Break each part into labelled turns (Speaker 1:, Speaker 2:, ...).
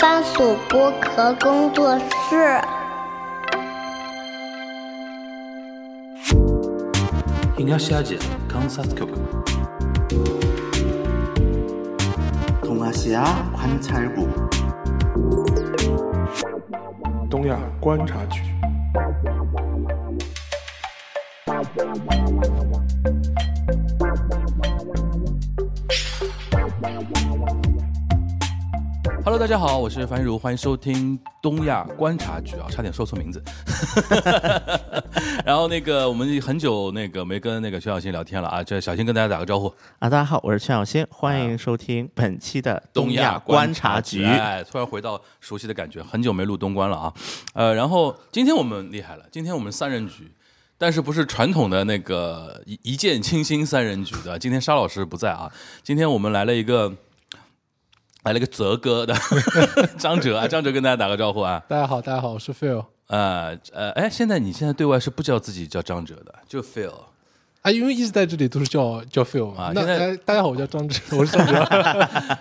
Speaker 1: 番薯剥壳工作室。
Speaker 2: 東アジア観察局
Speaker 3: 동아시아 관찰국
Speaker 4: 东亚观察局。
Speaker 5: Hello，大家好，我是樊玉茹，欢迎收听东亚观察局啊，差点说错名字。 然后那个我们很久那个没跟那个全小新聊天了啊，这小新跟大家打个招呼。
Speaker 6: 啊，大家好，我是陈小新，欢迎收听本期的亚察
Speaker 5: 哎，突然回到熟悉的感觉，很久没录东关了啊。呃，然后今天我们厉害了，今天我们三人局，但是不是传统的那个一一见倾心三人局的。今天沙老师不在啊，今天我们来了一个。来了个泽哥的 张哲啊，张哲跟大家打个招呼啊，
Speaker 7: 大家好，大家好，我是 Phil
Speaker 5: 呃呃，哎，现在你现在对外是不叫自己叫张哲的，就 Phil，
Speaker 7: 啊，因为一直在这里都是叫叫 Phil 嘛。
Speaker 5: 啊
Speaker 7: 那
Speaker 5: 现在
Speaker 7: 哎大家好，我叫张哲，我是张哲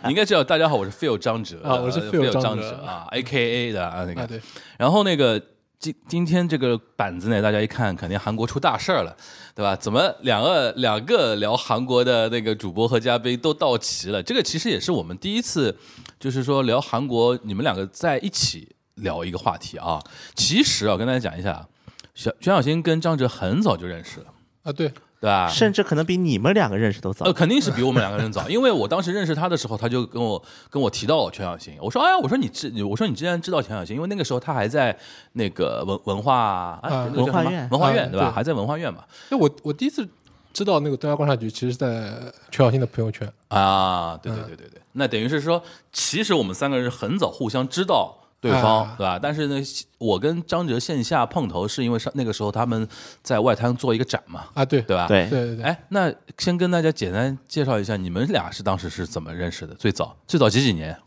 Speaker 5: 你应该知道。大家好，我是 Phil 张哲
Speaker 7: 啊我是
Speaker 5: 呃
Speaker 7: Phil
Speaker 5: 张
Speaker 7: 张哲
Speaker 5: 哲啊，A K A 的啊那个。
Speaker 7: 啊，对，
Speaker 5: 然后那个今今天这个板子呢，大家一看，肯定韩国出大事儿了，对吧？怎么两个两个聊韩国的那个主播和嘉宾都到齐了？这个其实也是我们第一次，就是说聊韩国，你们两个在一起聊一个话题啊。其实啊，跟大家讲一下，小全小新跟张哲很早就认识了，
Speaker 7: 啊对，
Speaker 5: 对吧？
Speaker 6: 甚至可能比你们两个认识都早
Speaker 5: 呃，。肯定是比我们两个人早，因为我当时认识他的时候，他就跟我跟我提到全小新，我说哎呀，我说你知，我说你之前知道全小新，因为那个时候他还在那个文文化、哎
Speaker 7: 啊
Speaker 5: 那个叫什么
Speaker 6: 文化院
Speaker 5: 文化
Speaker 7: 啊
Speaker 5: 院对吧？
Speaker 7: 对
Speaker 5: 还在文化院嘛
Speaker 7: 那我我第一次知道那个东亚观察局，其实是在全小新的朋友圈。
Speaker 5: 啊，对
Speaker 6: 嗯
Speaker 5: 对对对对，那等于是说，其实我们三个人很早互相知道。对方、
Speaker 7: 啊
Speaker 5: 对吧？但是呢，我跟张哲线下碰头是因为上那个时候他们在外滩做一个展嘛，
Speaker 7: 啊，对，
Speaker 5: 对吧？
Speaker 6: 对
Speaker 7: 对对对，
Speaker 5: 哎，那先跟大家简单介绍一下，你们俩是当时是怎么认识的？最早最早几几年？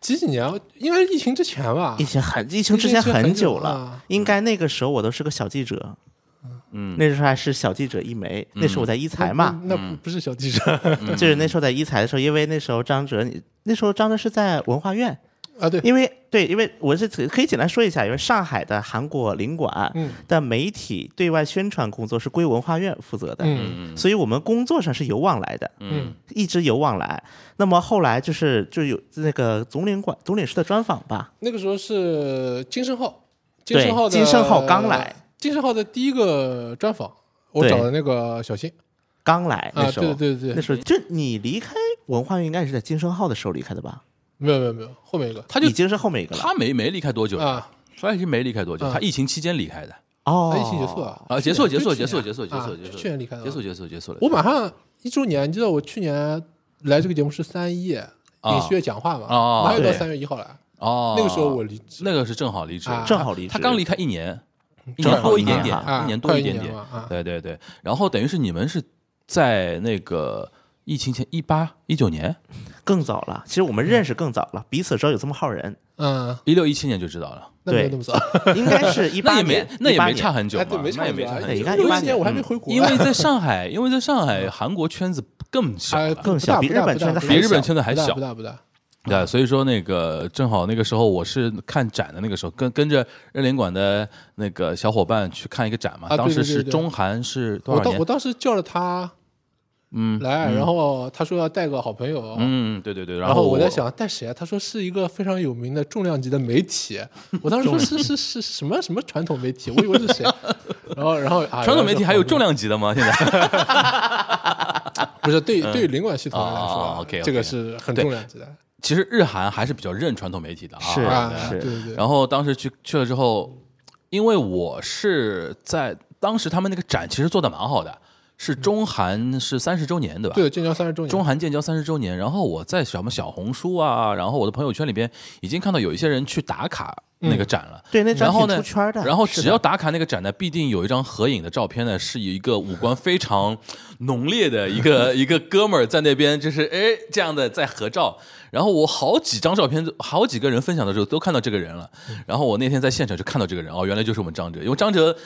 Speaker 7: 几几年啊？应该是疫情之前吧
Speaker 6: 疫？情很，疫情之前
Speaker 7: 很
Speaker 6: 久
Speaker 7: 久
Speaker 6: 了
Speaker 7: 了，
Speaker 6: 应该那个时候我都是个小记者，嗯，那时候还是小记者一枚，那时候我在一财嘛，嗯
Speaker 7: 嗯那不不是小记者
Speaker 5: 嗯
Speaker 6: 就是那时候在一财的时候，因为那时候张哲，你那时候张哲是在文化院，
Speaker 7: 啊，对，
Speaker 6: 因为对，因为我是可以简单说一下，因为上海的韩国领馆
Speaker 7: 嗯
Speaker 6: 的媒体对外宣传工作是归文化院负责的，
Speaker 7: 嗯
Speaker 6: 所以我们工作上是有往来的，
Speaker 7: 嗯
Speaker 6: 一直有往来。那么后来就是就有那个总领馆总领事的专访吧，
Speaker 7: 那个时候是金圣浩，金
Speaker 6: 对
Speaker 7: 圣浩的
Speaker 6: 金圣浩刚来，
Speaker 7: 金圣浩的第一个专访，我
Speaker 6: 对
Speaker 7: 找的那个小新
Speaker 6: 刚来
Speaker 7: 啊，
Speaker 6: 那时候，
Speaker 7: 对对对
Speaker 6: 那
Speaker 7: 对，
Speaker 6: 时候就你离开文化院应该是在金生浩的时候离开的吧？
Speaker 7: 没有没有没有，后面一个
Speaker 5: 他就
Speaker 6: 已经是后面一个了。
Speaker 5: 他没没离开多久
Speaker 7: 啊，
Speaker 5: 他已经没离开多久，
Speaker 7: 啊
Speaker 5: 他疫情期间离开的
Speaker 6: 哦
Speaker 7: 啊，疫情结束了
Speaker 5: 啊，结束结
Speaker 7: 去年
Speaker 5: 束
Speaker 7: 就
Speaker 5: 结束
Speaker 7: 去
Speaker 5: 结束
Speaker 7: 年
Speaker 5: 结
Speaker 7: 啊
Speaker 5: 束结束，
Speaker 7: 去年离开的，
Speaker 5: 结束结束结束了。
Speaker 7: 我马上一周年，你知道我去年来这个节目是三一尹旭月讲话嘛，
Speaker 5: 啊
Speaker 7: 马上就
Speaker 6: 对
Speaker 7: 到三月一号了。
Speaker 5: 哦，
Speaker 7: 那个时候我离职
Speaker 5: 那个是正好离职
Speaker 7: 啊，嗯
Speaker 6: 正好离职
Speaker 5: 他刚离开一年，一
Speaker 6: 正
Speaker 5: 年
Speaker 6: 好
Speaker 5: 多一点
Speaker 6: 一年
Speaker 5: 点，
Speaker 7: 啊
Speaker 5: 一年多
Speaker 7: 快
Speaker 5: 一
Speaker 7: 一
Speaker 5: 点
Speaker 7: 年
Speaker 5: 点
Speaker 7: 了啊，
Speaker 5: 对对对。然后等于是你们是在那个疫情前一八一九年
Speaker 6: 更早了。其实我们认识更早了，彼此知道有这么号人，
Speaker 7: 嗯，
Speaker 5: 一六一七年就知道了，
Speaker 7: 那没有
Speaker 6: 对
Speaker 7: 那么早，
Speaker 6: 应 该是一
Speaker 5: 嗯那
Speaker 6: 八
Speaker 5: 也没
Speaker 6: 年，
Speaker 5: 那也
Speaker 6: 18
Speaker 5: 没
Speaker 6: 年
Speaker 5: 差很久
Speaker 7: 哎
Speaker 5: 嘛，
Speaker 7: 对，没差
Speaker 5: 那也
Speaker 7: 很
Speaker 5: 没差
Speaker 7: 久
Speaker 5: 很
Speaker 7: 啊，
Speaker 6: 对
Speaker 5: 久
Speaker 6: 应该
Speaker 7: 六
Speaker 6: 18
Speaker 7: 一年我还没回国，啊
Speaker 5: 因为 在上海，因为在上海韩国圈子更小
Speaker 7: 哎
Speaker 5: 了，
Speaker 7: 不
Speaker 6: 更小
Speaker 7: 大
Speaker 6: 比
Speaker 7: 不大
Speaker 6: 日本
Speaker 7: 不大
Speaker 6: 圈子
Speaker 7: 不
Speaker 6: 还
Speaker 7: 大
Speaker 5: 小比日本圈子还
Speaker 7: 不大
Speaker 5: 小
Speaker 7: 不大不大。
Speaker 5: 对啊，所以说那个正好那个时候我是看展的那个时候，跟跟着日联馆的那个小伙伴去看一个展嘛，
Speaker 7: 啊对
Speaker 5: 当时
Speaker 7: 对
Speaker 5: 是
Speaker 7: 对对
Speaker 5: 中韩是多
Speaker 7: 我
Speaker 5: 少
Speaker 7: 当我
Speaker 5: 年？
Speaker 7: 当时叫了他，嗯，来，然后他说要带个好朋友，
Speaker 5: 嗯，对对对，
Speaker 7: 然
Speaker 5: 后
Speaker 7: 后
Speaker 5: 我
Speaker 7: 我在，想带谁啊？他说是一个非常有名的重量级的媒体。我当时说是是是什么什么传统媒体，我以为是 谁。然后然后啊，
Speaker 5: 传统媒体还有重
Speaker 7: 量
Speaker 5: 量级的吗？现在
Speaker 7: 不是对对于领馆系统来
Speaker 5: 嗯哦哦
Speaker 7: 说啊
Speaker 5: ，OK，OK
Speaker 7: 这个是很重量级的。
Speaker 5: 其实日韩还是比较认传统媒体的啊。
Speaker 6: 是
Speaker 7: 啊，
Speaker 6: 是
Speaker 7: 对对对，
Speaker 5: 然后当时去去了之后，因为我是在当时他们那个展其实做的蛮好的，是中韩是三十周年对吧？
Speaker 7: 对，建交三十周年，
Speaker 5: 中韩建交三十周年，然后我在什么小红书啊，然后我的朋友圈里边已经看到有一些人去打卡那个展了。
Speaker 6: 嗯对那张
Speaker 5: 然后呢
Speaker 6: 挺出圈的，
Speaker 5: 然后
Speaker 6: 是
Speaker 5: 只要
Speaker 6: 的
Speaker 5: 打卡那个展呢，必定有一张合影的照片呢，是有一个五官非常浓烈的一 个一个哥们儿在那边，就是哎这样的在合照。然后我好几张照片，好几个人分享的时候都看到这个人了。
Speaker 6: 嗯
Speaker 5: 然后我那天在现场就看到这个人哦，原来就是我们张哲，因为张哲。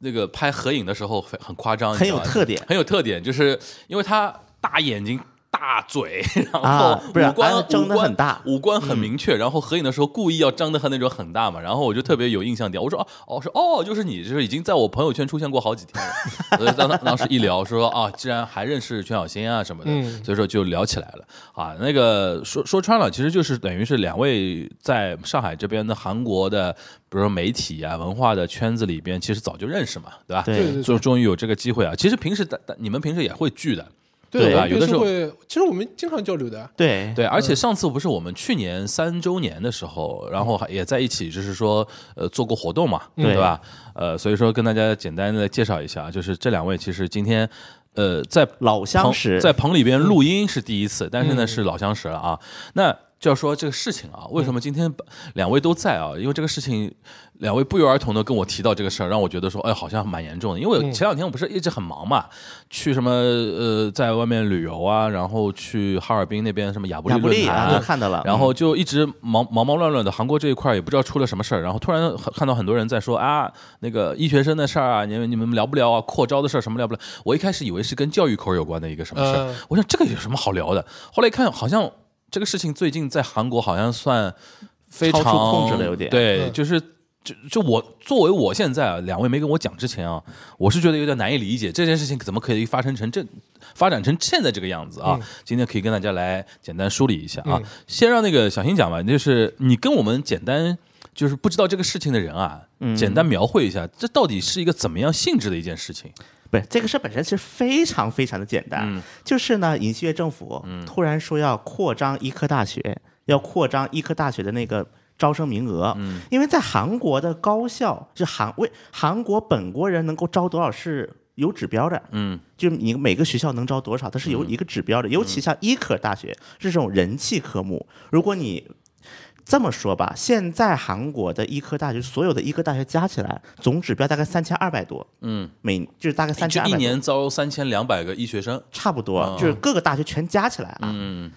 Speaker 5: 那个拍合影的时候很很夸张，
Speaker 6: 很有
Speaker 5: 你知道吗
Speaker 6: 特点
Speaker 5: 很有特点，就是因为他大眼睛、大嘴，然后
Speaker 6: 啊不是
Speaker 5: 五官
Speaker 6: 啊张
Speaker 5: 五
Speaker 6: 得
Speaker 5: 官
Speaker 6: 很大
Speaker 5: 五官很明确，然后合影的时候故意要张得很那种很大嘛，然后我就特别有印象点，我说哦哦是哦就是你，就是已经在我朋友圈出现过好几天了，所以当当时一聊说啊，既然还认识全小新啊什么的，所以说就聊起来了啊。那个说说穿了，其实就是等于是两位在上海这边的韩国的，比如说媒体啊文化的圈子里边，其实早就认识嘛，对吧？
Speaker 6: 对
Speaker 7: 对对
Speaker 5: 终终于有这个机会啊！其实平时大大你们平时也会聚的，
Speaker 7: 对
Speaker 5: 对
Speaker 7: 我
Speaker 5: 吧
Speaker 7: 们
Speaker 5: 有的
Speaker 7: 平时
Speaker 5: 时候
Speaker 7: 会，其实我们经常交流的，啊
Speaker 6: 对
Speaker 5: 对，而且上次不是我们去年三周年的时候，然后还也在一起，就是说呃做过活动嘛，对吧？呃，所以说跟大家简单的介绍一下，就是这两位其实今天呃在
Speaker 6: 老相
Speaker 5: 棚
Speaker 6: 识
Speaker 5: 在棚里边录音是第一次，但
Speaker 6: 嗯
Speaker 5: 是呢是老相识了啊。那就要说这个事情啊，为什么今天两位都在啊？因为这个事情，两位不约而同的跟我提到这个事儿，让我觉得说，哎，好像蛮严重的。因为
Speaker 6: 嗯
Speaker 5: 前两天我不是一直很忙嘛，去什么呃，在外面旅游啊，然后去哈尔滨那边什么亚布
Speaker 6: 亚
Speaker 5: 力
Speaker 6: 布力
Speaker 5: 论坛
Speaker 6: 啊，
Speaker 5: 啊
Speaker 6: 都看到了，
Speaker 5: 然后就一直忙忙忙乱乱的，韩国这一块儿也不知道出了什么事儿，然后突然很看到很多人在说啊，那个医学生的事儿啊，你们你们聊不聊啊？扩招的事儿什么聊不聊？我一开始以为是跟教育口有关的一个什么事儿
Speaker 7: 嗯，
Speaker 5: 我想这个有什么好聊的？后来一看，好像这个事情最近在韩国好像算非常
Speaker 6: 超出控制了有点
Speaker 5: 对，
Speaker 7: 嗯
Speaker 5: 就是。就就我作为我现在啊，两位没跟我讲之前啊，我是觉得有点难以理解这件事情怎么可以发生成这发展成现在这个样子啊。今天可以跟大家来简单梳理一下啊。先让那个小新讲吧，就是你跟我们简单就是不知道这个事情的人啊，
Speaker 6: 嗯
Speaker 5: 简单描绘一下，这到底是一个怎么样性质的一件事情？
Speaker 6: 不是这个事儿本身其实非常非常的简单，
Speaker 5: 嗯
Speaker 6: 就是呢，尹锡悦政府突然说要扩张医科大学，要扩张医科大学的那个招生名额，
Speaker 5: 嗯
Speaker 6: 因为在韩国的高校是韩为韩国本国人能够招多少是有指标的，
Speaker 5: 嗯，
Speaker 6: 就你每个学校能招多少，它是有一个指标的，尤其像医科大学是这种人气科目，如果你这么说吧，现在韩国的医科大学所有的医科大学加起来总指标大概三千二百多，
Speaker 5: 嗯，
Speaker 6: 每就是大概三
Speaker 5: 就
Speaker 6: 千二
Speaker 5: 一
Speaker 6: 百
Speaker 5: 年招三千两百个医学生，
Speaker 6: 差不多，
Speaker 5: 嗯
Speaker 6: 就是各个大学全加起来啊。
Speaker 5: 嗯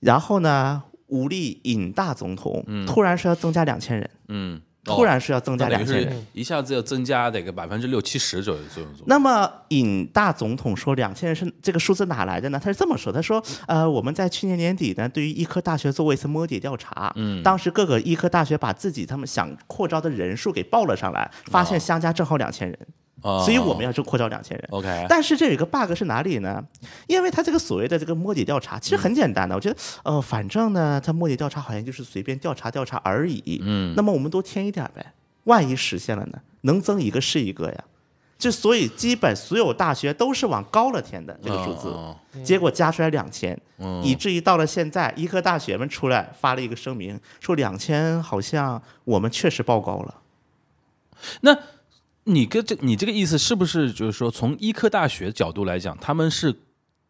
Speaker 6: 然后呢，武力尹大总统、突然说要增加两千人，
Speaker 5: 嗯，
Speaker 6: 突然是要增加
Speaker 5: 那
Speaker 6: 两
Speaker 5: 等于
Speaker 6: 千人。
Speaker 5: 是一下子要增加得个百分之六七十左右左右左右。
Speaker 6: 那么尹大总统说两千人是这个数字哪来的呢？他是这么说，他说，呃，我们在去年年底呢，对于医科大学做过一次摸底调查，嗯，当时各个医科大学把自己他们想扩招的人数给报了上来，发现相加正好两千人，
Speaker 5: 哦
Speaker 6: 所以我们要去扩招两千人。
Speaker 5: OK，
Speaker 6: 但是这有一个 bug 是哪里呢？因为他这个所谓的这个摸底调查，
Speaker 5: 嗯
Speaker 6: 其实很简单的，我觉得，呃，反正呢，他摸底调查好像就是随便调查调查而已。嗯，那么我们多添一点呗，万一实现了呢？能增一个是一个呀。就所以，基本所有大学都是往高了添的这个数字，
Speaker 5: 哦嗯
Speaker 6: 结果加出来两千、以至于到了现在，医科大学们出来发了一个声明，说两千好像我们确实报高了。
Speaker 5: 那你跟这你这个意思是不是就是说，从医科大学角度来讲，他们是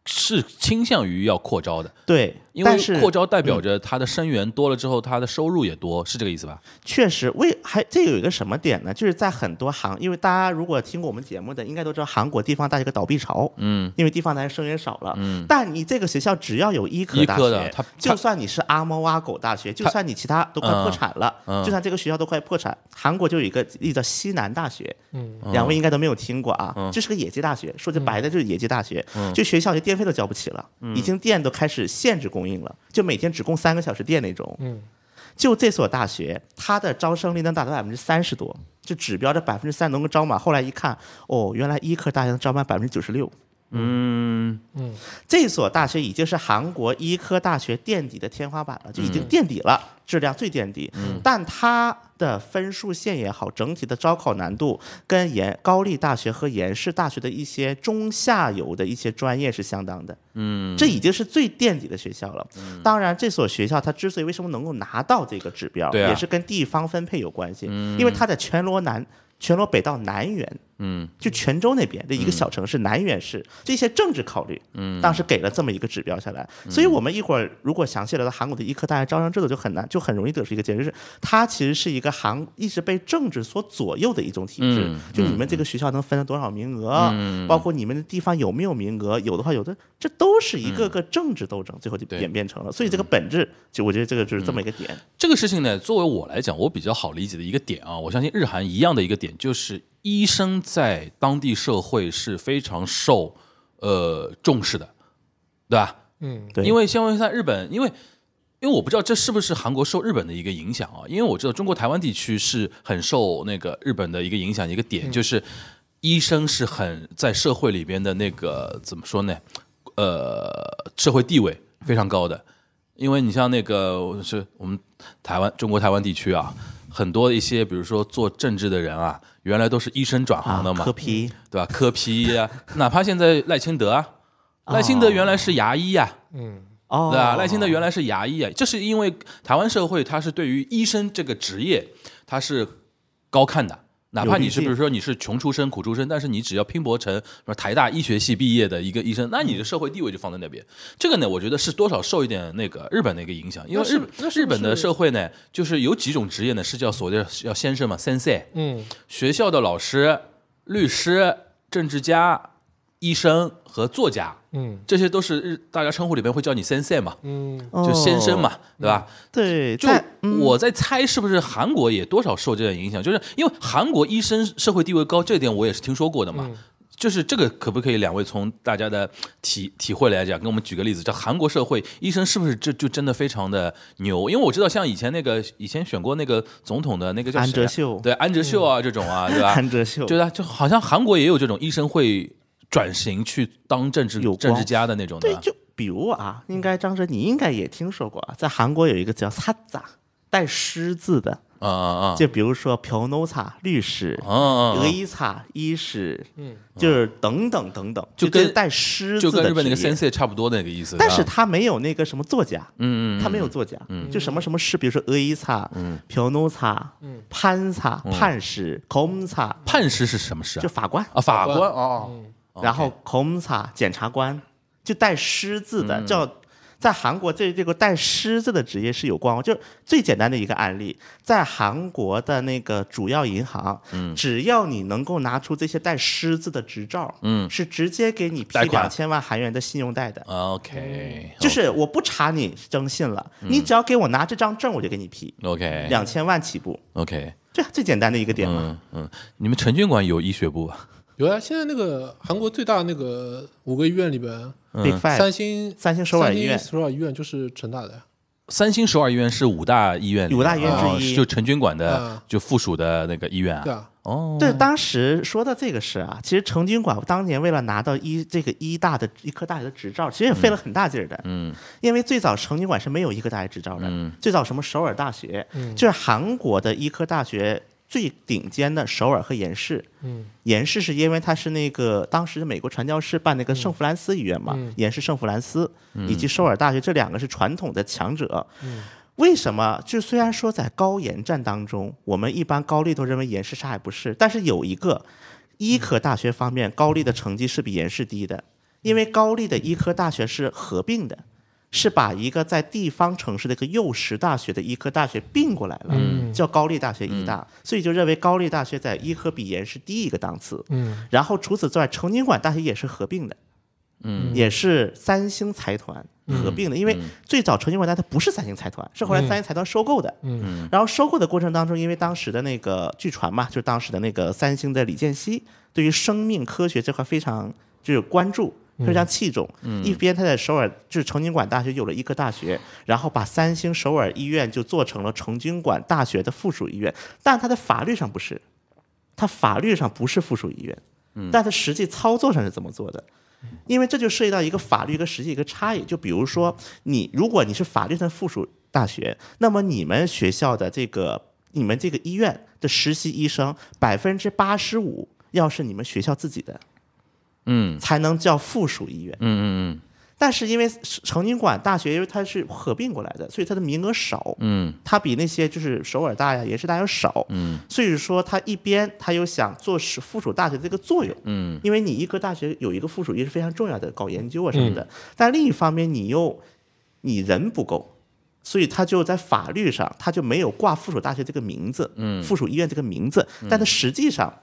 Speaker 5: 是倾向于要扩招的，
Speaker 6: 对，
Speaker 5: 因
Speaker 6: 但
Speaker 5: 为
Speaker 6: 是
Speaker 5: 扩招代表着他的生源多了之后，他的收入也多，是这个意思吧？
Speaker 6: 确实，为还这有一个什么点呢？就是在很多行，因为大家如果听过我们节目的，应该都知道韩国地方大学的倒闭潮，
Speaker 5: 嗯，
Speaker 6: 因为地方大学生源少了。嗯，但你这个学校只要有医科大
Speaker 5: 医科的
Speaker 6: 学
Speaker 5: 它，
Speaker 6: 就算你是阿猫阿狗大学，就算你其他都快破产了，
Speaker 5: 嗯嗯
Speaker 6: 就算这个学校都快破产，韩国就有一个例子叫西南大学，嗯，两位应该都没有听过啊，
Speaker 5: 嗯
Speaker 6: 这是个野鸡大学，说句白的就是野鸡大学，就学校就电费都交不起了，
Speaker 5: 嗯
Speaker 6: 已经电都开始限制供应了，就每天只供三个小时电那种，
Speaker 7: 嗯。
Speaker 6: 就这所大学，它的招生率能达到百分之三十多，就指标这百分之三能够招满。后来一看，哦，原来医科大学能招满百分之九十六。
Speaker 5: 嗯，
Speaker 6: 这所大学已经是韩国医科大学垫底的天花板了，就已经
Speaker 5: 嗯
Speaker 6: 垫底了，质量最垫底。但它的分数线也好，整体的招考难度跟延高丽大学和延世大学的一些中下游的一些专业是相当的。嗯，这已经是最垫底的学校了。
Speaker 5: 嗯
Speaker 6: 当然，这所学校它之所以为什么能够拿到这个指标，
Speaker 5: 对啊嗯
Speaker 6: 也是跟地方分配有关系，因为它在全罗南、全罗北到南园。就泉州那边的一
Speaker 5: 嗯
Speaker 6: 个小城市南园市，这些政治考虑，嗯，当时给了这么一个指标下来，
Speaker 5: 嗯
Speaker 6: 所以我们一会儿如果详细聊到韩国的医科大学招生制度，就很难，就很容易得出一个结论，就是它其实是一个韩一直被政治所左右的一种体制，
Speaker 5: 嗯
Speaker 6: 就你们这个学校能分到多少名额，包括你们的地方有没有名额，有的话有的，这都是一个个政治斗争，最后就
Speaker 5: 嗯对嗯
Speaker 6: 演变成了，所以这个本质就我觉得这个就是这么一个点，
Speaker 5: 这个事情呢，作为我来讲，我比较好理解的一个点啊，我相信日韩一样的一个点，就是医生在当地社会是非常受呃重视的，对吧？
Speaker 7: 嗯，
Speaker 6: 对
Speaker 5: 因为相当于在日本，因为因为我不知道这是不是韩国受日本的一个影响啊，因为我知道中国台湾地区是很受那个日本的一个影响，一个
Speaker 6: 嗯
Speaker 5: 点就是医生是很在社会里边的那个怎么说呢？呃，社会地位非常高的，因为你像那个是我们台湾中国台湾地区啊，很多一些比如说做政治的人啊，原来都是医生转行
Speaker 6: 啊
Speaker 5: 的，嘛，
Speaker 6: 磕皮
Speaker 5: 对吧？柯皮呀、哪怕现在赖清德啊，赖清德原来是牙医呀、啊
Speaker 6: 哦，
Speaker 5: 对吧？赖清德原来是牙医啊，这是因为台湾社会它是对于医生这个职业它是高看的，哪怕你是
Speaker 6: 有滤镜
Speaker 5: 比如说你是穷出身、苦出身，但是你只要拼搏成什么台大医学系毕业的一个医生，那
Speaker 7: 嗯
Speaker 5: 你的社会地位就放在那边。这个呢，我觉得是多少受一点那个日本的一个影响，因为
Speaker 7: 那是
Speaker 5: 日
Speaker 7: 那是
Speaker 5: 日
Speaker 7: 不
Speaker 5: 本的
Speaker 7: 是
Speaker 5: 社会呢，就是有几种职业呢是叫所谓的叫先生嘛，sensei，
Speaker 7: 嗯，
Speaker 5: 学校的老师、律师、政治家、医生和作家，
Speaker 7: 嗯，
Speaker 5: 这些都是日大家称呼里面会叫你 sensei 嘛，
Speaker 7: 嗯，
Speaker 5: 就先生嘛，
Speaker 6: 哦，
Speaker 5: 对吧？
Speaker 6: 对，
Speaker 5: 就啊
Speaker 6: 在嗯
Speaker 5: 我在猜，是不是韩国也多少受这个影响？就是因为韩国医生社会地位高，这一点我也是听说过的嘛。
Speaker 6: 嗯
Speaker 5: 就是这个，可不可以两位从大家的体体会来讲，给我们举个例子？这韩国社会医生是不是这就真的非常的牛？因为我知道，像以前那个以前选过那个总统的那个叫
Speaker 6: 安
Speaker 5: 谁啊
Speaker 6: 哲秀嗯
Speaker 5: 对安哲秀啊这种啊，对吧？
Speaker 6: 韩哲秀
Speaker 5: 对啊，就好像韩国也有这种医生会转型去当政治
Speaker 6: 有光
Speaker 5: 政治家的那种的
Speaker 6: 对，，就比如啊，应该张哲你应该也听说过啊，在韩国有一个叫萨扎带师字的，
Speaker 5: 啊啊啊
Speaker 6: 就比如说朴노사律师，
Speaker 5: 啊啊，啊
Speaker 6: 德伊萨医师，嗯，就是等等等等，
Speaker 5: 就
Speaker 6: 这
Speaker 5: 跟
Speaker 6: 带师
Speaker 5: 就
Speaker 6: 字
Speaker 5: 跟
Speaker 6: 的
Speaker 5: 日本那个
Speaker 6: 职业
Speaker 5: sensei 差不多的那个意思。
Speaker 6: 但是
Speaker 5: 吧
Speaker 6: 他没有那个什么作家，
Speaker 5: 嗯嗯嗯，嗯
Speaker 6: 他没有作家，就什么什么诗，比如说俄伊萨、朴努萨、潘萨、判事、孔萨，
Speaker 5: 判师是什么师啊
Speaker 6: 就？法官，
Speaker 5: 啊，法官哦，
Speaker 6: 然后孔萨检察官，就带师字
Speaker 5: 嗯
Speaker 6: 的叫。在韩国，这这个带师字的职业是有光，就是最简单的一个案例，在韩国的那个主要银行，
Speaker 5: 嗯
Speaker 6: 只要你能够拿出这些带师字的执照，
Speaker 5: 嗯
Speaker 6: 是直接给你批
Speaker 5: 贷款哦
Speaker 6: 两千万韩元的信用贷的，
Speaker 5: 啊 OK，
Speaker 6: 哦就是我不查你征信了，
Speaker 5: 嗯
Speaker 6: 你只要给我拿这张证，我就给你批。
Speaker 5: 哦 OK
Speaker 6: 两千万起步，
Speaker 5: OK，
Speaker 6: 这最简单的一个点嘛。
Speaker 5: 嗯嗯，你们陈军馆有医学部吧？
Speaker 7: 有啊，现在那个韩国最大那个五个医院里边，
Speaker 5: 嗯
Speaker 6: Big
Speaker 7: 三
Speaker 6: Five
Speaker 7: 星
Speaker 6: 三星首尔医院
Speaker 7: 三星首尔医院就是成大的呀，
Speaker 5: 三星首尔医院是五大医院里面，
Speaker 6: 五大医院之
Speaker 5: 哦
Speaker 6: 一
Speaker 5: 就陈军馆的
Speaker 7: 嗯
Speaker 5: 就附属的那个医院
Speaker 7: 对
Speaker 5: 啊。
Speaker 7: 啊，
Speaker 5: 哦，
Speaker 6: 对，当时说到这个事啊，其实成均馆当年为了拿到医这个医大的医科大学的执照，其实也费了很大劲儿的。
Speaker 5: 嗯，
Speaker 6: 因为最早成均馆是没有医科大学执照的，
Speaker 5: 嗯
Speaker 6: 最早什么首尔大学，就是韩国的医科大学最顶尖的首尔和延世。
Speaker 7: 嗯，
Speaker 6: 延世是因为它是那个当时美国传教士办那
Speaker 5: 嗯
Speaker 6: 个圣弗兰斯医院嘛，延世圣弗兰斯以及首尔大学这两个是传统的强者。为什么？就虽然说在高研战当中，我们一般高丽都认为延世啥也不是，但是有一个医科大学方面，高丽的成绩是比延世低的，因为高丽的医科大学是合并的，是把一个在地方城市的一个幼师大学的医科大学并过来了，叫高丽大学医大，所以就认为高丽大学在医科比延世低一个档次。
Speaker 7: 嗯，
Speaker 6: 然后除此之外，成均馆大学也是合并的，嗯，也是三星财团合并的，因为最早成均馆大学它不是三星财团，是后来三星财团收购的，嗯，然后收购的过程当中，因为当时的那个据传嘛，就是当时的那个三星的李健熙对于生命科学这块非常就是关注。非常器重，一边他在首尔就是成均馆大学有了医科大学，然后把三星首尔医院就做成了成均馆大学的附属医院，但它的法律上不是，它法律上不是附属医院，但是实际操作上是怎么做的？因为这就涉及到一个法律跟实际一个差异。就比如说，你如果你是法律上的附属大学，那么你们学校的这个你们这个医院的实习医生百分之八十五要是你们学校自己的，
Speaker 5: 嗯
Speaker 6: 才能叫附属医院。
Speaker 5: 嗯嗯
Speaker 6: 但是因为成均馆大学，因为它是合并过来的，所以它的名额少，
Speaker 5: 嗯
Speaker 6: 它比那些就是首尔大呀、延世大要少，
Speaker 5: 嗯
Speaker 6: 所以说它一边它又想做是附属大学的这个作用，
Speaker 5: 嗯
Speaker 6: 因为你医科大学有一个附属医是非常重要的，搞研究啊什么的。但另一方面，你又你人不够，所以他就在法律上他就没有挂附属大学这个名字，嗯，附属医院这个名字。
Speaker 5: 嗯
Speaker 6: 但他实际上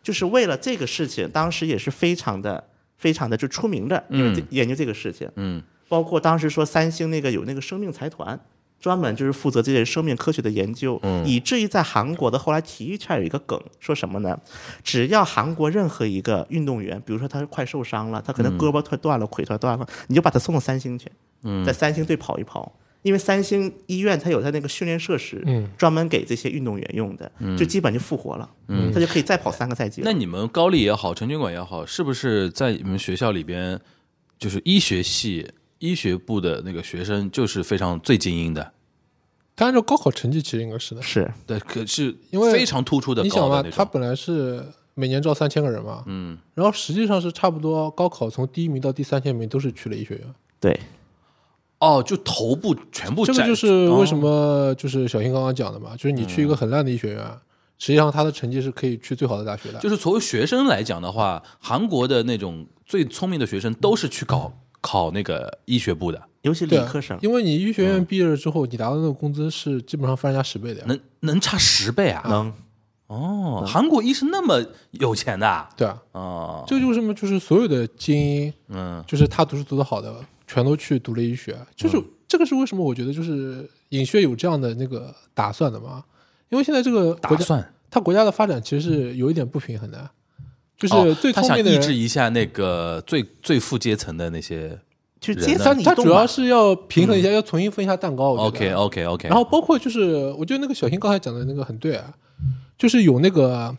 Speaker 6: 就是为了这个事情，当时也是非常的、非常的就出名的，因为这研究这个事情。
Speaker 5: 嗯
Speaker 6: 包括当时说三星那个有那个生命财团，专门就是负责这些生命科学的研究，以至于在韩国的后来体育圈有一个梗，说什么呢？只要韩国任何一个运动员，比如说他快受伤了，他可能胳膊腿断了、腿腿断了，你就把他送到三星去，在三星队跑一跑。因为三星医院它有它那个训练设施，
Speaker 7: 嗯
Speaker 6: 专门给这些运动员用的，就基本就复活了，他就可以再跑三个赛季了。
Speaker 5: 那你们高丽也好，陈军馆也好，是不是在你们学校里边，就是医学系医学部的那个学生，就是非常最精英的？
Speaker 7: 他按照高考成绩其实应该是的，
Speaker 6: 是
Speaker 5: 对，可是
Speaker 7: 因为
Speaker 5: 非常突出的
Speaker 7: 你想
Speaker 5: 高
Speaker 7: 嘛
Speaker 5: 的那，
Speaker 7: 他
Speaker 5: 种。
Speaker 7: 本来是每年招三千个人嘛，嗯，然后实际上是差不多高考从第一名到第三千名都是去了医学院，
Speaker 6: 对，
Speaker 5: 哦，就头部全部
Speaker 7: 这个
Speaker 5: 占
Speaker 7: 就是为什
Speaker 5: 哦
Speaker 7: 么就是小新刚刚讲的嘛，就是你去一个很烂的医学院，实际上他的成绩是可以去最好的大学的，
Speaker 5: 就是作为学生来讲的话，韩国的那种最聪明的学生都是去考考那个医学部的，
Speaker 6: 尤其理
Speaker 7: 对啊
Speaker 6: 科生，
Speaker 7: 因为你医学院毕业了之后，你拿到那个工资是基本上翻人家十倍的呀，
Speaker 5: 能能差十倍啊！
Speaker 6: 能
Speaker 5: 哦，韩国医生那么有钱的啊
Speaker 7: 对啊，
Speaker 5: 哦，
Speaker 7: 这就是什么？就是所有的精英，
Speaker 5: 嗯，
Speaker 7: 就是他读书读得好的，全都去读了医学，就是、这个是为什么？我觉得就是尹学有这样的那个打算的嘛，因为现在这个
Speaker 5: 打
Speaker 7: 国家，
Speaker 5: 算
Speaker 7: 他国家的发展其实是有一点不平衡的，就是
Speaker 5: 哦
Speaker 7: 最
Speaker 5: 他
Speaker 7: 聪
Speaker 5: 想
Speaker 7: 明的
Speaker 5: 抑
Speaker 7: 人，
Speaker 5: 制一下那个最最富阶层的那些。
Speaker 6: 去
Speaker 5: 人
Speaker 6: 阶
Speaker 5: 呢
Speaker 7: 他
Speaker 6: 层移
Speaker 7: 他
Speaker 6: 动
Speaker 7: 主要
Speaker 6: 嘛。
Speaker 7: 是要平衡
Speaker 5: 嗯
Speaker 7: 一下，要重新分一下蛋糕。我觉
Speaker 5: OK
Speaker 7: 得
Speaker 5: OK OK，
Speaker 7: 然后包括就是，我觉得那个小新刚才讲的那个很对啊，就是有那个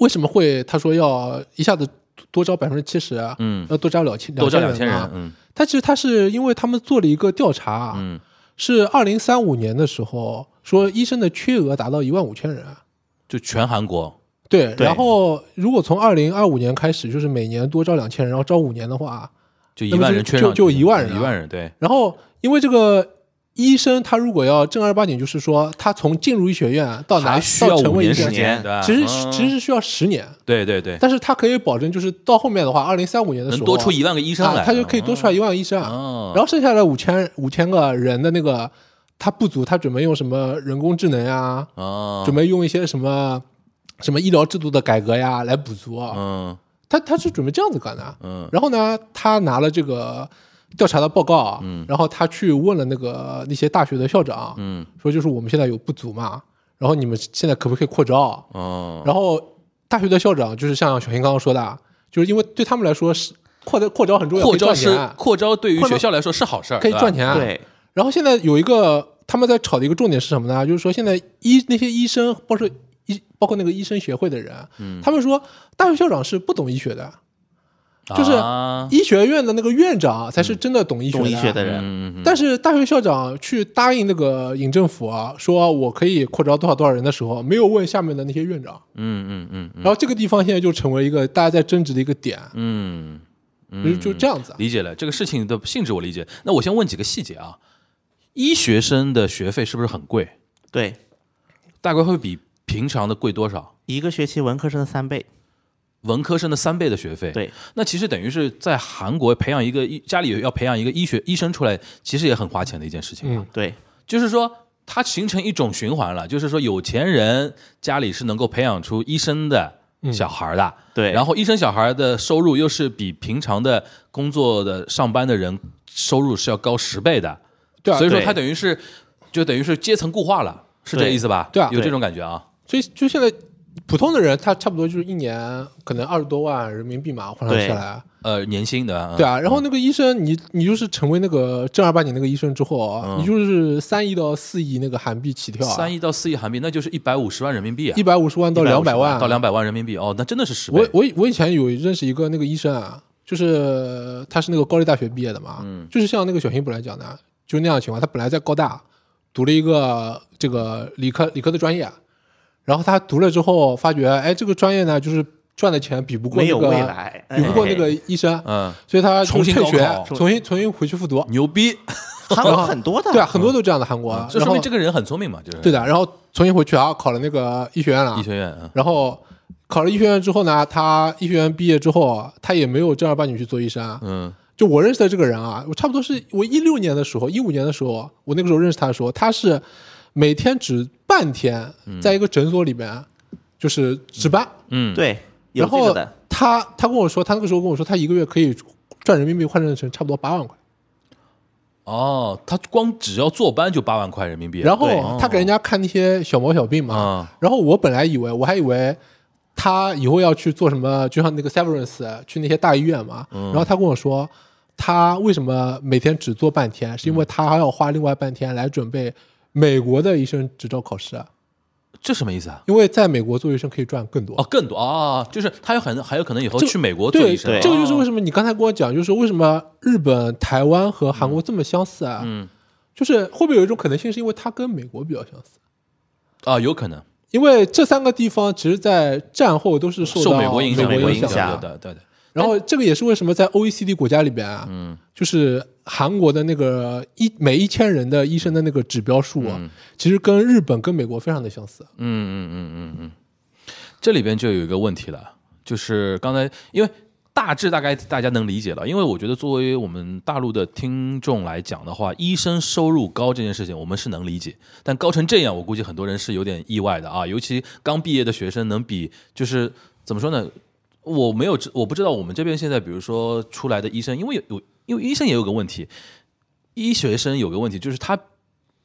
Speaker 7: 为什么会他说要一下子多招百分之七十，啊
Speaker 5: 嗯
Speaker 7: 要多招两千
Speaker 5: 多招两
Speaker 7: 千
Speaker 5: 千
Speaker 7: 嘛
Speaker 5: 人，嗯
Speaker 7: 他其实他是因为他们做了一个调查，啊
Speaker 5: 嗯，
Speaker 7: 是二零三五年的时候说医生的缺额达到一万五千人，啊
Speaker 5: 就全韩国
Speaker 7: 对，
Speaker 6: 对
Speaker 7: 然后如果从二零二五年开始，就是每年多招两千人，然后招五年的话，
Speaker 5: 就一
Speaker 7: 那么
Speaker 5: 万
Speaker 7: 就
Speaker 5: 人缺
Speaker 7: 就
Speaker 5: 上
Speaker 7: 就
Speaker 5: 去
Speaker 7: 一万人
Speaker 5: 一
Speaker 7: 啊
Speaker 5: 万人，对，
Speaker 7: 然后因为这个。医生他如果要正儿八经，就是说他从进入医学院到拿
Speaker 5: 还需要
Speaker 7: 到成
Speaker 5: 五
Speaker 7: 为医
Speaker 5: 年时
Speaker 7: 生，
Speaker 5: 间，对吧？
Speaker 7: 其实
Speaker 5: 嗯
Speaker 7: 其实是需要十年，
Speaker 5: 对对对，
Speaker 7: 但是他可以保证，就是到后面的话，二零三五年的时
Speaker 5: 能
Speaker 7: 候
Speaker 5: 多出一万个医生
Speaker 7: 啊
Speaker 5: 来，
Speaker 7: 他就可以多出来一万个医生啊。
Speaker 5: 哦，
Speaker 7: 然后剩下的五千五千个人的那个他不足，他准备用什么人工智能啊呀，
Speaker 5: 哦，
Speaker 7: 准备用一些什么什么医疗制度的改革呀来补足啊。
Speaker 5: 嗯
Speaker 7: 他他是准备这样子干的。啊
Speaker 5: 嗯
Speaker 7: 然后呢，他拿了这个调查的报告啊，然后他去问了那个那些大学的校长，啊
Speaker 5: 嗯
Speaker 7: 说就是我们现在有不足嘛，然后你们现在可不可以扩招？啊
Speaker 5: 哦，
Speaker 7: 然后大学的校长就是像小新刚刚说的啊，就是因为对他们来说是扩的扩招很重要，
Speaker 5: 扩
Speaker 7: 啊可以
Speaker 5: 招
Speaker 7: 赚
Speaker 5: 是
Speaker 7: 钱，
Speaker 5: 扩招，对于
Speaker 7: 扩招
Speaker 5: 学校来说是好事儿，
Speaker 7: 可以
Speaker 5: 对吧
Speaker 7: 赚。钱啊。
Speaker 6: 对，
Speaker 7: 然后现在有一个他们在吵的一个重点是什么呢？就是说现在医那些医生，包括医包括那个医生学会的人，啊
Speaker 5: 嗯
Speaker 7: 他们说大学校长是不懂医学的，就是
Speaker 5: 啊
Speaker 7: 医学院的那个院长才是真的啊懂医学
Speaker 6: 懂医学的人，
Speaker 5: 嗯，嗯
Speaker 7: 但是大学校长去答应那个尹政府啊，说我可以扩招多少多少人的时候，没有问下面的那些院长，
Speaker 5: 嗯嗯嗯嗯
Speaker 7: 然后这个地方现在就成为一个大家在争执的一个点，
Speaker 5: 嗯，
Speaker 7: 就就这样子啊。
Speaker 5: 理解了这个事情的性质，我理解。那我先问几个细节啊，医学生的学费是不是很贵？
Speaker 6: 对，
Speaker 5: 大概会比平常的贵多少？
Speaker 6: 一个学期文科生的三倍，
Speaker 5: 文科生的三倍的学费，
Speaker 6: 对，
Speaker 5: 那其实等于是在韩国培养一个医，家里要培养一个医学医生出来，其实也很花钱的一件事情啊。
Speaker 7: 嗯
Speaker 6: 对，
Speaker 5: 就是说，它形成一种循环了，就是说，有钱人家里是能够培养出医生的小孩儿的，
Speaker 7: 嗯
Speaker 6: 对
Speaker 5: 然后医生小孩儿的收入又是比平常的工作的上班的人收入是要高十倍的，
Speaker 7: 对啊
Speaker 5: 所以说
Speaker 6: 对
Speaker 5: 它等于是就等于是阶层固化了，是这
Speaker 6: 对
Speaker 5: 意思吧？
Speaker 7: 对啊
Speaker 5: 有这种感觉啊。
Speaker 7: 所以就现在普通的人，他差不多就是一年可能二十多万人民币嘛，换算下来，
Speaker 5: 呃，年薪的啊，
Speaker 7: 对啊。然后那个医生，你你就是成为那个正儿八经那个医生之后啊，你就是三亿到四亿那个韩币起跳啊，
Speaker 5: 三亿到四亿韩币，那就是一百五十万人民币啊
Speaker 7: 一，百五十万到两百万
Speaker 5: 到两百万人民币哦，那真的是十倍
Speaker 7: 我。我以我以前有认识一个那个医生啊，就是他是那个高丽大学毕业的嘛，就是像那个小新本来讲的，就是那样的情况。他本来在高大读了一个这个理科理科的专业，啊然后他读了之后发觉，哎，这个专业呢，就是赚的钱比不过
Speaker 6: 没
Speaker 7: 那
Speaker 6: 有
Speaker 7: 个，
Speaker 6: 未来，
Speaker 7: 比不过那个
Speaker 6: 哎
Speaker 7: 医生，
Speaker 5: 嗯，
Speaker 7: 所以他就
Speaker 5: 重新
Speaker 7: 退学
Speaker 5: 高考，
Speaker 7: 重新重新回去复读。
Speaker 5: 牛逼！
Speaker 6: 韩国很多的，
Speaker 7: 对啊，很多都这样的韩国，
Speaker 5: 这说明这
Speaker 7: 个
Speaker 5: 个人很聪明嘛，就是
Speaker 7: 对的。然后重新回去啊，考了那个医学院了，
Speaker 5: 医学院啊，
Speaker 7: 然后考了医学院之后呢，他医学院毕业之后啊，他也没有正儿八经去做医生啊。
Speaker 5: 嗯
Speaker 7: 就我认识的这个人啊，我差不多是我一六年的时候，一五年的时候啊，我那个时候认识他的时候，他是每天值半天，
Speaker 6: 嗯
Speaker 7: 在一个诊所里面就是值班。
Speaker 5: 嗯，
Speaker 6: 对，有
Speaker 7: 然
Speaker 6: 这个
Speaker 7: 后
Speaker 6: 的，
Speaker 7: 他他跟我说，他那个时候跟我说，他一个月可以赚人民币换算成差不多八万块。
Speaker 5: 哦，他光只要坐班就八万块人民币，
Speaker 7: 然后
Speaker 6: 对
Speaker 7: 他给人家看那些小毛小病嘛
Speaker 5: 啊，
Speaker 7: 然后我本来以为我还以为他以后要去做什么，就像那个 Severance 去那些大医院嘛，
Speaker 5: 嗯
Speaker 7: 然后他跟我说。他为什么每天只做半天？是因为他还要花另外半天来准备美国的医生执照考试，
Speaker 5: 这什么意思啊？
Speaker 7: 因为在美国做医生可以赚更多。
Speaker 5: 哦，更多啊，就是他有可能还有可能以后
Speaker 7: 这
Speaker 5: 去美国做
Speaker 7: 对
Speaker 5: 医生，
Speaker 6: 对
Speaker 7: 这个就是为什么你刚才跟我讲，就是为什么日本、台湾和韩国这么相似啊？
Speaker 5: 嗯，
Speaker 7: 就是会不会有一种可能性，是因为它跟美国比较相似？
Speaker 5: 啊，有可能
Speaker 7: 因为这三个地方其实，在战后都是受
Speaker 5: 受
Speaker 7: 到
Speaker 5: 美国影响，
Speaker 6: 美国
Speaker 5: 国
Speaker 6: 影响
Speaker 5: 响，对对对，
Speaker 7: 然后这个也是为什么在 OECD 国家里边啊，嗯，就是韩国的那个一每一千人的医生的那个指标数啊，其实跟日本、跟美国非常的相似。
Speaker 5: 嗯嗯嗯嗯嗯，这里边就有一个问题了，就是刚才因为大致大概大家能理解了，因为我觉得作为我们大陆的听众来讲的话，医生收入高这件事情我们是能理解，但高成这样，我估计很多人是有点意外的啊，尤其刚毕业的学生能比就是怎么说呢？我没有知，我不知道我们这边现在，比如说出来的医生，因为有有，因为医生也有个问题，医学生有个问题，就是他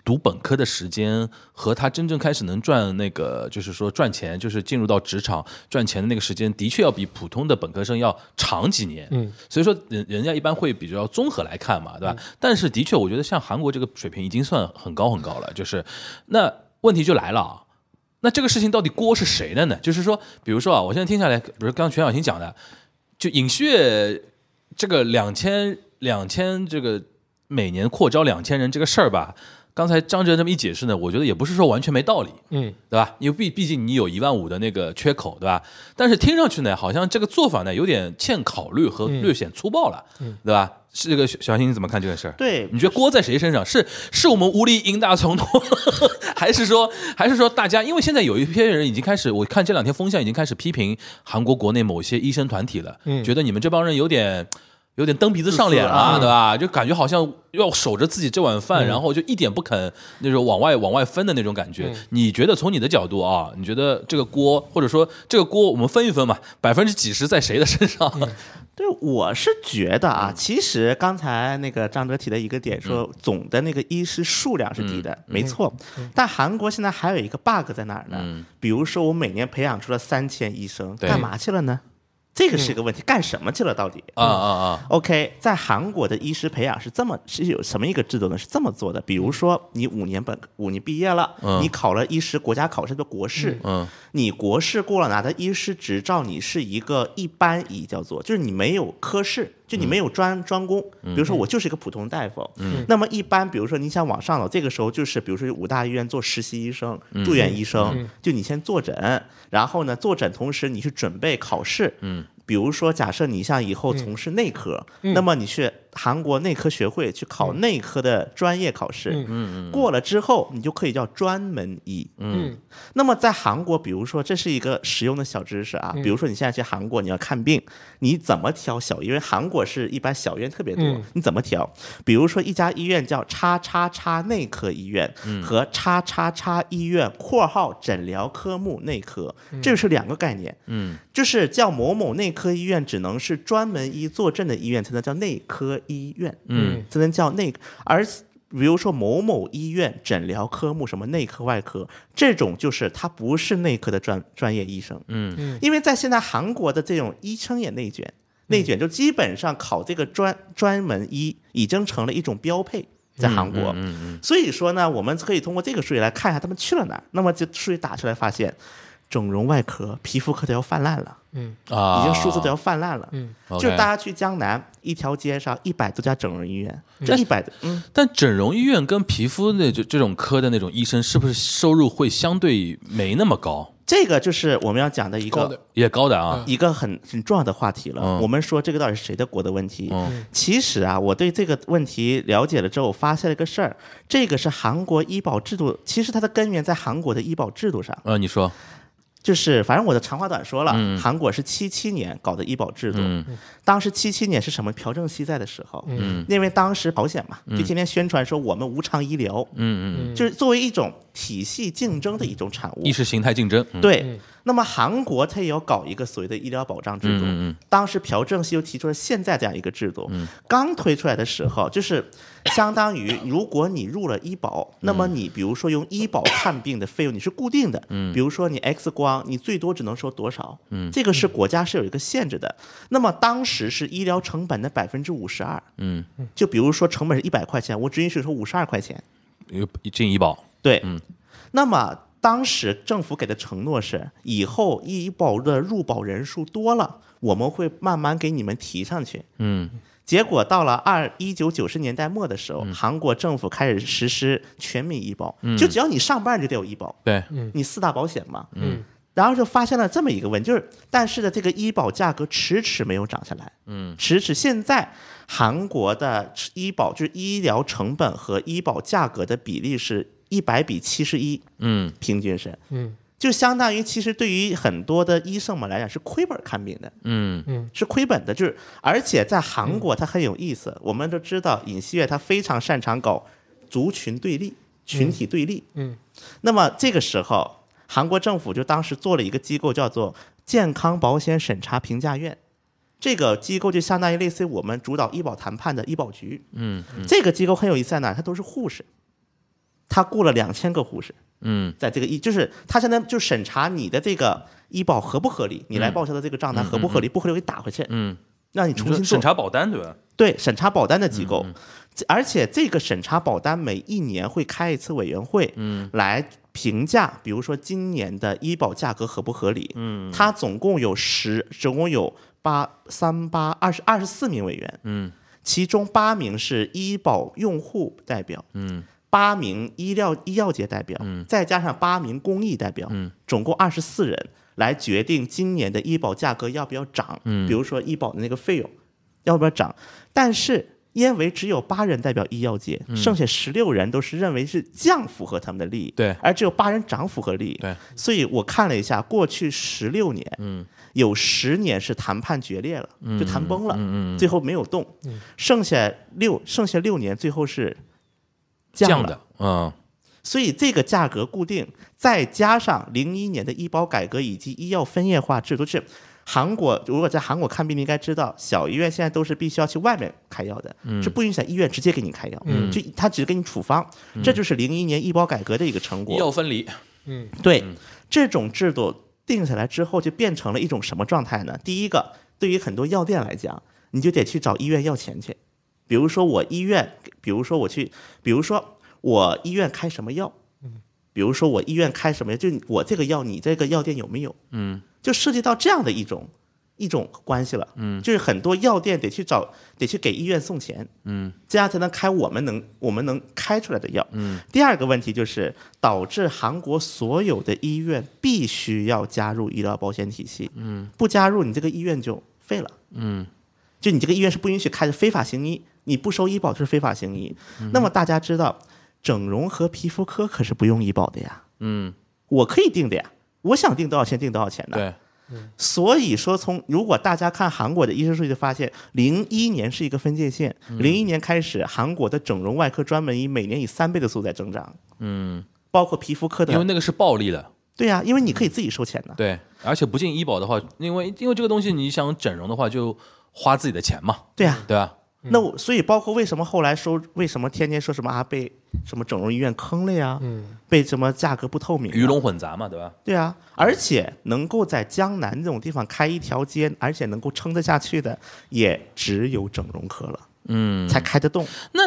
Speaker 5: 读本科的时间和他真正开始能赚那个，就是说赚钱，就是进入到职场赚钱的那个时间，的确要比普通的本科生要长几年。嗯，所以说人人家一般会比较综合来看嘛，对吧？但是的确，我觉得像韩国这个水平已经算很高很高了。就是那问题就来了啊，那这个事情到底锅是谁的呢？就是说，比如说啊，我现在听下来，比如刚刚全小新讲的，就尹血这个两千两千这个每年扩招两千人这个事儿吧，刚才张哲这么一解释呢，我觉得也不是说完全没道理，
Speaker 7: 嗯，
Speaker 5: 对吧？因为毕毕竟你有一万五的那个缺口，对吧？但是听上去呢，好像这个做法呢有点欠考虑和略显粗暴了，对吧？是这个小小新你怎么看这个事儿？
Speaker 6: 对
Speaker 7: 嗯
Speaker 5: 你觉得锅在谁身上？是是我们无力赢大从头， 还是说还是说大家？因为现在有一批人已经开始，我看这两天风向已经开始批评韩国国内某些医生团体了，觉得你们这帮人有点有点蹬鼻子上脸了，
Speaker 6: 自私啊
Speaker 5: 对吧？就感觉好像要守着自己这碗饭，然后就一点不肯那种往外往外分的那种感觉。你觉得从你的角度啊，你觉得这个锅或者说这个锅我们分一分嘛，百分之几十在谁的身上？
Speaker 6: 对，我是觉得
Speaker 7: 嗯
Speaker 6: 啊，其实刚才那个张哲提的一个点说，总的那个医师数量是低的，
Speaker 7: 嗯
Speaker 6: 没错。但韩国现在还有一个 bug 在哪儿呢？
Speaker 7: 嗯
Speaker 6: 比如说，我每年培养出了三千医生，
Speaker 5: 对
Speaker 6: 干嘛去了呢？这个
Speaker 7: 嗯
Speaker 6: 是个问题，干什么去了？到底？
Speaker 5: 啊啊啊！
Speaker 6: OK，在韩国的医师培养是这么是有什么一个制度呢？是这么做的，比如说你五年本五年毕业了，
Speaker 5: 嗯
Speaker 6: 你考了医师国家考试的国试，
Speaker 5: 嗯
Speaker 6: 你国试过了拿到医师执照，你是一个一般医叫做，就是你没有科室，就
Speaker 5: 嗯
Speaker 6: 你没有专、专攻。比如说我就是一个普通大夫，那么一般比如说你想往上走，这个时候就是比如说五大医院做实习医生、
Speaker 5: 嗯
Speaker 6: 住院医生，就你先坐诊，然后呢坐诊同时你去准备考试，嗯。比如说，假设你像以后从事内科，那么你去韩国内科学会去考内科的专业考试，嗯、过了之后，你就可以叫专门医。
Speaker 7: 嗯
Speaker 6: 那么在韩国，比如说这是一个实用的小知识啊，比如说你现在去韩国你要看病，你怎么挑小医院？因为韩国是一般小医院特别多，
Speaker 7: 嗯
Speaker 6: 你怎么挑？比如说一家医院叫叉叉叉内科医院和叉叉叉医院（括号诊疗科目内科），这是两个概念。
Speaker 5: 嗯，
Speaker 6: 就是叫某某内科医院，只能是专门医坐镇的医院才能叫内科医院。
Speaker 5: 嗯，
Speaker 6: 才能叫内科。而比如说某某医院诊疗科目什么内科、外科这种，就是他不是内科的专专业医生。
Speaker 5: 嗯
Speaker 7: 嗯
Speaker 6: 因为在现在韩国的这种医生也内卷，
Speaker 5: 嗯
Speaker 6: 内卷就基本上考这个专专门医已经成了一种标
Speaker 5: 嗯
Speaker 6: 配。在韩国，所以说呢，我们可以通过这个数据来看一下他们去了哪儿。那么这数据打出来，发现整容外科、皮肤科都要泛滥了。
Speaker 5: 啊，
Speaker 6: 已经数字都要泛滥了。
Speaker 7: 嗯
Speaker 6: 就
Speaker 5: OK
Speaker 6: 大家去江南一条街上一百多家整容医院，这一百多，嗯，
Speaker 5: 但整容医院跟皮肤那这这种科的那种医生，是不是收入会相对没那么高？
Speaker 6: 这个就是我们要讲的一
Speaker 7: 高的
Speaker 6: 个。
Speaker 5: 也高的啊，
Speaker 6: 一个很很重要的话题了，
Speaker 5: 嗯
Speaker 6: 我们说这个到底是谁的国的问题？
Speaker 5: 嗯
Speaker 6: 其实啊，我对这个问题了解了之后，我发现了一个事儿，这个是韩国医保制度，其实它的根源在韩国的医保制度上。
Speaker 5: 呃，你说，
Speaker 6: 就是反正我的长话短说了，
Speaker 5: 嗯
Speaker 6: 韩国是七七年搞的医保制度，当时七七年是什么？朴正熙在的时
Speaker 7: 嗯
Speaker 6: 候，
Speaker 5: 嗯
Speaker 6: 因为当时保险嘛，就天天宣传说我们无偿医疗，
Speaker 5: 嗯嗯
Speaker 6: 就是作为一种体系竞争的一种产物
Speaker 5: 意。识形态竞争，嗯，
Speaker 6: 对，那么韩国它也有搞一个所谓的医疗保障制
Speaker 5: 嗯
Speaker 6: 度，
Speaker 5: 嗯嗯
Speaker 6: 当时朴正熙又提出了现在这样一个制度，刚推出来的时候，就是相当于如果你入了医保，那
Speaker 5: 嗯
Speaker 6: 么你比如说用医保看病的费用你是固定的，比如说你 X 光你最多只能收多少，
Speaker 5: 嗯
Speaker 6: 这个是国家是有一个限制的，那么当时是医疗成本的百分之五十二，
Speaker 5: 嗯，
Speaker 6: 就比如说成本是一百块钱，我只允许收五十二块钱，
Speaker 5: 有进医保，
Speaker 6: 对，那么当时政府给的承诺是，以后医保的入保人数多了，我们会慢慢给你们提上去。
Speaker 5: 嗯，
Speaker 6: 结果到了二一九九十年代末的时候，韩国政府开始实施全民医保，就只要你上班就得有医保，
Speaker 5: 对，
Speaker 6: 你四大保险嘛。
Speaker 7: 嗯，
Speaker 6: 然后就发现了这么一个问题，就是但是呢，这个医保价格迟迟没有涨下来，嗯，迟迟现在韩国的医保就是医疗成本和医保价格的比例是一百比七十一，
Speaker 5: 嗯，
Speaker 6: 平均是，
Speaker 7: 嗯，
Speaker 6: 就相当于其实对于很多的医生们来讲是亏本看病的，
Speaker 5: 嗯
Speaker 6: 是亏本的，就是而且在韩国它很有意思，我们都知道尹锡悦他非常擅长搞族群对立、群体对立，
Speaker 7: 嗯
Speaker 6: 那么这个时候，韩国政府就当时做了一个机构，叫做健康保险审查评价院。这个机构就相当于类似于我们主导医保谈判的医保局。
Speaker 5: 嗯
Speaker 6: 这个机构很有意思在哪儿？它都是护士，他雇了两千个护士，
Speaker 5: 嗯
Speaker 6: 在这个医就是他相当于就审查你的这个医保合不合理，你来报销的这个账单合不合理，不合理我给你打回去，
Speaker 5: 嗯，
Speaker 6: 让你
Speaker 5: 你
Speaker 6: 重
Speaker 5: 说
Speaker 6: 新做
Speaker 5: 审查保嗯单对吧？
Speaker 6: 对审查保单的机构，这而且这个审查保单每一年会开一次委员会，嗯，来评价，比如说今年的医保价格合不合理，嗯，它总共有十，总共有八三八二十二十四名委员，
Speaker 5: 嗯，
Speaker 6: 其中八名是医保用户代表，
Speaker 5: 嗯，
Speaker 6: 八名医疗医药界代表，嗯，再加上八名公益代表，
Speaker 5: 嗯，
Speaker 6: 总共二十四人来决定今年的医保价格要不要涨，
Speaker 5: 嗯
Speaker 6: 比如说医保的那个费用要不要涨，但是因为只有八人代表医药界，
Speaker 5: 嗯
Speaker 6: 剩下十六人都是认为是降符合他们的利益，
Speaker 5: 对
Speaker 6: 而只有八人涨符合利益，
Speaker 5: 对，
Speaker 6: 所以我看了一下，过去十六年，嗯，有十年是谈判决裂了，就谈崩了，
Speaker 5: 嗯嗯
Speaker 6: 最后没有动，剩下六剩下六年最后是降
Speaker 5: 降
Speaker 6: 了，
Speaker 5: 的，嗯
Speaker 6: 所以这个价格固定，再加上零一年的医保改革以及医药分业化制度，是韩国如果在韩国看病，你应该知道，小医院现在都是必须要去外面开药的，
Speaker 5: 嗯
Speaker 6: 是不允许在医院直接给你开药，就他只给你处方，
Speaker 5: 嗯
Speaker 6: 这就是零一年医保改革的一个成
Speaker 5: 医
Speaker 6: 果。
Speaker 5: 药分离，
Speaker 6: 对，这种制度定下来之后，就变成了一种什么状态呢？第一个，对于很多药店来讲，你就得去找医院要钱去。比如说我医院，比如说我去，比如说我医院开什么药，比如说我医院开什么药，就我这个药，你这个药店有没有？嗯，就涉及到这样的一种一种关系了。嗯，就是很多药店得去找，得去给医院送钱。嗯，这样才能开我们能我们能开出来的药。嗯，第二个问题就是导致韩国所有的医院必须要加入医疗保险体系。嗯，不加入你这个医院就废了。嗯，就你这个医院是不允许开的非法行医，你不收医保就是非法行医。那么大家知道，整容和皮肤科可是不用医保的呀。
Speaker 5: 嗯，
Speaker 6: 我可以定的呀，我想定多少钱定多少钱的。
Speaker 5: 对，
Speaker 6: 所以说从，如果大家看韩国的医生数据，就发现零一年是一个分界线，
Speaker 5: 嗯
Speaker 6: 零一年开始，韩国的整容外科专门医每年以三倍的速度在增长，
Speaker 5: 嗯，
Speaker 6: 包括皮肤科
Speaker 5: 因为嗯
Speaker 6: 的，
Speaker 5: 那个是暴利的，
Speaker 6: 对呀、因为你可以自己收钱的，
Speaker 5: 对，而且不进医保的话，因为因为这个东西你想整容的话，就花自己的钱嘛，
Speaker 6: 对呀、
Speaker 5: 对吧？
Speaker 6: 那我所以包括为什么后来说，为什么天天说什么啊被什么整容医院坑了呀，
Speaker 7: 嗯
Speaker 6: 被什么价格不透明啊，
Speaker 5: 鱼龙混杂嘛，对吧？
Speaker 6: 对啊，而且能够在江南这种地方开一条街，而且能够撑得下去的，也只有整容科了，嗯，才开得动。
Speaker 5: 那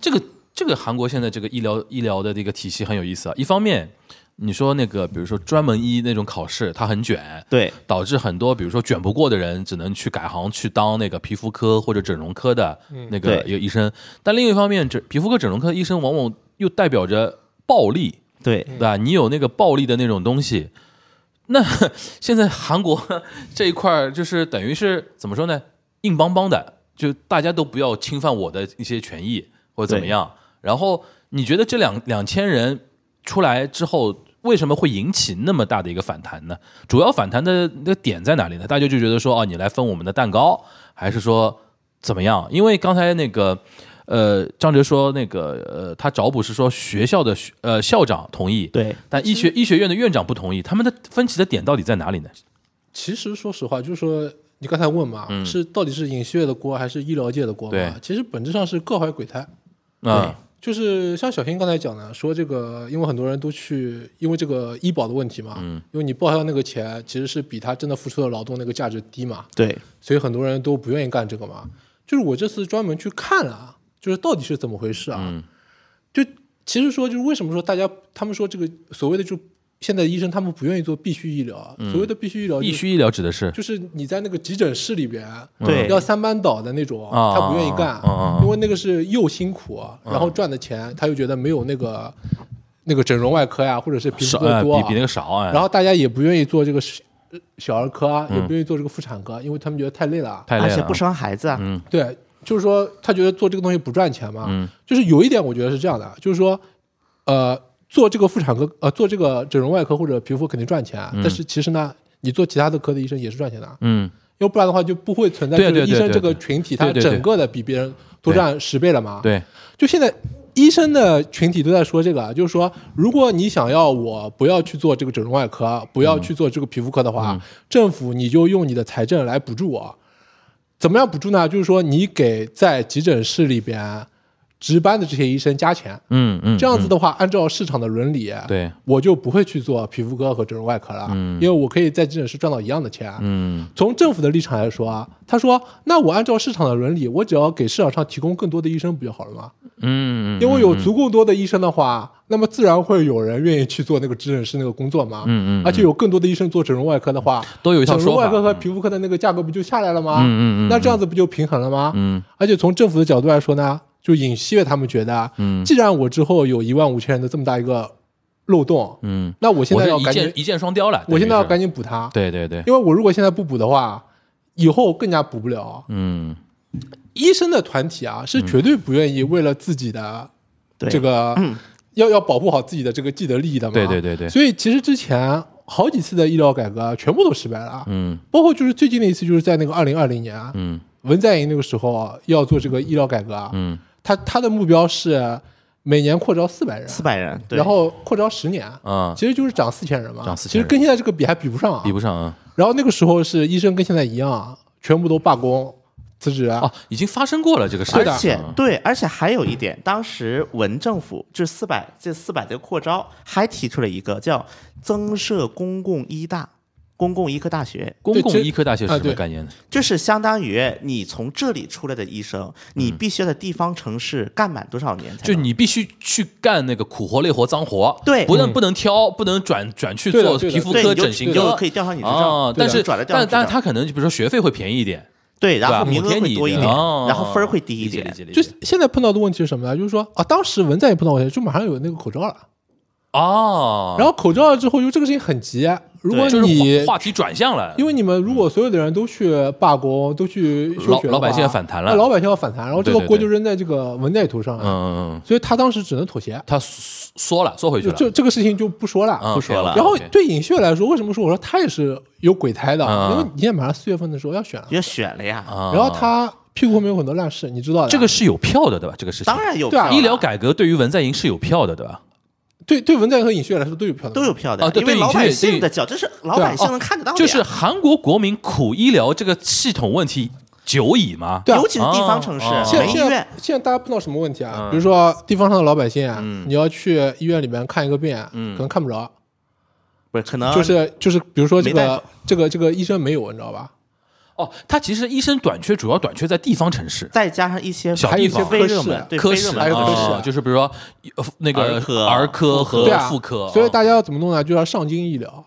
Speaker 5: 这个这个韩国现在这个医疗医疗的这个体系很有意思啊。一方面，你说那个比如说专门医那种考试，它很卷，
Speaker 6: 对，
Speaker 5: 导致很多比如说卷不过的人，只能去改行去当那个皮肤科或者整容科的那个
Speaker 6: 对
Speaker 5: 一个医生。但另一方面，整皮肤科、整容科医生往往又代表着暴力，
Speaker 6: 对，
Speaker 5: 对吧？你有那个暴力的那种东西。那 现在韩国 这一块儿就是等于是怎么说呢？硬邦邦的，就大家都不要侵犯我的一些权益或者怎么样。然后你觉得这两两千人出来之后，为什么会引起那么大的一个反弹呢？主要反弹的那个点在哪里呢？大家就觉得说，哦，你来分我们的蛋糕，还是说怎么样？因为刚才那个。呃，张哲说那个呃，他找补是说学校的学呃校长同意，
Speaker 6: 对，
Speaker 5: 但医学医学院的院长不同意，他们的分歧的点到底在哪里呢？
Speaker 7: 其实说实话，就是说你刚才问嘛，是到底是影视业的锅还是医疗界的
Speaker 5: 嗯
Speaker 7: 锅
Speaker 5: 对
Speaker 7: 嘛？其实本质上是各怀鬼胎。
Speaker 5: 啊，
Speaker 7: 就是像小新刚才讲的，说这个，因为很多人都去，因为这个医保的问题嘛，因为你报销那个钱其实是比他真的付出的劳动那个价值低嘛，
Speaker 6: 对，
Speaker 7: 所以很多人都不愿意干这个嘛。就是我这次专门去看了啊，就是到底是怎么回事啊？就其实说，就是为什么说大家他们说这个所谓的就现在医生他们不愿意做必须医疗啊，所谓的必须医疗、
Speaker 5: 必。须医疗指的是
Speaker 7: 就是你在那个急诊室里边，
Speaker 5: 嗯
Speaker 6: 对
Speaker 7: 要三班倒的那种，
Speaker 5: 啊
Speaker 7: 他不愿意干，
Speaker 5: 啊啊啊啊
Speaker 7: 因为那个是又辛苦，
Speaker 5: 嗯
Speaker 7: 然后赚的钱他又觉得没有那个那个整容外科呀，或者是皮肤
Speaker 5: 少，
Speaker 7: 科
Speaker 5: 哎比
Speaker 7: 多，
Speaker 5: 比那个少啊，
Speaker 7: 然后大家也不愿意做这个小呃小儿科啊，
Speaker 5: 嗯
Speaker 7: 也不愿意做这个妇产科，因为他们觉得太累了。
Speaker 5: 太累
Speaker 6: 而
Speaker 5: 了
Speaker 6: 且
Speaker 5: 啊，
Speaker 6: 不生孩子啊，
Speaker 7: 对，就是说他觉得做这个东西不赚钱嘛，
Speaker 5: 嗯
Speaker 7: 就是有一点我觉得是这样的，就是说，呃，做这个妇产科呃做这个整容外科或者皮肤肯定赚钱，啊但是其实呢，你做其他的科的医生也是赚钱的，啊
Speaker 5: 嗯，
Speaker 7: 要不然的话就不会存在
Speaker 5: 对
Speaker 7: 就是
Speaker 5: 对
Speaker 7: 医
Speaker 5: 对
Speaker 7: 生
Speaker 5: 对
Speaker 7: 这个
Speaker 5: 对
Speaker 7: 群体，
Speaker 5: 对
Speaker 7: 他
Speaker 5: 对对
Speaker 7: 整个的比别人多赚十倍了嘛。，
Speaker 5: 对，
Speaker 7: 就现在医生的群体都在说这个，啊就是说，如果你想要我不要去做这个整容外科，啊不要去做这个皮肤科的
Speaker 5: 嗯
Speaker 7: 话，政府你就用你的财政来补助我。怎么样补助呢？就是说，你给在急诊室里边值班的这些医生加钱。
Speaker 5: 嗯嗯，
Speaker 7: 这样子的话，按照市场的伦理，
Speaker 5: 对，
Speaker 7: 我就不会去做皮肤科和整容外科了，因为我可以在急诊室赚到一样的钱。
Speaker 5: 嗯
Speaker 7: 从政府的立场来说啊，他说：“那我按照市场的伦理，我只要给市场上提供更多的医生不就好了吗？
Speaker 5: 嗯嗯，
Speaker 7: 因为有足够多的医生的话，那么自然会有人愿意去做那个急诊室那个工作嘛。
Speaker 5: 嗯嗯嗯
Speaker 7: 而且有更多的医生做整容外科的话，
Speaker 5: 都有一套
Speaker 7: 整容
Speaker 5: 说
Speaker 7: 外
Speaker 5: 法，嗯
Speaker 7: 科和皮肤科的那个价格不就下来了吗？
Speaker 5: 嗯嗯嗯
Speaker 7: 那这样子不就平衡了吗？
Speaker 5: 嗯
Speaker 7: 而且从政府的角度来说呢，就尹锡悦他们觉得，啊
Speaker 5: 嗯
Speaker 7: 既然我之后有一万五千人的这么大一个漏洞，
Speaker 5: 嗯，
Speaker 7: 那我现
Speaker 5: 我
Speaker 7: 在
Speaker 5: 是
Speaker 7: 要
Speaker 5: 一
Speaker 7: 赶紧
Speaker 5: 箭，一箭双雕了，
Speaker 7: 我现在要
Speaker 5: 等
Speaker 7: 赶
Speaker 5: 于是
Speaker 7: 紧补它。
Speaker 5: 对对对，
Speaker 7: 因为我如果现在不补的话，以后更加补不了。
Speaker 5: 嗯
Speaker 7: 医生的团体啊，是绝对不愿意为了自己的
Speaker 6: 对，
Speaker 7: 这个、要要保护好自己的这个既得利益的嘛。
Speaker 5: 对对对对
Speaker 7: 所以其实之前好几次的医疗改革全部都失败了，啊
Speaker 5: 嗯
Speaker 7: 包括就是最近的一次，就是在那个二零二零年，啊
Speaker 5: 嗯
Speaker 7: 文在寅那个时候啊要做这个医疗改革，啊
Speaker 5: 嗯
Speaker 7: 他他的目标是每年扩招四百人，
Speaker 6: 四百人，对
Speaker 7: 然后扩招十年。
Speaker 5: 啊，
Speaker 7: 其实就是涨四千人嘛，
Speaker 5: 涨4000
Speaker 7: 其实跟现在这个比还比不上啊，
Speaker 5: 比不上啊
Speaker 7: 然后那个时候是医生跟现在一样，全部都罢工辞职。
Speaker 5: 哦，已经发生过了这个事儿，
Speaker 7: 是的
Speaker 6: 而且
Speaker 5: 嗯
Speaker 6: 对，而且还有一点，当时文政府这四百这四百的扩招，还提出了一个叫增设公共医大、公共医科大学，
Speaker 5: 公
Speaker 7: 对
Speaker 5: 共
Speaker 7: 这
Speaker 5: 医科大学是
Speaker 7: 啊
Speaker 5: 什么
Speaker 7: 对
Speaker 5: 概念呢？
Speaker 6: 就是相当于你从这里出来的医生，
Speaker 5: 嗯
Speaker 6: 你必须要在地方城市干满多少年才
Speaker 5: 就
Speaker 6: 能？
Speaker 5: 你必须去干那个苦活累活脏活，
Speaker 6: 对
Speaker 5: 不能不能挑，不能转转去
Speaker 7: 对的
Speaker 5: 做
Speaker 7: 对的
Speaker 5: 皮肤
Speaker 6: 对
Speaker 5: 科、
Speaker 6: 你就
Speaker 5: 整形
Speaker 6: 你就
Speaker 5: 科，
Speaker 6: 可以调上你的账
Speaker 5: 啊。
Speaker 6: 对
Speaker 5: 但
Speaker 6: 的
Speaker 5: 是
Speaker 6: 转来调
Speaker 5: 但
Speaker 6: 去
Speaker 5: 但
Speaker 6: 的
Speaker 5: 他可能就比如说学费会便宜一点，
Speaker 6: 对，然
Speaker 5: 对
Speaker 6: 后
Speaker 5: 吧
Speaker 6: 名
Speaker 5: 补
Speaker 6: 额
Speaker 5: 贴
Speaker 6: 会
Speaker 5: 你
Speaker 6: 多一点，
Speaker 5: 哦
Speaker 6: 然后分儿会低一
Speaker 5: 理解理
Speaker 6: 点。
Speaker 5: 解理
Speaker 7: 就
Speaker 5: 解。
Speaker 7: 现在碰到的问题是什么呢？就是说啊，当时文在寅碰到问题，就马上有那个口罩了，
Speaker 5: 哦，
Speaker 7: 然后口罩了之后，就这个事情很急。如果
Speaker 5: 就是
Speaker 7: 你
Speaker 5: 话话题转向了，
Speaker 7: 因为你们如果所有的人都去罢工，都去休学的话，
Speaker 5: 老老百姓要反弹了
Speaker 7: 那老百姓要反弹，然后这
Speaker 5: 对
Speaker 7: 个
Speaker 5: 对
Speaker 7: 锅
Speaker 5: 对
Speaker 7: 就扔在这个文在寅头上
Speaker 5: 嗯
Speaker 7: 了，
Speaker 5: 嗯嗯，
Speaker 7: 所以他当时只能妥协。
Speaker 5: 他缩缩了，缩回去
Speaker 7: 就
Speaker 5: 了，
Speaker 7: 这这个事情就不说了，
Speaker 5: 嗯
Speaker 6: 不说了
Speaker 7: 然后
Speaker 5: OK
Speaker 7: 对尹旭来说，为什么说我说他也是有鬼胎的？
Speaker 5: 嗯
Speaker 7: 因为你也马上四月份的时候要选了，
Speaker 6: 也选了呀，
Speaker 5: 啊
Speaker 7: 然后他屁股后面有很多烂事，你知道的。
Speaker 5: 这个是有票的，对吧？这个事情
Speaker 6: 当然有
Speaker 7: 对
Speaker 6: 票
Speaker 7: 啊
Speaker 6: 了，
Speaker 5: 医疗改革对于文在寅是有票的，对吧？
Speaker 7: 对对，文在寅和尹旭来说都有票的，
Speaker 6: 都有票的，
Speaker 5: 啊对
Speaker 6: 因为
Speaker 5: 对
Speaker 6: 老
Speaker 5: 以前
Speaker 6: 百
Speaker 5: 也对
Speaker 6: 姓的脚，这是老百姓
Speaker 5: 哦
Speaker 6: 能看得到的呀，
Speaker 5: 就是韩国国民苦医疗这个系统问题久矣嘛，
Speaker 7: 对啊
Speaker 6: 尤其是地方城市
Speaker 5: 哦
Speaker 7: 现在
Speaker 6: 没
Speaker 7: 现
Speaker 6: 医
Speaker 7: 在
Speaker 6: 院，
Speaker 7: 现在大家碰到什么问题啊？比如说地方上的老百姓啊，你要去医院里面看一个病，啊可能看不着，
Speaker 6: 不是可能
Speaker 7: 就是就是，比如说这
Speaker 6: 啊没大夫
Speaker 7: 个这个这个医生没有，你知道吧？
Speaker 5: 哦，它其实医生短缺，主要短缺在地方城市。
Speaker 6: 再加上一些
Speaker 5: 小
Speaker 7: 还有一些
Speaker 5: 地方
Speaker 6: 非
Speaker 7: 科
Speaker 6: 热
Speaker 7: 室
Speaker 6: 门，对
Speaker 5: 科
Speaker 6: 非
Speaker 5: 室
Speaker 6: 热
Speaker 7: 还
Speaker 6: 门
Speaker 7: 有
Speaker 6: 的
Speaker 7: 科室
Speaker 5: 啊
Speaker 7: 啊
Speaker 5: 就是比如说呃那个
Speaker 6: 儿科
Speaker 5: 儿科和
Speaker 7: 对啊，
Speaker 5: 妇科，
Speaker 7: 所以
Speaker 5: 啊
Speaker 7: 大家要怎么弄呢？就要上京医疗，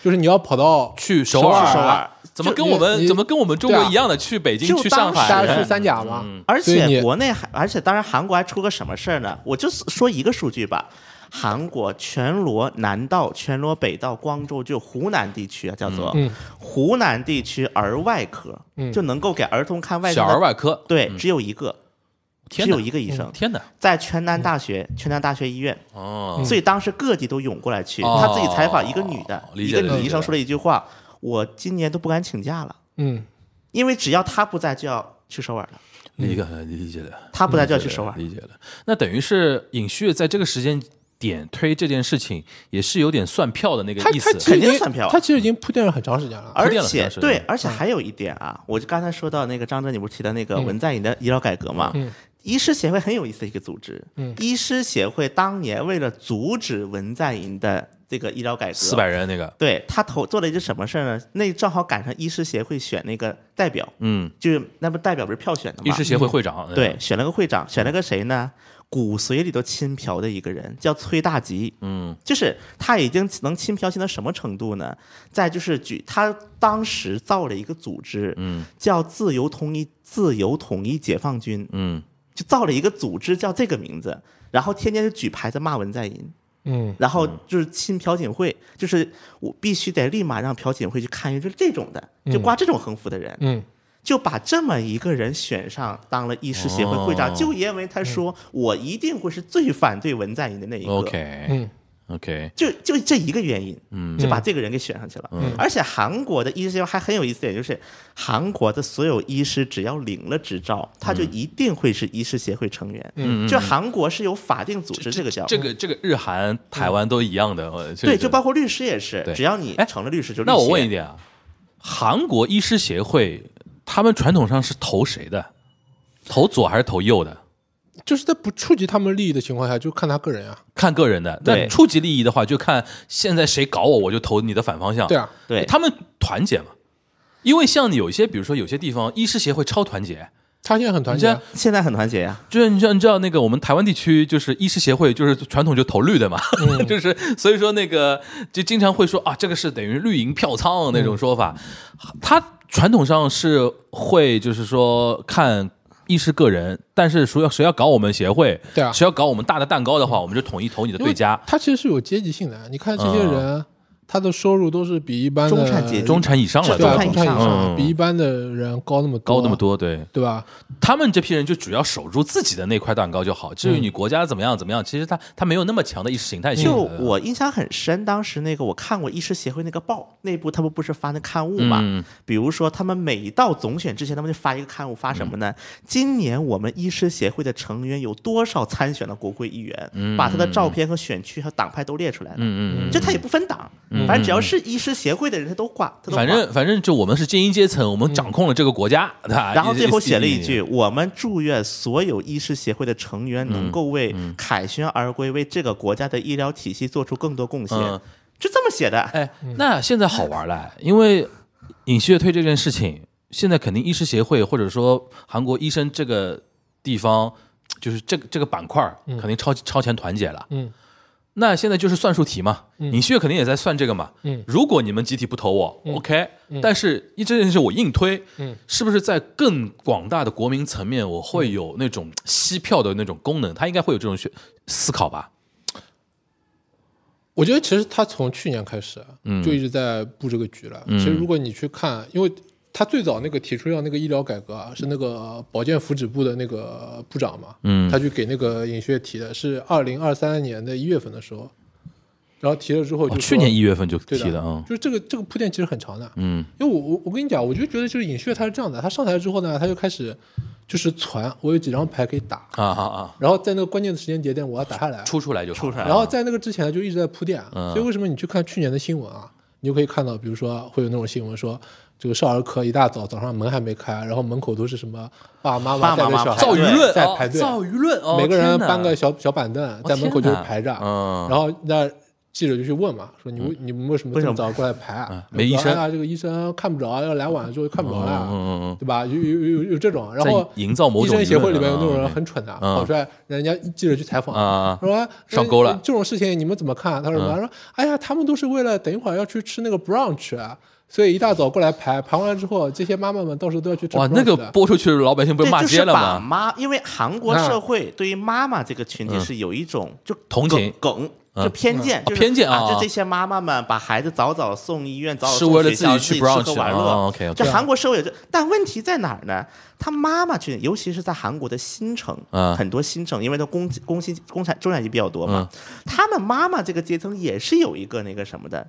Speaker 7: 就是你要跑到
Speaker 5: 去首
Speaker 7: 首
Speaker 5: 尔，
Speaker 7: 尔
Speaker 6: 啊
Speaker 5: 怎么
Speaker 7: 就
Speaker 5: 跟我们
Speaker 7: 你
Speaker 5: 怎么跟我们中国
Speaker 7: 对啊
Speaker 5: 一样的去北京
Speaker 6: 就
Speaker 5: 去上
Speaker 6: 当
Speaker 7: 大
Speaker 5: 海
Speaker 6: 时
Speaker 7: 家
Speaker 5: 呢
Speaker 7: 去三甲嘛。
Speaker 6: 而
Speaker 7: 所以
Speaker 6: 且
Speaker 7: 你
Speaker 6: 国内还，而且当然韩国还出个什么事儿呢？我就说一个数据吧，韩国全罗南道、全罗北道、光州就湖南地区啊，叫做、
Speaker 7: 嗯
Speaker 6: 湖南地区儿外科、
Speaker 7: 嗯
Speaker 6: 就能够给儿童看外
Speaker 5: 小
Speaker 6: 伤
Speaker 5: 儿
Speaker 6: 的，
Speaker 5: 外科，嗯
Speaker 6: 对，只有一个，只
Speaker 5: 天哪嗯
Speaker 6: 有一个医生，
Speaker 5: 天哪，
Speaker 6: 在全南大学、全南大学医院，
Speaker 5: 哦，
Speaker 6: 所以当时各地都涌过来去。
Speaker 5: 哦
Speaker 6: 他自己采访一个女的，
Speaker 5: 理
Speaker 6: 一
Speaker 5: 解
Speaker 6: 个
Speaker 5: 了理
Speaker 6: 女医
Speaker 5: 解
Speaker 6: 生
Speaker 5: 了
Speaker 6: 说了一句话：“我今年都不敢请假了，
Speaker 7: 嗯，
Speaker 6: 因为只要她不在，就要去首尔了。
Speaker 5: 嗯理解了，理解了。
Speaker 6: 他不来就要去啊首尔。
Speaker 5: 理解了。那等于是尹旭在这个时间点推这件事情，也是有点算票的那个
Speaker 7: 他
Speaker 5: 意
Speaker 7: 他
Speaker 5: 思。
Speaker 7: 其实
Speaker 6: 肯
Speaker 7: 已
Speaker 6: 定
Speaker 7: 经
Speaker 6: 算票啊
Speaker 7: 他其实已经铺垫了很长时间了。
Speaker 6: 而
Speaker 5: 嗯铺垫了
Speaker 6: 且
Speaker 5: 当时
Speaker 6: 对，而且还有一点啊，我就刚才说到那个张哲，你不是提到那个文在寅的医疗改革嘛？
Speaker 7: 嗯
Speaker 6: 医师协会很有意思的一个组织。嗯，医师协会当年为了阻止文在寅的这个医疗改革，
Speaker 5: 四百人那个，
Speaker 6: 对他投做了一件什么事儿呢？那正好赶上医师协会选那个代表，
Speaker 5: 嗯，
Speaker 6: 就是那不代表不是票选的
Speaker 5: 医
Speaker 6: 嘛？
Speaker 5: 师协会会长，
Speaker 6: 对，选了个会长，选了个谁呢？骨髓里头亲嫖的一个人叫崔大吉，
Speaker 5: 嗯，
Speaker 6: 就是他已经能亲嫖亲到什么程度呢？再就是举他当时造了一个组织，嗯，叫自由统一自由统一解放军，
Speaker 5: 嗯，
Speaker 6: 就造了一个组织叫这个名字，然后天天就举牌子骂文在寅，
Speaker 7: 嗯，
Speaker 6: 然后就是亲朴槿惠，就是我必须得立马让朴槿惠去看一就是这种的，就挂这种横幅的人，
Speaker 7: 嗯，
Speaker 6: 就把这么一个人选上当了医师协会会长，
Speaker 5: 哦
Speaker 6: 就因为他说我一定会是最反对文在寅的那一个。
Speaker 5: ，OK，
Speaker 7: 嗯
Speaker 5: OK，
Speaker 6: 就就这一个原因，嗯，就把这个人给选上去了。嗯、而且韩国的医师协会还很有意思的点，就是韩国的所有医师只要领了执照，他
Speaker 5: 嗯
Speaker 6: 就一定会是医师协会成员。嗯，就韩国是有法定组织这个叫
Speaker 5: 这个这个日韩、台湾都一样的，我这个
Speaker 6: 对，就包括律师也是
Speaker 5: 对，
Speaker 6: 只要你
Speaker 5: 哎
Speaker 6: 成了律师就律
Speaker 5: 那
Speaker 6: 师。
Speaker 5: 我问一点啊，韩国医师协会他们传统上是投谁的？投左还是投右的？
Speaker 7: 就是在不触及他们利益的情况下，就看他个人啊。
Speaker 5: 看个人的。
Speaker 6: 对
Speaker 5: 但触及利益的话，就看现在谁搞我，我就投你的反方向。
Speaker 7: 对啊，
Speaker 6: 对
Speaker 5: 他们团结嘛。因为像有一些，比如说有些地方医师协会超团结，
Speaker 7: 他现在很团
Speaker 5: 你
Speaker 7: 结
Speaker 5: 像
Speaker 7: 啊，
Speaker 6: 现在很团结呀、
Speaker 5: 就是你知道，你知道那个我们台湾地区就是医师协会，就是传统就投绿的嘛， 就是所以说那个就经常会说啊，这个是等于绿营票仓啊那种说法。他传统上是会就是说看医师个人，但是谁要谁要搞我们协会，
Speaker 7: 对啊
Speaker 5: 谁要搞我们大的蛋糕的话，我们就统一投你的
Speaker 7: 因为
Speaker 5: 对家。嗯
Speaker 7: 他其实是有阶级性的。你看这些人，他的收入都是比一般的
Speaker 6: 中产阶级
Speaker 5: 中产以上了，
Speaker 7: 对啊
Speaker 6: 中
Speaker 7: 呃中
Speaker 6: 产以
Speaker 7: 产以
Speaker 6: 上
Speaker 7: 上
Speaker 5: 嗯
Speaker 7: 比一般的人高那么
Speaker 5: 高那么，多，对
Speaker 7: 对吧？
Speaker 5: 他们这批人就主要守住自己的那块蛋糕就好。至于你国家怎么样怎么样，其实他他没有那么强的意识形态性。
Speaker 6: 嗯就我印象很深，当时那个我看过医师协会那个报，内部他们不是发那刊物嘛？
Speaker 5: 嗯
Speaker 6: 比如说他们每到总选之前，他们就发一个刊物，发
Speaker 5: 嗯
Speaker 6: 什么呢？今年我们医师协会的成员有多少参选了国会议员？把他的照片和选区和党派都列出来了。
Speaker 5: 嗯嗯嗯嗯嗯
Speaker 6: 就他也不分党，反正只要是医师协会的人，他都挂，他都挂
Speaker 5: 反
Speaker 6: 嗯
Speaker 5: 正反正就我们是精英阶层，我们掌控了这个国家，对吧？
Speaker 6: 然后最后写了一
Speaker 5: 一
Speaker 6: 句：“我们祝愿所有医师协会的成员
Speaker 5: 嗯
Speaker 6: 能够为凯旋而归，为这个国家的医疗体系做出更多贡献。
Speaker 5: 嗯
Speaker 6: 就这么写嗯的。
Speaker 5: 哎，那现在好玩了，因为尹锡悦退这件事情，现在肯定医师协会或者说韩国医生这个地方，就是这个这个板块儿
Speaker 6: 嗯
Speaker 5: 肯定超、超前团结了。
Speaker 7: 嗯，
Speaker 5: 那现在就是算术题嘛，尹锡悦肯定也在算这个嘛。
Speaker 7: 嗯，
Speaker 5: 如果你们集体不投我、o k 但是一这件事我硬推，
Speaker 7: 嗯，
Speaker 5: 是不是在更广大的国民层面，我会有那种吸票的那种功能？他应该会有这种学思考吧？
Speaker 7: 我觉得其实他从去年开始，啊
Speaker 5: 嗯
Speaker 7: 就一直在布这个局了。其实如果你去看，因为他最早那个提出要那个医疗改革啊，是那个保健福祉部的那个部长嘛，
Speaker 5: 嗯
Speaker 7: 他去给那个尹学提的，是二零二三年的一月份的时候，然后提了之后就
Speaker 5: 哦
Speaker 7: 说、
Speaker 5: 去年一月份就
Speaker 7: 对
Speaker 5: 提了啊，
Speaker 7: 就是这个这个铺垫其实很长的，
Speaker 5: 嗯，
Speaker 7: 因为我我我跟你讲，我就觉得就是尹旭他是这样的，他上台之后呢，他就开始就是传我有几张牌可以打，
Speaker 5: 啊啊啊！
Speaker 7: 然后在那个关键的时间节点我要打下来，
Speaker 5: 出出来就出出来
Speaker 7: 然后在那个之前就一直在铺垫，啊
Speaker 5: 嗯
Speaker 7: 所以为什么你去看去年的新闻啊，你就可以看到，比如说会有那种新闻说。这个少儿科一大早早上门还没开，然后门口都是什么爸爸妈
Speaker 6: 爸爸
Speaker 7: 妈带着
Speaker 6: 妈妈
Speaker 7: 小孩
Speaker 5: 造
Speaker 6: 排
Speaker 5: 舆
Speaker 6: 队
Speaker 5: 论
Speaker 7: 在
Speaker 5: 哦
Speaker 7: 排队，
Speaker 5: 造舆论哦，
Speaker 7: 每个人
Speaker 5: 天哪哦
Speaker 7: 搬个小小板凳，在门口就是排着，
Speaker 5: 天哪嗯嗯
Speaker 7: 然后那记者就去问嘛，说你为你们为什么这么早过来排啊？
Speaker 5: 没医生
Speaker 7: 然后说哎呀这个医生看不着，要来晚了就看不着了，
Speaker 5: 嗯嗯
Speaker 7: 对吧？有有有有这种，然
Speaker 5: 在
Speaker 7: 后
Speaker 5: 营造某
Speaker 7: 医
Speaker 5: 种
Speaker 7: 生协会里面
Speaker 5: 舆论啊
Speaker 7: 有那种人
Speaker 5: ，OK
Speaker 7: 很蠢的，
Speaker 5: 嗯
Speaker 7: 跑出来人家记者去采访
Speaker 5: 啊
Speaker 7: 说哎
Speaker 5: 上钩了嗯
Speaker 7: 这种事情你们怎么看？他说什么？他说哎呀，他们都是为了等一会儿要去吃那个 brunch 啊。所以一大早过来排，排完了之后，这些妈妈们到时候都要去吃 brunch
Speaker 5: 哇，
Speaker 7: 的。
Speaker 5: 那个播出去老百姓不
Speaker 6: 这
Speaker 5: 是骂
Speaker 6: 就是
Speaker 5: 街了
Speaker 6: 把
Speaker 5: 吗？
Speaker 6: 妈，因为韩国社会对于妈妈这个群体是有一种就
Speaker 5: 嗯同情
Speaker 6: 梗，梗就偏见，就是
Speaker 5: 偏见啊
Speaker 6: 就这些妈妈们把孩子早早送医院，早早
Speaker 5: 是
Speaker 6: 送
Speaker 5: 为了
Speaker 6: 学
Speaker 5: 自己
Speaker 6: 校
Speaker 5: 去
Speaker 6: 吃
Speaker 5: brunch
Speaker 6: 喝玩
Speaker 5: 啊
Speaker 6: 乐。
Speaker 5: ，OK，OK
Speaker 6: 这韩国社会有这，但问题在哪儿呢？他妈妈群，尤其是在韩国的新城
Speaker 5: 嗯，
Speaker 6: 很多新城，因为它工工
Speaker 5: 嗯
Speaker 6: 薪工产中产阶级比较多嘛，他们妈妈这个阶层也是有一个那个什么的。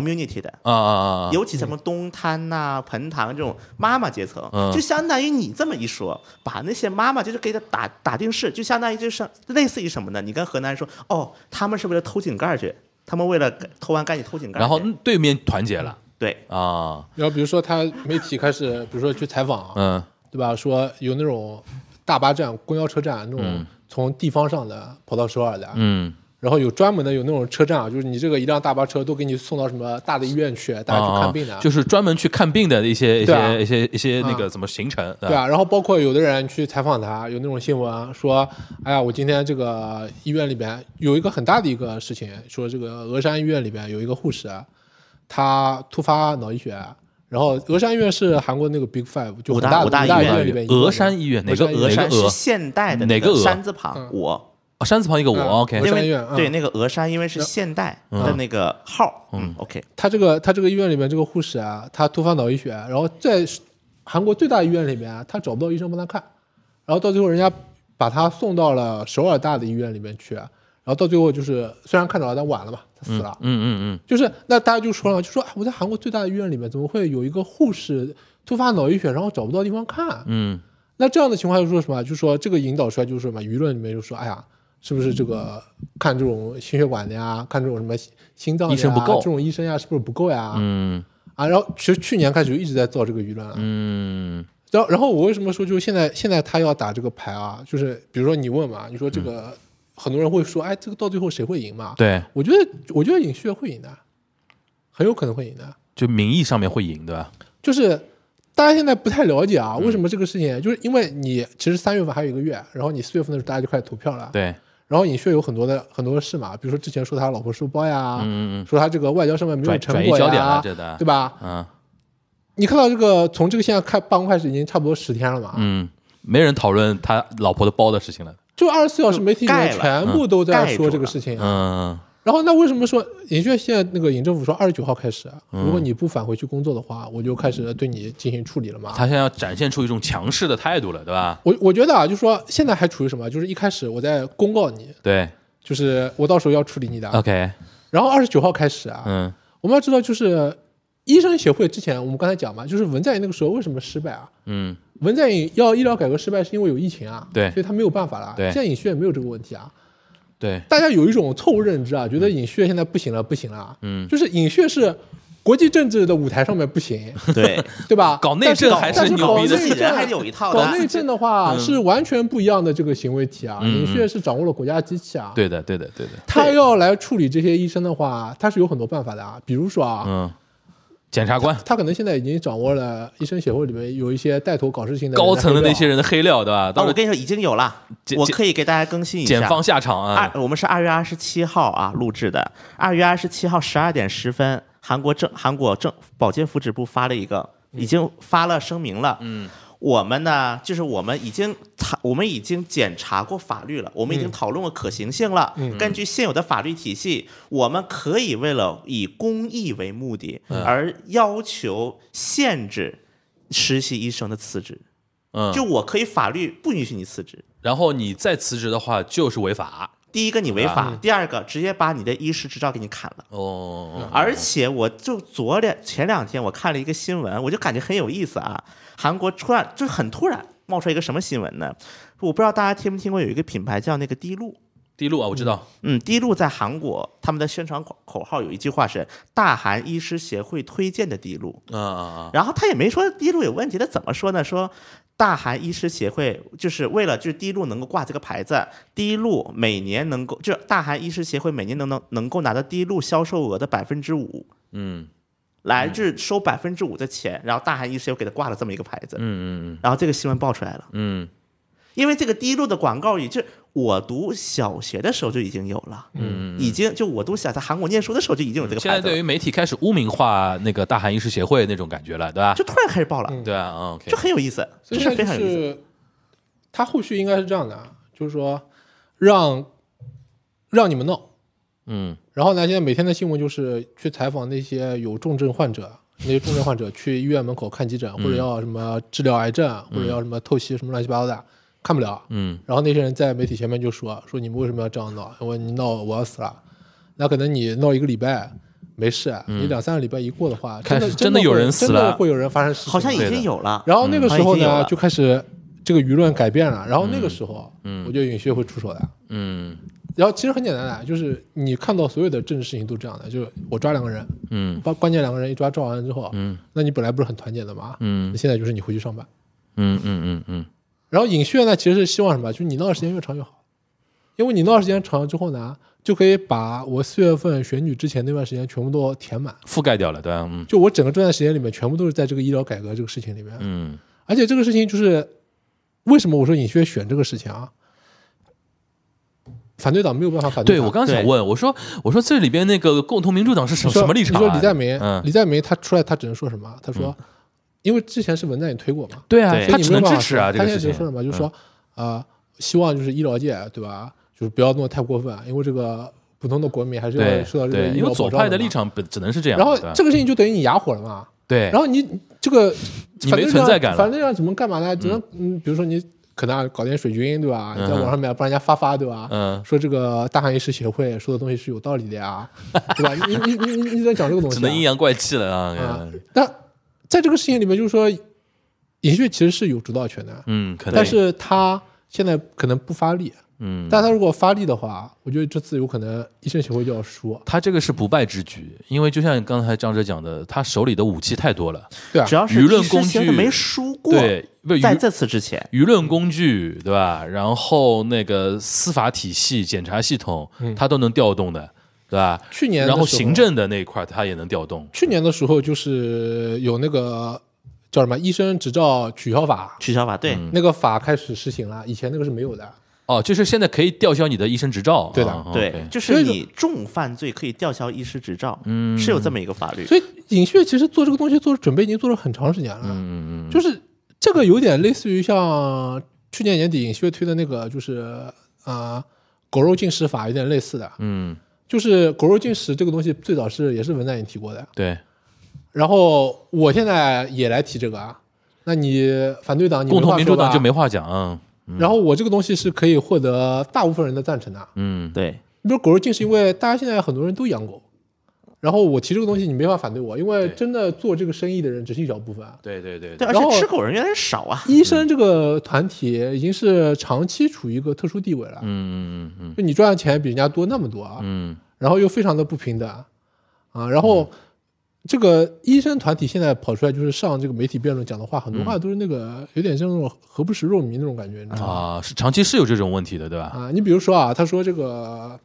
Speaker 6: community 的，
Speaker 5: 啊啊啊！
Speaker 6: 尤其咱们东滩呐、彭塘这种妈妈阶层
Speaker 5: 嗯，
Speaker 6: 就相当于你这么一说，把那些妈妈就是给他打打定式，就相当于就是类似于什么呢？你跟河南人说，哦，他们是为了偷井盖去，他们为了偷完赶紧偷井盖去，
Speaker 5: 然后对面团结了
Speaker 6: 对，
Speaker 5: 啊，
Speaker 7: 然后比如说他媒体开始，比如说去采访，
Speaker 5: 嗯
Speaker 7: 对吧？说有那种大巴站、公交车站那种从地方上的跑到首尔的，
Speaker 5: 嗯
Speaker 7: 然后有专门的有那种车站啊，就是你这个一辆大巴车都给你送到什么大的医院去，大家去看病的，
Speaker 5: 啊就是专门去看病的一些一
Speaker 7: 对啊
Speaker 5: 些一些一些那个怎么行程，
Speaker 7: 对
Speaker 5: 吧？
Speaker 7: 啊，然后包括有的人去采访他，有那种新闻啊说，哎呀，我今天这个医院里边有一个很大的一个事情，说这个峨山医院里边有一个护士，啊她突发脑溢血，啊然后峨山医院是韩国那个 Big Five，就
Speaker 6: 五
Speaker 7: 很
Speaker 6: 大
Speaker 7: 大的
Speaker 6: 五大
Speaker 7: 医
Speaker 6: 医院
Speaker 7: 里边一个，
Speaker 5: 峨山医院哪个
Speaker 7: 峨
Speaker 5: 哪
Speaker 6: 山
Speaker 5: 个
Speaker 6: 是
Speaker 5: 峨？
Speaker 6: 现代的
Speaker 5: 哪
Speaker 6: 那
Speaker 5: 个鹅
Speaker 6: 山字旁我。
Speaker 5: 啊山字旁一个我
Speaker 7: 嗯
Speaker 5: ，OK，
Speaker 7: 峨
Speaker 6: 因
Speaker 7: 山医
Speaker 6: 为
Speaker 7: 院嗯
Speaker 6: 对那个峨山，因为是现代
Speaker 5: 嗯
Speaker 6: 的那个号，嗯，OK，
Speaker 7: 他这个他这个医院里面这个护士啊，他突发脑溢血，然后在韩国最大医院里面啊，他找不到医生帮他看，然后到最后人家把他送到了首尔大的医院里面去，啊然后到最后就是虽然看着了，但晚了嘛，他死了。
Speaker 5: 嗯嗯
Speaker 7: 就是那大家就说了，就说哎我在韩国最大的医院里面怎么会有一个护士突发脑溢血，然后找不到地方看？
Speaker 5: 嗯
Speaker 7: 那这样的情况就说什么？就说这个引导出来就是什么？舆论里面就说，哎呀，是不是这个看这种心血管的呀，看这种什么心心脏
Speaker 5: 嗯
Speaker 7: 的呀
Speaker 5: 医生不够
Speaker 7: 这种医生呀，是不是不够呀？
Speaker 5: 嗯
Speaker 7: 啊，然后其实去年开始就一直在造这个舆论了。
Speaker 5: 嗯
Speaker 7: 然后，然后我为什么说就是现在现在他要打这个牌啊？就是比如说你问嘛，你说这个、很多人会说，哎，这个到最后谁会赢嘛
Speaker 5: 嗯，？对，
Speaker 7: 我觉得我觉得尹旭会赢的，很有可能会赢的。
Speaker 5: 就名义上面会赢，对吧？
Speaker 7: 就是大家现在不太了解啊，为什
Speaker 5: 嗯
Speaker 7: 么这个事情？就是因为你其实三月份还有一个月，然后你四月份的时候大家就开始投票了。
Speaker 5: 对，
Speaker 7: 然后尹旭有很多的很多事嘛，比如说之前说他老婆书包呀，
Speaker 5: 嗯嗯
Speaker 7: 说他这个外交上面没有
Speaker 5: 转
Speaker 7: 成
Speaker 5: 转移
Speaker 7: 果
Speaker 5: 焦点
Speaker 7: 呀
Speaker 5: 了，这的
Speaker 7: 对吧？
Speaker 5: 嗯
Speaker 7: 你看到这个从这个现在开办公开始已经差不多十天了嘛？
Speaker 5: 嗯，没人讨论他老婆的包的事情了，
Speaker 7: 就二十四小时媒体里面
Speaker 6: 盖了嗯
Speaker 7: 全部都在
Speaker 6: 盖住
Speaker 7: 说
Speaker 6: 了
Speaker 7: 这个事情啊。
Speaker 5: 嗯
Speaker 7: 然后那为什么说尹炫现在那个尹政府说二十九号开始，啊
Speaker 6: 嗯
Speaker 7: 如果你不返回去工作的话，我就开始对你进行处理了嘛？
Speaker 6: 嗯
Speaker 5: 他现在要展现出一种强势的态度了，对吧？
Speaker 7: 我我觉得啊，就说现在还处于什么？就是一开始我在公告你，
Speaker 5: 对
Speaker 7: 就是我到时候要处理你的。啊
Speaker 6: 嗯
Speaker 5: ，OK，
Speaker 7: 然后二十九号开始啊，
Speaker 5: 嗯
Speaker 7: 我们要知道就是医生协会之前我们刚才讲嘛，就是文在寅那个时候为什么失败啊？
Speaker 5: 嗯
Speaker 7: 文在寅要医疗改革失败是因为有疫情啊，
Speaker 5: 对
Speaker 7: 所以他没有办法了。
Speaker 5: 对
Speaker 7: 现在尹旭也没有这个问题啊。
Speaker 5: 对，
Speaker 7: 大家有一种错误认知啊，觉得尹旭现在不行了，不行了。
Speaker 5: 嗯
Speaker 7: 就是尹旭是国际政治的舞台上面不行，
Speaker 6: 对，
Speaker 7: 对吧？
Speaker 5: 搞内政还
Speaker 7: 但
Speaker 5: 是
Speaker 7: 是
Speaker 5: 牛逼的
Speaker 6: 自
Speaker 7: 但是
Speaker 6: 己人
Speaker 7: 搞内政
Speaker 6: 还是有一套
Speaker 7: 搞
Speaker 6: 的啊
Speaker 7: 内，政的话
Speaker 5: 嗯
Speaker 7: 是完全不一样的这个行为体啊。尹旭是掌握了国家机器啊，，
Speaker 5: 对的，对的，对的，
Speaker 7: 他要来处理这些医生的话，他是有很多办法的啊，比如说啊。
Speaker 5: 嗯，检察官
Speaker 7: 他可能现在已经掌握了医生协会里面有一些带头搞事情的人
Speaker 5: 高层的那
Speaker 7: 黑
Speaker 5: 些
Speaker 7: 料
Speaker 5: 人的黑料，对吧？
Speaker 6: 哦，
Speaker 5: 到时
Speaker 6: 我
Speaker 5: 候
Speaker 6: 跟你说已经有了
Speaker 5: 检，
Speaker 6: 我
Speaker 5: 检
Speaker 6: 可以给大家更新一下。
Speaker 5: 检方下场啊
Speaker 6: 二，，我们是二月二十七号啊录制的，二月二十七号十二点十分，韩国政韩国政保健福祉部发了一个，已经发了声明了，嗯。我们呢，就是我们已经查，我们已经检查过法律了，我们已
Speaker 5: 嗯
Speaker 6: 经讨论过可行性了。嗯根据现有的法律体系，我们可以为了以公益为目的
Speaker 5: 嗯
Speaker 6: 而要求限制实习医生的辞职。
Speaker 5: 嗯，
Speaker 6: 就我可以法律不允许你辞职，
Speaker 5: 然后你再辞职的话就是违法
Speaker 6: 第一个你违
Speaker 5: 啊
Speaker 6: 法，第二个直接把你的医师执照给你砍了。
Speaker 5: 哦，
Speaker 6: 而且我就昨两前两天我看了一个新闻，我就感觉很有意思啊。韩国突然就是很突然冒出来一个什么新闻呢？我不知道大家听没听过有一个品牌叫那个滴露，
Speaker 5: 滴露啊，我知道，
Speaker 6: 嗯，滴露在韩国他们的宣传口口号有一句话是“大韩医师协会推荐的滴露”，
Speaker 5: 嗯嗯
Speaker 6: 然后他也没说滴露有问题，他怎么说呢？说大韩医师协会就是为了就是滴露能够挂这个牌子，滴露每年能够就是大韩医师协会每年能能能够拿到滴露销售额的百分之五，
Speaker 5: 嗯
Speaker 6: 来自收百分之五的钱，然后大韩医师又给他挂了这么一个牌子，
Speaker 5: 嗯嗯
Speaker 6: 然后这个新闻爆出来了，
Speaker 5: 嗯
Speaker 6: 因为这个滴露的广告语就是我读小学的时候就已经有了，嗯，已经就我读小在韩国念书的时候就已经有这
Speaker 5: 嗯，
Speaker 6: 个
Speaker 5: 现
Speaker 6: 牌
Speaker 5: 在
Speaker 6: 子
Speaker 5: 对于
Speaker 6: 了，
Speaker 5: 媒体开始污名化那个大韩医师协会那种感觉了，对吧？
Speaker 6: 就突然开始爆了，
Speaker 5: 对啊嗯，OK，
Speaker 6: 就很有意思，这
Speaker 7: 所以
Speaker 6: 事
Speaker 7: 现
Speaker 6: 儿非
Speaker 7: 在
Speaker 6: 常
Speaker 7: 就
Speaker 6: 有意思，
Speaker 7: 是他后续应该是这样的啊，就是说让让你们闹，
Speaker 5: 嗯
Speaker 7: 然后呢，现在每天的新闻就是去采访那些有重症患者，那些重症患者去医院门口看急诊，或者要什么治疗癌症，啊或者要什么透析什么乱七八糟的，看不了。
Speaker 5: 嗯
Speaker 7: 然后那些人在媒体前面啊就说说你们为什么要这样闹？我你闹我要死了。那可能你闹一个礼拜，没事，你两三个礼拜一过的话，
Speaker 5: 开
Speaker 7: 真的
Speaker 5: 始
Speaker 7: 真
Speaker 5: 真的有
Speaker 7: 会
Speaker 5: 人死
Speaker 7: 真的
Speaker 5: 了
Speaker 7: 会有人发生事情，
Speaker 6: 好像已
Speaker 5: 对的
Speaker 6: 经有了。
Speaker 7: 然后那个时
Speaker 6: 嗯好像
Speaker 7: 候
Speaker 6: 已经有
Speaker 7: 呢，
Speaker 6: 了嗯
Speaker 7: 就开始这个舆论改变了，然后那个时候，我觉得尹学会出手的。
Speaker 5: 嗯
Speaker 7: 然后其实很简单的，就是你看到所有的政治事情都这样的，就是我抓两个人，
Speaker 5: 嗯
Speaker 7: 把关键两个人一抓抓完了之后，
Speaker 5: 嗯，
Speaker 7: 那你本来不是很团结的嘛，
Speaker 5: 嗯
Speaker 7: 那现在就是你回去上班。
Speaker 5: 嗯嗯嗯嗯
Speaker 7: 然后尹旭呢，其实是希望什么？就是你闹的时间越长越好，因为你闹的时间长了之后呢，就可以把我四月份选举之前那段时间全部都填满。
Speaker 5: 覆盖掉了，对吧？嗯
Speaker 7: 就我整个这段时间里面，全部都是在这个医疗改革这个事情里面。
Speaker 5: 嗯
Speaker 7: 而且这个事情就是为什么我说尹薛选这个事情啊？反对党没有办法反
Speaker 5: 对
Speaker 7: 他
Speaker 5: 我刚想问，我说我说这里边那个共同民主党是什
Speaker 7: 你
Speaker 5: 么
Speaker 7: 说
Speaker 5: 什么立场、啊？
Speaker 7: 你说李在明，
Speaker 5: 嗯，
Speaker 7: 李在明他出来他只能说什么？他说，因为之前是文在寅推过嘛，
Speaker 5: 对啊
Speaker 6: 对，
Speaker 5: 他
Speaker 7: 所以你
Speaker 5: 只
Speaker 7: 没有
Speaker 5: 能
Speaker 7: 办
Speaker 5: 支
Speaker 7: 法
Speaker 5: 持啊，这
Speaker 7: 说他
Speaker 5: 个
Speaker 7: 现
Speaker 5: 事
Speaker 7: 在只
Speaker 5: 情
Speaker 7: 能说什么？就是说啊，希望就是医疗界对吧？就是不要弄得太过分，因为这个普通的国民还是要
Speaker 5: 对
Speaker 7: 受到这个
Speaker 5: 对，
Speaker 7: 医
Speaker 5: 因
Speaker 7: 疗
Speaker 5: 为左
Speaker 7: 保障
Speaker 5: 派的
Speaker 7: 嘛
Speaker 5: 立。场本只能是这样。
Speaker 7: 然后
Speaker 5: 对吧
Speaker 7: 这个事情就等于你哑火了嘛？
Speaker 5: 对，
Speaker 7: 然后你这个
Speaker 5: 哎你
Speaker 7: 反
Speaker 5: 没
Speaker 7: 对
Speaker 5: 存
Speaker 7: 量
Speaker 5: 在感了
Speaker 7: 反正让怎么干嘛呢？只能嗯，比如说你可能搞点水军对吧？你在网上面帮人家发发对吧？
Speaker 5: 嗯
Speaker 7: 说这个大汉医师协会说的东西是有道理 的呀，对吧？你你你你你在讲这个东西啊、
Speaker 5: 只能阴阳怪气了
Speaker 7: 啊
Speaker 5: 啊。嗯。
Speaker 7: 但在这个事情里面，就是说尹旭其实是有主导权的，
Speaker 5: 嗯，可能
Speaker 7: 但是他现在可能不发力。
Speaker 5: 嗯，
Speaker 7: 但他如果发力的话，我觉得这次有可能医生协会就要输。
Speaker 5: 他这个是不败之举，因为就像刚才张哲讲的，他手里的武器太多了。
Speaker 7: 对啊
Speaker 6: 只，要是
Speaker 5: 舆论工
Speaker 6: 医师行的
Speaker 5: 具
Speaker 6: 没输过，
Speaker 5: 对，不
Speaker 6: 在
Speaker 5: 舆
Speaker 6: 这次之前，
Speaker 5: 舆论工具对吧？然后那个司法体系、检察系统，他都能调动的，对吧？
Speaker 7: 嗯去年的
Speaker 5: 然后
Speaker 7: 时候
Speaker 5: 行政的那一块，他也能调动。
Speaker 7: 去年的时候就是有那个叫什么医生执照取消法，
Speaker 6: 取消法对，
Speaker 5: 嗯
Speaker 7: 那个法开始实行了，以前那个是没有的。
Speaker 5: 哦，就是现在可以吊销你的医生执照。
Speaker 7: 对的
Speaker 5: 啊
Speaker 6: 对，，就
Speaker 7: 所
Speaker 6: 是
Speaker 7: 以说
Speaker 6: 你重犯罪可以吊销医师执照，嗯，是有这么一个法律。
Speaker 7: 所以尹旭其实做这个东西做准备已经做了很长时间了，嗯嗯，就是这个有点类似于像去年年底尹旭推的那个，就是啊、呃狗肉进食法有点类似的，
Speaker 5: 嗯，
Speaker 7: 就是狗肉进食这个东西最早是也是文在寅提过的，
Speaker 5: 对，
Speaker 7: 然后我现在也来提这个啊，那你反对党你
Speaker 5: 共
Speaker 7: 没
Speaker 5: 同
Speaker 7: 话
Speaker 5: 民主
Speaker 7: 说吧
Speaker 5: 党就没话讲。嗯
Speaker 7: 然后我这个东西是可以获得大部分人的赞成的。
Speaker 5: 嗯，
Speaker 6: 对，
Speaker 7: 你比如狗肉禁食，因为大家现在很多人都养狗，然后我提这个东西，你没法反对我，因为
Speaker 5: 对
Speaker 7: 真的做这个生意的人只是一小部分。
Speaker 5: 对对对
Speaker 6: 对，
Speaker 5: 对
Speaker 6: 而
Speaker 7: 然后
Speaker 6: 且吃狗人越来越少啊。
Speaker 5: 嗯
Speaker 7: 医生这个团体已经是长期处于一个特殊地位了，
Speaker 5: 嗯嗯嗯
Speaker 7: 就你赚的钱比人家多那么多啊，
Speaker 5: 嗯
Speaker 7: 然后又非常的不平等啊，然后这个医生团体现在跑出来就是上这个媒体辩论讲的话，很多话都是那个有点像那种何不食肉糜那种感觉，你知道
Speaker 5: 嗯
Speaker 7: 吗？
Speaker 5: 啊，是长期是有这种问题的，对吧？
Speaker 7: 啊，你比如说啊，他说这个，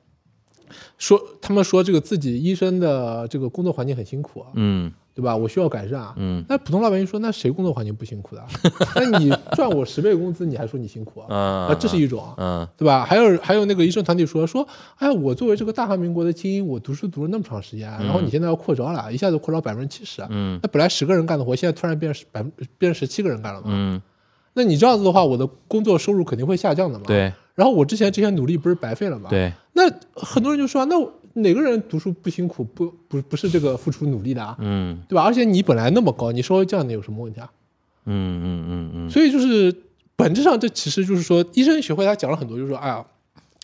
Speaker 7: 说他们说这个自己医生的这个工作环境很辛苦啊，
Speaker 5: 嗯
Speaker 7: 对吧？我需要改善啊。
Speaker 5: 嗯
Speaker 7: 那普通老百姓说，那谁工作环境不辛 苦的啊？那你赚我十倍工资，你还说你辛苦啊？
Speaker 5: 嗯
Speaker 7: 啊，这是一种，
Speaker 5: 嗯
Speaker 7: 对吧？还有还有那个医生团体说说，哎，我作为这个大韩民国的精英，我读书读了那么长时间，然后你现在要扩招了，一下子扩招百分之七十，啊
Speaker 5: 嗯
Speaker 7: 那本来十个人干的活，现在突然变十百分变十七个人干了嘛？
Speaker 5: 嗯，
Speaker 7: 那你这样子的话，我的工作收入肯定会下降的嘛？。
Speaker 5: 对
Speaker 7: 然后我之前这些努力不是白费了吗？。
Speaker 5: 对，
Speaker 7: 那很多人就说，那哪个人读书不辛苦，不不不是这个付出努力的啊，
Speaker 5: 嗯
Speaker 7: 对吧？而且你本来那么高，你稍微降点有什么问题啊？
Speaker 5: 嗯嗯嗯嗯。
Speaker 7: 所以就是本质上，这其实就是说，医生学会他讲了很多，就是说，哎呀。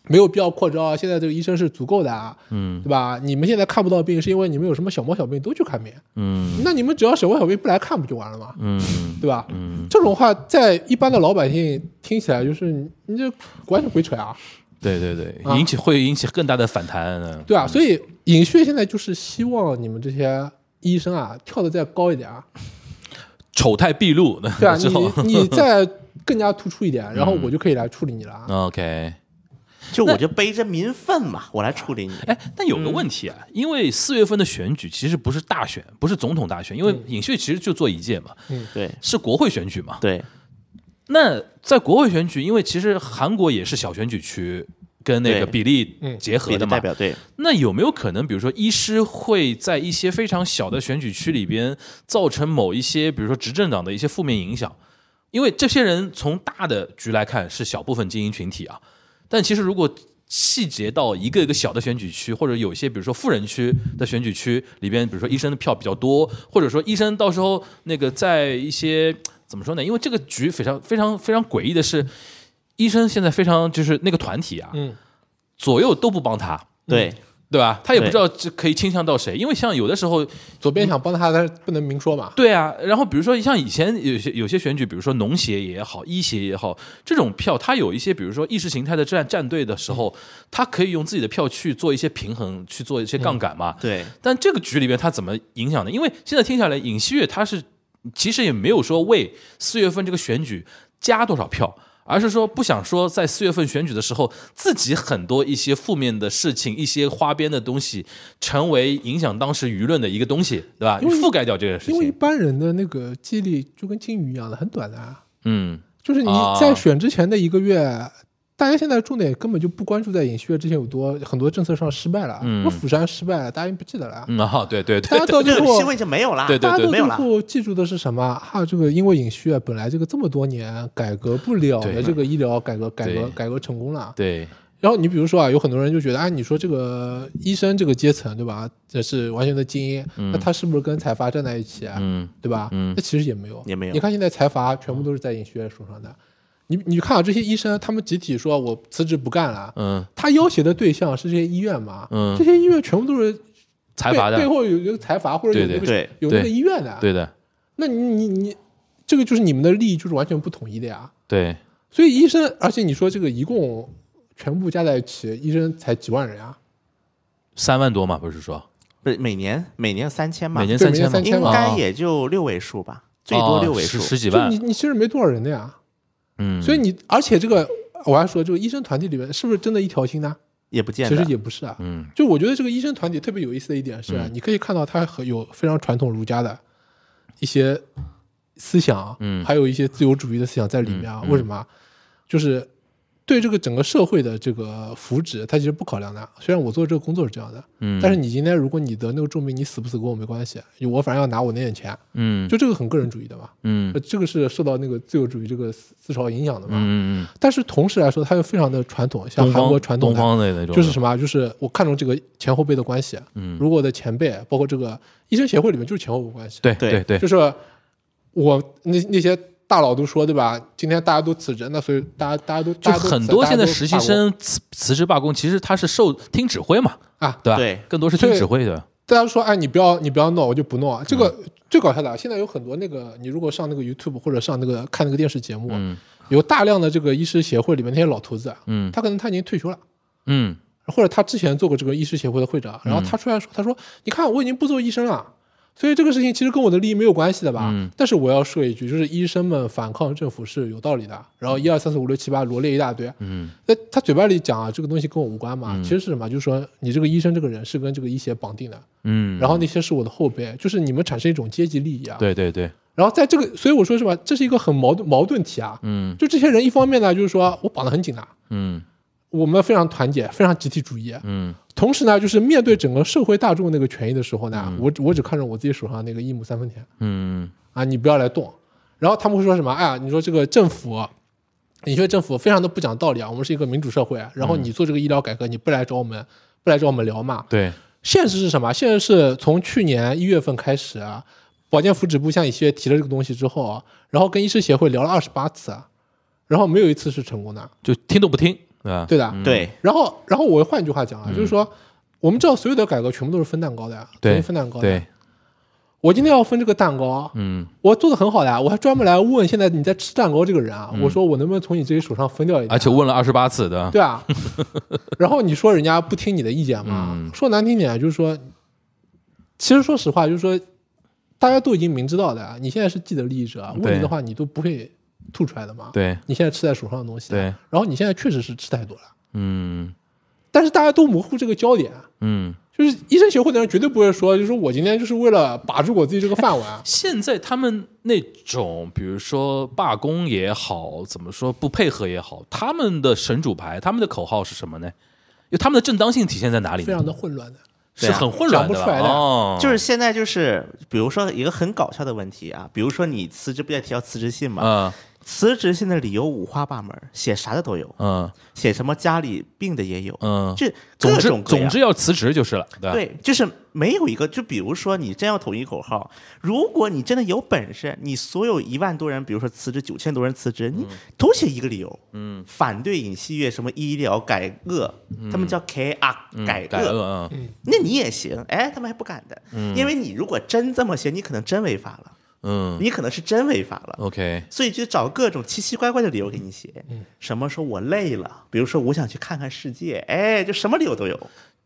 Speaker 7: 没有必要扩招啊！现在这个医生是足够的啊，嗯，对吧？你们现在看不到病，是因为你们有什么小猫小病都去看病，
Speaker 5: 嗯
Speaker 7: 那你们只要小猫小病不来看不就完了吗？
Speaker 5: 嗯
Speaker 7: 对吧？嗯，这种话在一般的老百姓听起来就是你你这完全鬼扯啊！
Speaker 5: 对嗯对对，
Speaker 7: 啊
Speaker 5: 引起会引起更大的反弹。嗯
Speaker 7: 对啊，所以尹旭现在就是希望你们这些医生啊跳得再高一点啊，
Speaker 5: 丑态毕露，
Speaker 7: 对啊，
Speaker 5: 之后
Speaker 7: 你你再更加突出一点，然后我就可以来处理你了啊。
Speaker 5: OK。
Speaker 6: 就我就背着民愤嘛，我来处理你。
Speaker 5: 哎，但有个问题啊，因为四月份的选举其实不是大选，不是总统大选，因为
Speaker 7: 嗯
Speaker 5: 尹旭其实就做一届嘛，
Speaker 6: 对
Speaker 5: 是国会选举嘛。
Speaker 6: 对
Speaker 5: 那在国会选举，因为其实韩国也是小选举区跟那个
Speaker 6: 对嗯
Speaker 5: 比例结合
Speaker 6: 比
Speaker 5: 的
Speaker 6: 的
Speaker 5: 嘛
Speaker 6: 代。表对，
Speaker 5: 那有没有可能，比如说医师会在一些非常小的选举区里边造成某一些，比如说执政党的一些负面影响？因为这些人从大的局来看是小部分精英群体啊，但其实如果细节到一个一个小的选举区，或者有一些比如说富人区的选举区里边，比如说医生的票比较多，或者说医生到时候那个在一些怎么说呢？因为这个局非常非常非常诡异的是，医生现在非常就是那个团体啊，
Speaker 7: 嗯，
Speaker 5: 左右都不帮他，
Speaker 6: 对
Speaker 5: 对吧？他也不
Speaker 6: 对
Speaker 5: 知道这可以倾向到谁，因为像有的时候
Speaker 7: 左边想帮他，但是不能明说嘛。
Speaker 5: 对啊，然后比如说像以前有些有些选举，比如说农协也好，医协也好，这种票它有一些，比如说意识形态的战战队的时候，它可以用自己的票去做一些平衡，去做一些杠杆嘛。
Speaker 6: 对，
Speaker 5: 但这个局里边它怎么影响呢？因为现在听下来，尹锡悦他是其实也没有说为四月份这个选举加多少票。而是说不想说在四月份选举的时候，自己很多一些负面的事情、一些花边的东西，成为影响当时舆论的一个东西，对吧？
Speaker 7: 因为
Speaker 5: 覆盖掉这个事情。
Speaker 7: 因为一般人的那个记忆力就跟金鱼一样的，很短的啊。
Speaker 5: 嗯
Speaker 7: 就是你
Speaker 5: 啊
Speaker 7: 在选之前的一个月，大家现在重点根本就不关注在尹锡悦之前有多很多政策上失败了，啊
Speaker 5: 嗯
Speaker 7: 什么釜山失败了，大家已经不记得了。
Speaker 5: 嗯啊，对对
Speaker 7: 大
Speaker 5: 对
Speaker 7: 家
Speaker 5: 对，
Speaker 7: 到
Speaker 6: 这
Speaker 7: 最
Speaker 6: 个
Speaker 7: 后
Speaker 6: 新闻已经没有了，
Speaker 5: 对对
Speaker 7: 大家
Speaker 5: 对
Speaker 7: 到
Speaker 6: 没
Speaker 7: 最
Speaker 6: 有了。
Speaker 7: 后记住的是什么？哈、这个因为尹锡悦本来这个这么多年改革不了
Speaker 5: 对
Speaker 7: 的这个医疗改革，改革
Speaker 5: 对
Speaker 7: 改革成功了。
Speaker 5: 对，
Speaker 7: 然后你比如说啊，有很多人就觉得，哎，你说这个医生这个阶层，对吧？这是完全的精英，那他是不是跟财阀站在一起啊？
Speaker 5: 嗯
Speaker 7: 对吧？
Speaker 5: 嗯
Speaker 7: 那其实也没有，
Speaker 6: 也没有
Speaker 7: 你看现在财阀全部都是在尹学手上的，你你看啊，这些医生他们集体说我辞职不干了，
Speaker 5: 嗯，
Speaker 7: 他要挟的对象是这些医院嘛？
Speaker 5: 嗯
Speaker 7: 这些医院全部都是
Speaker 5: 财阀
Speaker 7: 背
Speaker 5: 的
Speaker 7: 背，后有一个财阀或者有
Speaker 5: 对
Speaker 7: 那个
Speaker 6: 对
Speaker 7: 有那个
Speaker 5: 对
Speaker 7: 医院的，
Speaker 5: 对的，
Speaker 7: 那你你你这个就是你们的利益就是完全不统一的呀。
Speaker 5: 对，
Speaker 7: 所以医生，而且你说这个一共全部加在一起，医生才几万人啊？
Speaker 5: 三万多嘛，不是说
Speaker 6: 不是每年每年三千嘛，
Speaker 5: 每年
Speaker 7: 对
Speaker 5: 三千嘛啊
Speaker 7: 每年三，千
Speaker 6: 应
Speaker 7: 嘛
Speaker 6: 该也就六位数吧，最多六位数
Speaker 5: 哦。十十几
Speaker 7: 就
Speaker 5: 万
Speaker 7: 你，你其实没多少人的呀。
Speaker 5: 嗯，
Speaker 7: 所以你而且这个我还说这个医生团体里面是不是真的一条心呢？
Speaker 6: 也不见
Speaker 7: 其
Speaker 6: 得
Speaker 7: 实。也不是啊。
Speaker 5: 嗯
Speaker 7: 就我觉得这个医生团体特别有意思的一点是啊，你可以看到他很有非常传统儒家的一些思想，
Speaker 5: 嗯
Speaker 7: 还有一些自由主义的思想在里面啊。为什么啊？就是对这个整个社会的这个福祉，他其实不考量的。虽然我做这个工作是这样的，
Speaker 5: 嗯，
Speaker 7: 但是你今天如果你得那个重病，你死不死跟我没关系，我反正要拿我那点钱，
Speaker 5: 嗯
Speaker 7: 就这个很个人主义的嘛。
Speaker 5: 嗯
Speaker 7: 呃这个是受到那个自由主义这个思思潮影响的嘛。
Speaker 5: 嗯嗯，
Speaker 7: 但是同时来说，它又非常的传统，像
Speaker 5: 东
Speaker 7: 韩
Speaker 5: 方
Speaker 7: 国传统
Speaker 5: 东
Speaker 7: 的
Speaker 5: 方的那种，
Speaker 7: 就是什么啊？就是我看重这个前后辈的关系。
Speaker 5: 嗯
Speaker 7: 如果我的前辈，包括这个医生协会里面，就是前后辈关系。
Speaker 5: 对对对
Speaker 7: 就，是我那那些大佬都说，对吧？今天大家都辞职，那所以大家大家都
Speaker 5: 就
Speaker 7: 大家都
Speaker 5: 很
Speaker 7: 大
Speaker 5: 多
Speaker 7: 家
Speaker 5: 现在
Speaker 7: 都
Speaker 5: 实习
Speaker 7: 罢工
Speaker 5: 生辞辞职罢工，其实他是受听指挥嘛，
Speaker 7: 啊，
Speaker 5: 对吧？
Speaker 6: 对
Speaker 5: 更多是听指挥的，
Speaker 7: 大家说，哎，你不要你不要弄，我就不弄。啊这
Speaker 5: 嗯
Speaker 7: 个最搞笑的啊，现在有很多那个，你如果上那个 YouTube 或者上那个看那个电视节目，啊
Speaker 5: 嗯
Speaker 7: 有大量的这个医师协会里面那些老头子啊，
Speaker 5: 嗯
Speaker 7: 他可能他已经退休了。
Speaker 5: 嗯
Speaker 7: 或者他之前做过这个医师协会的会长，然后他出来说，他说：“你看，我已经不做医生了，所以这个事情其实跟我的利益没有关系的吧？
Speaker 5: 嗯
Speaker 7: 但是我要说一句，就是医生们反抗政府是有道理的。然后一二三四五六七八罗列一大堆，
Speaker 5: 嗯
Speaker 7: 那他嘴巴里讲啊，这个东西跟我无关嘛，其实是什么？就是说你这个医生这个人是跟这个医协绑定的，
Speaker 5: 嗯，
Speaker 7: 然后那些是我的后辈，就是你们产生一种阶级利益啊。
Speaker 5: 对对对，
Speaker 7: 然后在这个，所以我说是吧，这是一个很矛盾矛盾体啊。
Speaker 5: 嗯
Speaker 7: 就这些人一方面呢，就是说我绑得很紧的，
Speaker 5: 嗯
Speaker 7: 我们非常团结，非常集体主义。
Speaker 5: 嗯
Speaker 7: 同时呢，就是面对整个社会大众那个权益的时候呢，我我只看着我自己手上那个一亩三分田
Speaker 5: 嗯
Speaker 7: 啊，你不要来动。然后他们会说什么？哎呀，你说这个政府，你说政府非常的不讲道理啊，我们是一个民主社会啊，然后你做这个医疗改革，你不来找我们，不来找我们聊嘛？
Speaker 5: 对，
Speaker 7: 现实是什么？现实是从去年一月份开始啊，保健福祉部向医协提了这个东西之后啊，然后跟医师协会聊了二十八次啊，然后没有一次是成功的，
Speaker 5: 就听都不听，对吧？
Speaker 7: 对的。
Speaker 6: 对，
Speaker 7: 然后，然后我换句话讲啊，就是说，我们知道所有的改革全部都是分蛋糕的呀，
Speaker 5: 嗯
Speaker 7: 重
Speaker 5: 对
Speaker 7: 新分蛋糕的。
Speaker 5: 对，
Speaker 7: 我今天要分这个蛋糕，啊
Speaker 5: 嗯
Speaker 7: 我做的很好的呀，我还专门来问现在你在吃蛋糕这个人
Speaker 5: 嗯
Speaker 7: 啊，我说我能不能从你这己手上分掉一点？啊
Speaker 5: 而且问了二十八次，对吧？
Speaker 7: 对啊， 然后你说人家不听你的意见嘛？
Speaker 5: 嗯
Speaker 7: 说难听点啊就是说，其实说实话就是说，大家都已经明知道的啊，你现在是既得利益者啊，问你
Speaker 5: 对
Speaker 7: 的话你都不会吐出来的嘛？，
Speaker 5: 对
Speaker 7: 你现在吃在手上的东西，啊
Speaker 5: 对，
Speaker 7: 然后你现在确实是吃太多了，
Speaker 5: 嗯
Speaker 7: 但是大家都模糊这个焦点啊。
Speaker 5: 嗯。。
Speaker 7: 就是医生协会的人绝对不会说，就是说我今天就是为了把住我自己这个饭碗啊
Speaker 5: 现在他们那种，比如说罢工也好，怎么说不配合也好，他们的神主牌，他们的口号是什么呢？因为他们的正当性体现在哪里
Speaker 7: 非
Speaker 5: 呢？
Speaker 7: 常的混乱的，
Speaker 5: 是很混乱的吧，
Speaker 7: 讲不出来的
Speaker 5: 哦、
Speaker 6: 就是现在就是，比如说一个很搞笑的问题啊，比如说你辞职不也提交辞职信嘛？
Speaker 5: 嗯，
Speaker 6: 辞职现在理由五花八门，写啥的都有，
Speaker 5: 嗯
Speaker 6: 写什么家里病的也有，
Speaker 5: 嗯，
Speaker 6: 就
Speaker 5: 总
Speaker 6: 各
Speaker 5: 之
Speaker 6: 种各
Speaker 5: 总
Speaker 6: 样
Speaker 5: 之要啊辞职就是了，对吧？
Speaker 6: 对，就是没有一个，就比如说你真要统一口号，如果你真的有本事，你所有一万多人，比如说辞职九千多人辞职，
Speaker 5: 嗯
Speaker 6: 你都写一个理由，嗯，反对尹锡悦什么医疗改革，他们叫 K 啊、
Speaker 5: 嗯
Speaker 6: 改
Speaker 5: 改
Speaker 6: 革，
Speaker 5: 恶嗯
Speaker 6: 那你也行，哎，他们还不敢的，
Speaker 7: 嗯
Speaker 6: 因为你如果真这么写，你可能真违法了，
Speaker 5: 嗯
Speaker 6: 你可能是真违法
Speaker 7: 嗯
Speaker 6: 了。
Speaker 5: ，OK，
Speaker 6: 所以就找各种奇奇怪怪的理由给你写，
Speaker 7: 嗯
Speaker 6: 什么说我累了，比如说我想去看看世界，哎，就什么理由都有。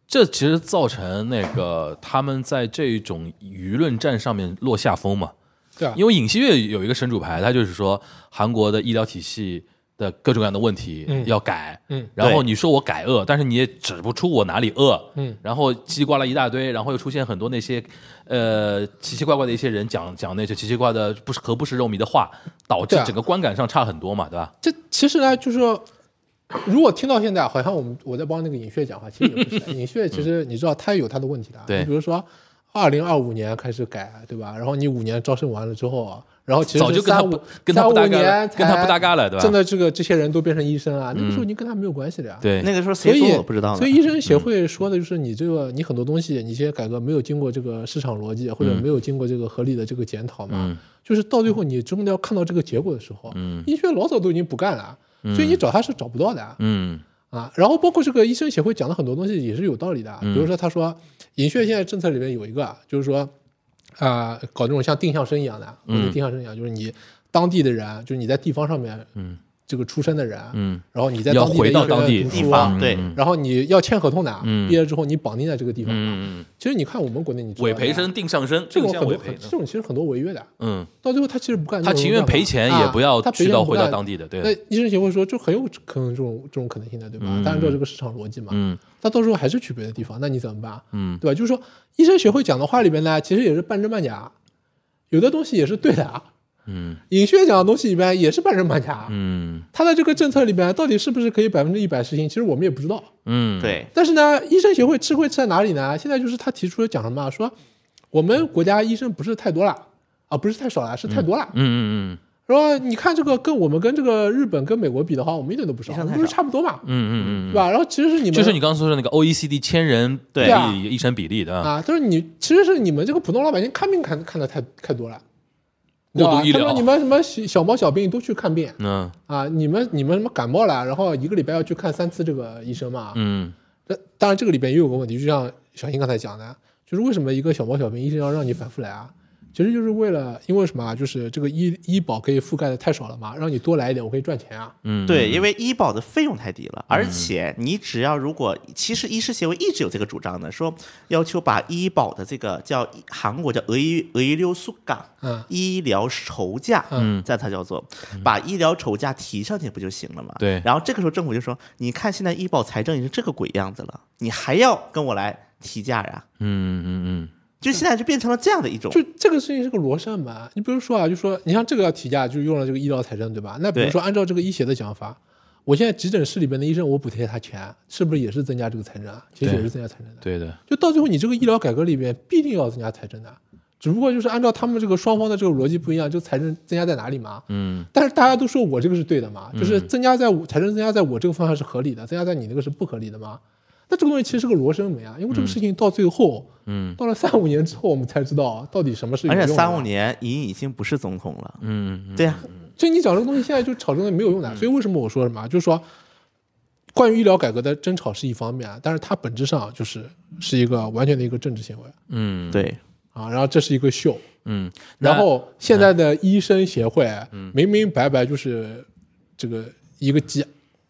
Speaker 5: 这其实造成那个他们在这种舆论战上面落下风嘛，
Speaker 7: 对啊，
Speaker 5: 因为尹锡悦有一个神主牌，他就是说韩国的医疗体系的各种各样的问题
Speaker 7: 嗯
Speaker 5: 要改，
Speaker 7: 嗯
Speaker 5: 然后
Speaker 6: 对
Speaker 5: 你说我改恶，但是你也指不出我哪里恶，
Speaker 7: 嗯，
Speaker 5: 然后叽里呱啦一大堆，然后又出现很多那些呃奇奇怪怪的一些人讲讲那些奇奇怪的不是和不是肉糜的话，导致
Speaker 7: 对啊
Speaker 5: 整个观感上差很多嘛，对吧？
Speaker 7: 这其实呢，就是说，如果听到现在，好像我们我在帮那个尹血讲话，其实也不 是。尹血其实你知道，他有他的问题的。啊
Speaker 5: 嗯对
Speaker 7: 你比如说，二零二五年开始改，对吧？然后你五年招生完了之后，啊然后其实
Speaker 5: 早就跟他
Speaker 7: 三五
Speaker 5: 不跟他不搭
Speaker 7: 三五
Speaker 5: 嘎了
Speaker 7: 年，
Speaker 5: 跟他不搭嘎了，对
Speaker 7: 真
Speaker 5: 吧？嗯
Speaker 7: 的，这个这些人都变成医生啊了，那个时候已经跟他没有关系了呀。。
Speaker 5: 对，
Speaker 6: 那个时候
Speaker 7: 所
Speaker 6: 谁
Speaker 7: 以
Speaker 6: 说我不知道呢？嗯
Speaker 7: 所以医生协会说的就是你这个，你很多东西，你一些改革没有经过这个市场逻辑，或
Speaker 6: 嗯
Speaker 7: 者没有经过这个合理的这个检讨嘛，
Speaker 5: 嗯
Speaker 7: 就是到最后你真的要看到这个结果的时候，嗯，医学老早都已经不干了，所以
Speaker 6: 嗯
Speaker 7: 你找他是找不到的啊。
Speaker 5: 嗯
Speaker 7: 啊，然后包括这个医生协会讲的很多东西也是有道理的，
Speaker 6: 嗯
Speaker 7: 比如说他说，尹血现在政策里面有一个啊，就是说，啊、搞那种像定向生一样的，啊或
Speaker 6: 嗯
Speaker 7: 者定向生一样，就是你当地的人，就是你在地方上面，嗯，这个出生的人，
Speaker 5: 嗯，
Speaker 7: 然后你在
Speaker 5: 要
Speaker 7: 当地的
Speaker 5: 回到
Speaker 7: 医学院
Speaker 5: 当地
Speaker 7: 读
Speaker 6: 地
Speaker 7: 书
Speaker 6: 方对，
Speaker 7: 然后你要签合同的，啊
Speaker 5: 嗯
Speaker 7: 毕业之后你绑定在这个地方。
Speaker 5: 嗯，
Speaker 7: 其实你看我们国内，你知道
Speaker 5: 委
Speaker 7: 的
Speaker 5: 培生、定向生，
Speaker 7: 这
Speaker 5: 定
Speaker 7: 种
Speaker 5: 向
Speaker 7: 很
Speaker 5: 委
Speaker 7: 多
Speaker 5: 培
Speaker 7: 很，这种其实很多违约的，
Speaker 5: 嗯，
Speaker 7: 到最后他其实不干这
Speaker 5: 他
Speaker 7: 种干嘛，
Speaker 5: 情愿赔钱也不要
Speaker 7: 啊他赔
Speaker 5: 去
Speaker 7: 钱
Speaker 5: 到
Speaker 7: 不
Speaker 5: 回到
Speaker 7: 干
Speaker 5: 当地的，对
Speaker 7: 那医生协会说，就很有可能这种这种可能性的，对吧？他按照这个市场逻辑嘛，
Speaker 5: 嗯，
Speaker 7: 他到时候还是去别的地方，那你怎么办？啊
Speaker 5: 嗯，
Speaker 7: 对吧？就是说，医生协会讲的话里面呢，其实也是半真半假，有的东西也是对的啊。
Speaker 5: 嗯
Speaker 7: 尹薛讲的东西里面也是半真半假，
Speaker 5: 嗯
Speaker 7: 他的这个政策里面到底是不是可以百分之一百实行，其实我们也不知道。
Speaker 5: 嗯，，
Speaker 6: 对，
Speaker 7: 但是呢，医生协会吃亏吃在哪里呢？现在就是他提出了讲什么啊，说我们国家医生不是太多了啊，不是太少了，是太多了。
Speaker 5: 嗯嗯
Speaker 7: 说你看这个跟我们跟这个日本跟美国比的话，我们一点都不少，
Speaker 6: 医
Speaker 7: 我
Speaker 6: 生
Speaker 7: 们
Speaker 6: 太
Speaker 7: 不是差不多嘛，
Speaker 5: 嗯嗯嗯
Speaker 7: 对吧？然后其实是你
Speaker 5: 嗯，
Speaker 7: 们
Speaker 5: 就是你刚刚说的那个 OECD 千人比
Speaker 6: 对
Speaker 7: 啊
Speaker 5: 例医生比例的啊，
Speaker 7: 啊，就是你其实是你们这个普通老百姓看病看看的太太多了。
Speaker 5: 过度
Speaker 7: 对吧
Speaker 5: 医疗
Speaker 7: 他说你们什么小小毛小病都去看病
Speaker 5: 嗯
Speaker 7: 啊？你们你们什么感冒了，然后一个礼拜要去看三次这个医生嘛？
Speaker 5: 嗯
Speaker 7: 那当然，这个里边也有个问题，就像小新刚才讲的，啊就是为什么一个小毛小病医生要让你反复来啊？其实就是为了，因为什么啊？就是这个医医保可以覆盖的太少了嘛，让你多来一点，我可以赚钱啊。
Speaker 5: 嗯，
Speaker 6: 对，因为医保的费用太低了，而且你只要如果，其实医师协会一直有这个主张的，说要求把医保的这个叫韩国叫俄医俄医六速岗
Speaker 7: 嗯
Speaker 6: 医疗酬价，
Speaker 7: 嗯，
Speaker 6: 在它叫做把医疗酬价提上去不就行了嘛？
Speaker 5: 对
Speaker 6: 然后这个时候政府就说，你看现在医保财政已经这个鬼样子了，你还要跟我来提价呀？
Speaker 5: 嗯嗯
Speaker 6: 就现在就变成了这样的一种，
Speaker 7: 就这个事情是个罗生门啊。你比如说啊，就说你像这个要提价，就用了这个医疗财政，对吧？那比如
Speaker 6: 对
Speaker 7: 说按照这个医协的讲法，我现在急诊室里边的医生，我补贴他钱，是不是也是增加这个财政啊？其实
Speaker 5: 对
Speaker 7: 也是增加财政的
Speaker 5: 嗯，。对的，
Speaker 7: 就到最后，你这个医疗改革里边必定要增加财政的，啊只不过就是按照他们这个双方的这个逻辑不一样，就财政增加在哪里嘛？
Speaker 5: 嗯
Speaker 7: 但是大家都说我这个是对的嘛，
Speaker 6: 嗯
Speaker 7: 就是增加在我财政增加在我这个方向是合理的，增加在你那个是不合理的嘛？那这个东西其实是个罗生门啊，因为这个事情到最后，
Speaker 5: 嗯
Speaker 7: 到了三五年之后，我们才知道到底什么是有
Speaker 6: 而
Speaker 7: 用
Speaker 6: 且
Speaker 7: 的。
Speaker 6: 三五，年您已经不是总统了，
Speaker 5: 嗯
Speaker 6: 对呀、
Speaker 7: 所以你讲这个东西现在就吵这个没有用
Speaker 6: 嗯
Speaker 7: 的。所以为什么我说什么啊，就是说，关于医疗改革的争吵是一方面啊，但是它本质上就是是一个完全的一个政治行为
Speaker 5: 嗯
Speaker 6: 对。
Speaker 7: 啊，然后这是一个秀。
Speaker 5: 嗯，
Speaker 7: 然后现在的医生协会，
Speaker 6: 嗯
Speaker 7: 明明白白就是这个一个鸡，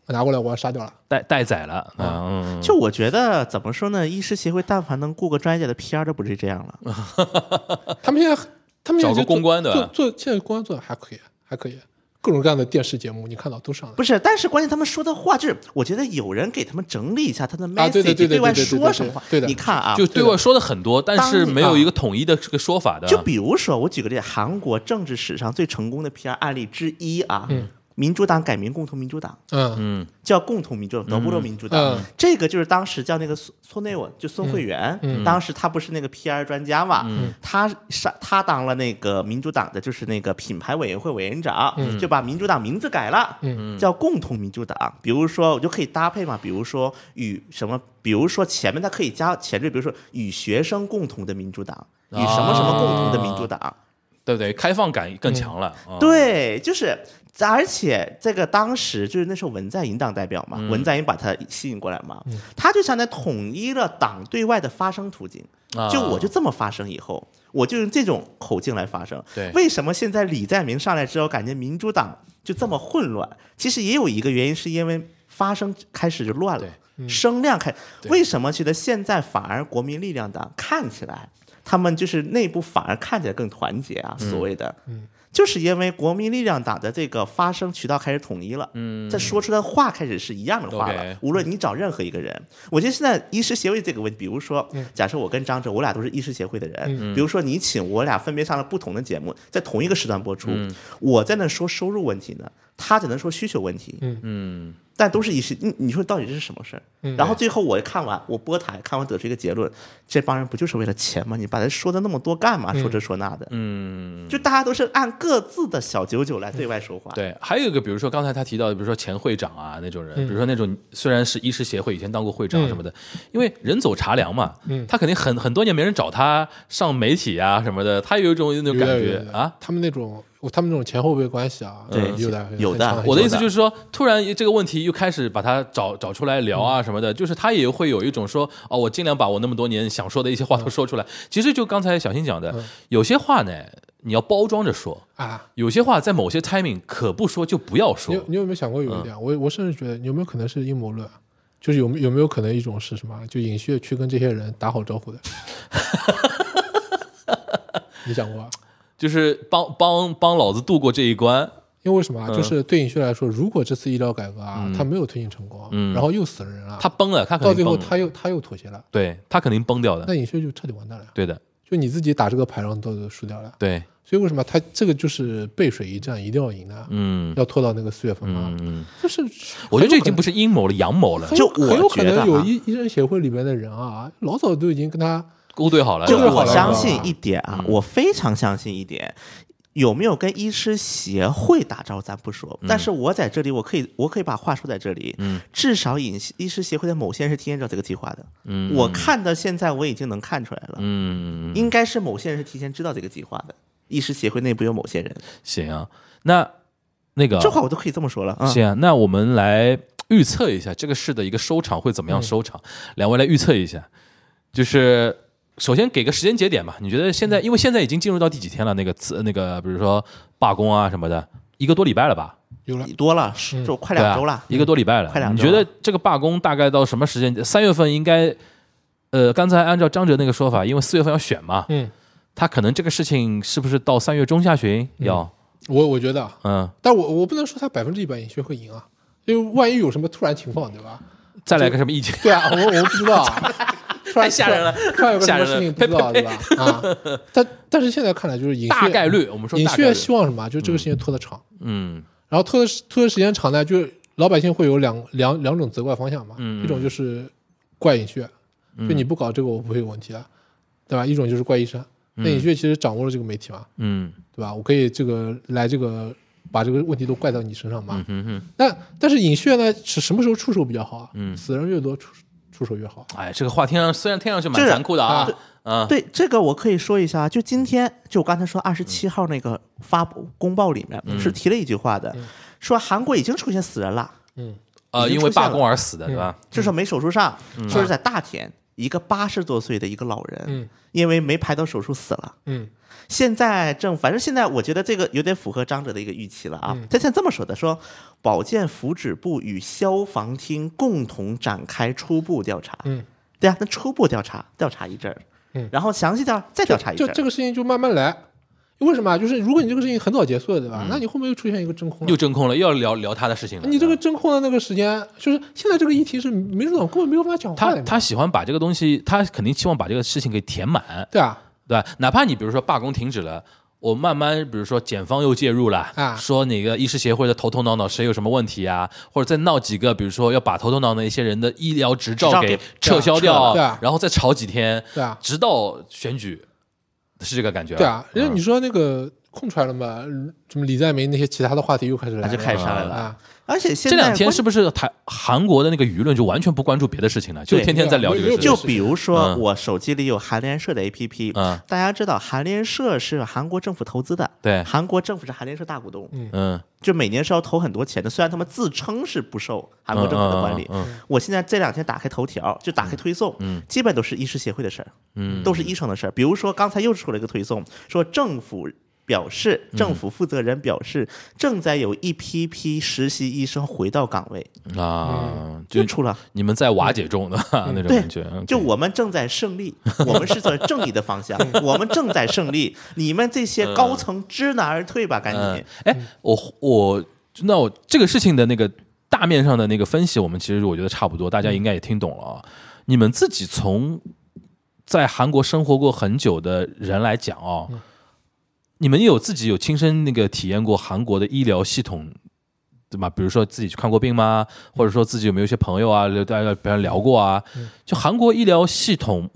Speaker 7: 拿过来我要杀掉了。
Speaker 5: 带带宰了啊，嗯
Speaker 6: 就我觉得怎么说呢，医师协会但凡能雇个专业的 PR 都不是这样
Speaker 7: 啊
Speaker 6: 了。
Speaker 7: 他们现在，他们
Speaker 5: 找
Speaker 7: 现在
Speaker 5: 个
Speaker 7: 就做
Speaker 5: 公关的
Speaker 7: 做做现在公关做的还可以，还可以，各种各样的电视节目你看到都上了。
Speaker 6: 不是，但是关键他们说的话，就是我觉得有人给他们整理一下他的 message，、
Speaker 7: 啊对对对对对
Speaker 6: 外
Speaker 7: 对对
Speaker 6: 说什么话。
Speaker 7: 对的
Speaker 6: 你看啊，
Speaker 5: 就对外说的很多，但是没有一个统一的这个说法的，
Speaker 6: 就比如说，我举个例，韩国政治史上最成功的 PR 案例之一啊，民主党改名共同民主党，
Speaker 7: 嗯
Speaker 6: 叫共同民主党，德布罗民主党。
Speaker 7: 嗯
Speaker 6: 这个就是当时叫那个孙孙内文，就孙慧媛，
Speaker 7: 嗯
Speaker 6: 当时他不是那个 PR 专家嘛，他上他当了那个民主党的就是那个品牌委员会委员长，
Speaker 7: 嗯
Speaker 6: 就把民主党名字改了，叫共同民主党。比如说，我就可以搭配嘛，比如说与什么，比如说前面它可以加前缀，比如说与学生共同的民主党，与什么什么共同的民主党。
Speaker 5: 对不对？开放感更强了。啊，
Speaker 6: 对，就是，而且这个当时就是那时候文在寅当代表
Speaker 5: 嗯
Speaker 6: 嘛，文在寅把他吸引过来嘛，他就相当于统一了党对外的发声途径。
Speaker 5: 啊
Speaker 6: 就我就这么发声，以后我就用这种口径来发声。
Speaker 5: 对
Speaker 6: 为什么现在李在明上来之后，感觉民主党就这么混乱？其实也有一个原因，是因为发声开始就乱了
Speaker 5: 对，嗯
Speaker 6: 声量开。
Speaker 5: 对
Speaker 6: 为什么觉得现在反而国民力量党看起来，他们就是内部反而看起来更团结啊？所谓的，就是因为国民力量党的这个发声渠道开始统一了，嗯，这说出的话开始是一样的话了。
Speaker 5: OK
Speaker 6: 无论你找任何一个人，我觉得现在医师协会这个问题，比如说，假设我跟张哲，我俩都是医师协会的人，比如说你请我俩分别上了不同的节目，在同一个时段播出，我在那说收入问题呢，他只能说需求问题，
Speaker 7: 嗯
Speaker 5: 嗯，
Speaker 6: 但都是医师，你你说到底这是什么事儿？然后最后我看完，我播台看完得出一个结论，这帮人不就是为了钱吗？你把他说的那么多干嘛？说这说那的，嗯，就大家都是按各自的小九九来对外说话，
Speaker 5: 对，还有一个，比如说刚才他提到的，比如说前会长啊那种人，比如说那种虽然是医师协会以前当过会长什么的，因为人走茶凉嘛，他肯定很很多年没人找他上媒体啊什么的，他有一种那种感觉啊。，
Speaker 7: 他们那种他们那种前后辈关系啊，
Speaker 6: 对
Speaker 7: 有的
Speaker 6: 有的
Speaker 7: 很强
Speaker 5: 我的意思
Speaker 6: 有的
Speaker 5: 就是说，突然这个问题又开始把他找找出来聊啊什么的，就是他也会有一种说，哦，我尽量把我那么多年想说的一些话都说出来。其实就刚才小新讲的，有些话呢，你要包装着说，
Speaker 7: 啊。
Speaker 5: 有些话在某些 timing 可不说就不要
Speaker 7: 你
Speaker 5: 说
Speaker 7: 有。你有没有想过有一
Speaker 5: 嗯
Speaker 7: 点？我我甚至觉得有没有可能是阴谋论？就是有没有没有可能一种是什么啊？就尹旭去跟这些人打好招呼的， 你想过啊吧？
Speaker 5: 就是帮帮帮老子度过这一关。
Speaker 7: 因为为什么啊？
Speaker 5: 嗯
Speaker 7: 就是对尹旭来说，如果这次医疗改革啊，他没有推进成功，然后又死了人了，
Speaker 5: 嗯
Speaker 7: 啊
Speaker 5: 他崩了，他肯
Speaker 7: 到
Speaker 5: 定
Speaker 7: 最后
Speaker 5: 崩了
Speaker 7: 他又他又妥协了，
Speaker 5: 对他肯定崩掉的
Speaker 7: 那，尹旭就彻底完蛋了呀。
Speaker 5: 对的，
Speaker 7: 就你自己打这个牌，然后都都输掉了。
Speaker 5: 对，
Speaker 7: 所以为什么他这个就是背水一战，一定要赢的，啊
Speaker 5: 嗯
Speaker 7: 要拖到那个四月份嘛？
Speaker 5: 嗯，
Speaker 7: 就是
Speaker 5: 我觉得这已
Speaker 7: 很有可能
Speaker 5: 经不是阴谋了，阳谋了
Speaker 7: 很，有
Speaker 6: 就我
Speaker 7: 很有可
Speaker 6: 觉得
Speaker 5: 啊
Speaker 7: 能
Speaker 6: 哈
Speaker 7: 有医医生协会里边的人啊，老早都已经跟他
Speaker 5: 勾兑好了，
Speaker 6: 就
Speaker 7: 这个好
Speaker 6: 我
Speaker 7: 了
Speaker 6: 相信一点啊，我非常相信一点。有没有跟医师协会打招呼咱不说，但是我在这里，我可以，我可以把话说在这里。嗯，至少医医师协会的某些人是体验到这个计划的。嗯，我看到现在我已经能看出来了，
Speaker 5: 嗯，
Speaker 6: 应该是某些人是提前知道这个计划的。医师协会内部有某些人，
Speaker 5: 行啊，那那个
Speaker 6: 这话我都可以这么说了啊。
Speaker 5: 行啊，那我们来预测一下这个事的一个收场会怎么
Speaker 6: 嗯
Speaker 5: 样收场，两位来预测一下，就是。首先给个时间节点吧，你觉得现在，因为现在已经进入到第几天了？那个次那个，比如说罢工啊什么的，一个多礼拜了吧？
Speaker 7: 有了
Speaker 6: 多了，是就快两周了
Speaker 5: 对
Speaker 6: 嗯
Speaker 5: 啊，一个多礼拜了。
Speaker 6: 快两
Speaker 5: 你
Speaker 6: 周了
Speaker 5: 觉得这个罢工大概到什么时间？三月份应该，呃，刚才按照张哲那个说法，因为四月份要选嘛，
Speaker 7: 嗯，
Speaker 5: 他可能这个事情是不是到三月中下旬要，
Speaker 7: 我我觉得，啊，
Speaker 5: 嗯，
Speaker 7: 但我我不能说他百分之一百尹旭会赢啊，因为万一有什么突然情况，对吧？
Speaker 5: 再来个什么意见？
Speaker 7: 对啊，我我不知道 啊，突然
Speaker 5: 吓人了，
Speaker 7: 突然有个什
Speaker 5: 吓
Speaker 7: 么
Speaker 5: 人了
Speaker 7: 事情不知道，对 吧？啊，但但是现在看来就是尹旭
Speaker 5: 大概，率，我们说
Speaker 7: 尹
Speaker 5: 大概
Speaker 7: 旭
Speaker 5: 率，
Speaker 7: 希望什么？就这个事情拖得长，
Speaker 5: 嗯
Speaker 7: 然后拖的时拖的时间长呢，就是老百姓会有两两两种责怪方向嘛，
Speaker 5: 嗯
Speaker 7: 一种就是怪尹旭，就你不搞这个我不会有问题的，啊对吧？一种就是怪医生，那尹旭其实掌握了这个媒体嘛，
Speaker 5: 嗯
Speaker 7: 对吧？我可以这个来这个把这个问题都怪到你身上嘛。
Speaker 5: 嗯嗯哼，
Speaker 7: 但但是尹炫呢，是什么时候出手比较好啊？死人越多出出手越好。
Speaker 5: 哎，这个话听上虽然听上去蛮
Speaker 6: 这个
Speaker 5: 残酷的啊
Speaker 7: 啊，
Speaker 5: 嗯，
Speaker 6: 对这个我可以说一下，啊就今天就我刚才说二十七号那个发布公报里面、
Speaker 5: 嗯
Speaker 6: 是提了一句话的，说韩国已经出现死人了，
Speaker 5: 呃，
Speaker 6: 已经
Speaker 5: 因为
Speaker 6: 出现
Speaker 5: 罢
Speaker 6: 了
Speaker 5: 工而
Speaker 7: 嗯
Speaker 5: 死的，对吧？
Speaker 6: 就是没手术上，
Speaker 5: 嗯
Speaker 6: 说
Speaker 5: 啊
Speaker 6: 是在大田一个八十多岁的一个老人，
Speaker 7: 嗯
Speaker 6: 因为没排到手术死了。
Speaker 7: 嗯
Speaker 6: 现在正，反正现在我觉得这个有点符合张哲的一个预期了啊。他现在这么说的，说保健福祉部与消防厅共同展开初步调查。
Speaker 7: 嗯，
Speaker 6: 对啊，那初步调查调查一阵儿，
Speaker 7: 嗯
Speaker 6: 然后详细调再调查一
Speaker 7: 就
Speaker 6: 阵儿。
Speaker 7: 这个事情就慢慢来。为什么啊？就是如果你这个事情很早结束了，对吧？那你后面又出现一个真空了
Speaker 5: 嗯又。真空了，又要聊聊他的事情了。
Speaker 7: 你这个真空的那个时间，就是现在这个议题是民主党根本没有办法讲话
Speaker 5: 他
Speaker 7: 的嘛。
Speaker 5: 他喜欢把这个东西，他肯定希望把这个事情给填满，
Speaker 7: 对啊，
Speaker 5: 对吧？哪怕你比如说罢工停止了，我慢慢，比如说检方又介入了，
Speaker 7: 啊
Speaker 5: 说哪个医师协会的头头脑脑谁有什么问题啊，或者再闹几个，比如说要把头头脑脑一些人的医疗执
Speaker 6: 执
Speaker 5: 照
Speaker 6: 照
Speaker 5: 给
Speaker 6: 给
Speaker 5: 撤销掉，
Speaker 7: 对啊
Speaker 5: 然后再吵几天，
Speaker 7: 对啊
Speaker 5: 直到选举，是这个感觉吧，
Speaker 7: 对啊，因为
Speaker 5: 嗯
Speaker 7: 你说那个空出来了嘛，什么李在明那些其他的话题又开始
Speaker 6: 那
Speaker 7: 来了，
Speaker 6: 就开始来了
Speaker 7: 啊，
Speaker 6: 而且现
Speaker 5: 这
Speaker 6: 在
Speaker 5: 两天
Speaker 6: 关
Speaker 5: 是不是台韩国的那个舆论就完全不关注别的事情了，就
Speaker 6: 对
Speaker 5: 天天在聊这个事
Speaker 7: 没
Speaker 5: 情？
Speaker 7: 有
Speaker 6: 就比如说
Speaker 5: 嗯
Speaker 6: 我手机里有韩联社的 APP，
Speaker 5: 嗯
Speaker 6: 大家知道韩联社是韩国政府投资的，
Speaker 5: 对
Speaker 6: 韩国政府是韩联社大股东，
Speaker 5: 嗯，
Speaker 6: 就每年是要投很多钱的。虽然他们自称是不受韩国政府的管理，
Speaker 5: 嗯
Speaker 6: 我现在这两天打开头条，就打开推送，基本都是医师协会的事儿，
Speaker 5: 嗯
Speaker 6: 都是医生的事儿。比如说刚才又出了一个推送，说政府。表示，
Speaker 5: 嗯
Speaker 6: 政府负责人表示，正在有一批批实习医生回到岗位，
Speaker 5: 嗯啊，就
Speaker 6: 就出了。
Speaker 5: 你们在瓦解中的那种
Speaker 6: 嗯对
Speaker 5: 感觉，嗯
Speaker 6: 就我们正在胜 利，我们是在正义的方向，
Speaker 5: 嗯
Speaker 6: 我们正在胜利。你们这些高层知难而退吧，赶
Speaker 5: 嗯
Speaker 6: 紧！，
Speaker 5: 哎，我我那我这个事情的那个大面上的那个分析，我们其实我觉得差不多，大家应该也听懂了啊。你们自己从在韩国生活过很久的人来讲哦，你们有自己有亲身那个体验过韩国的医疗系统对吧？比如说自己去看过病吗？或者说自己有没有一些朋友啊，聊大家别人聊过啊？就韩国医疗系统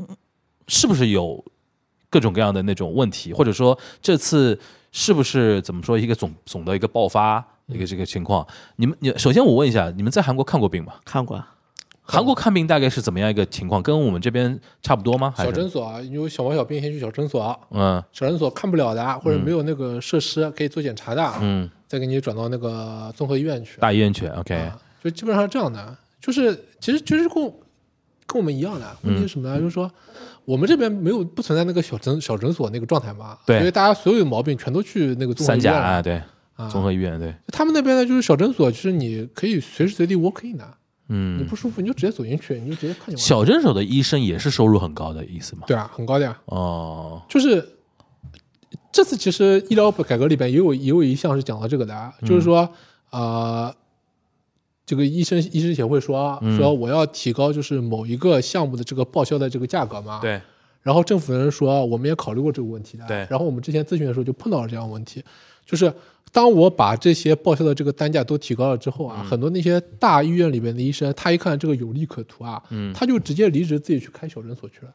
Speaker 5: 是不是有各种各样的那种问题，或者说这次是不是怎么说一个总总的一个爆发一个
Speaker 7: 嗯
Speaker 5: 这个情况？你们你首先我问一下，你们在韩国看过病吗？
Speaker 6: 看过啊，
Speaker 5: 韩国看病大概是怎么样一个情况？跟我们这边差不多吗？还
Speaker 7: 小
Speaker 5: 是
Speaker 7: 诊所啊，有小毛小病先去小诊所，
Speaker 5: 嗯
Speaker 7: 小诊所看不了的啊，或者没有那个设施可以做检查的啊，
Speaker 5: 嗯，
Speaker 7: 再给你转到那个综合医院去。
Speaker 5: 大医院去，OK，、
Speaker 7: 啊，就基本上是这样的，啊就是其实其实跟我跟我们一样的，啊问题是
Speaker 5: 嗯
Speaker 7: 什么呢？就是说我们这边没有不存在那个小诊小诊所那个状态嘛，
Speaker 5: 对
Speaker 7: 所以大家所有的毛病全都去那个综合
Speaker 5: 三
Speaker 7: 医院
Speaker 5: 甲
Speaker 7: 了
Speaker 5: 啊，对，
Speaker 7: 啊
Speaker 5: 综合医院对，
Speaker 7: 他们那边呢，就是小诊所，就是你可以随时随地 walk in 的，你
Speaker 5: 嗯，
Speaker 7: 不舒服你就直接走进去，你就直接看就完了。
Speaker 5: 小诊所的医生也是收入很高的意思吗？
Speaker 7: 对啊，很高的呀。
Speaker 5: 哦，
Speaker 7: 就是这次其实医疗改革里边也有也有一项是讲到这个的啊，
Speaker 5: 嗯
Speaker 7: 就是说呃，这个医生医师协会说啊说
Speaker 5: 嗯
Speaker 7: 我要提高就是某一个项目的这个报销的这个价格嘛，。
Speaker 5: 对，
Speaker 7: 然后政府的人说啊我们也考虑过这个问题的，啊
Speaker 5: 对
Speaker 7: 然后我们之前咨询的时候就碰到了这样的问题，就是当我把这些报销的这个单价都提高了之后
Speaker 5: 嗯
Speaker 7: 啊，很多那些大医院里边的医生，他一看这个有利可图啊，
Speaker 5: 嗯
Speaker 7: 他就直接离职自己去开小诊所去了。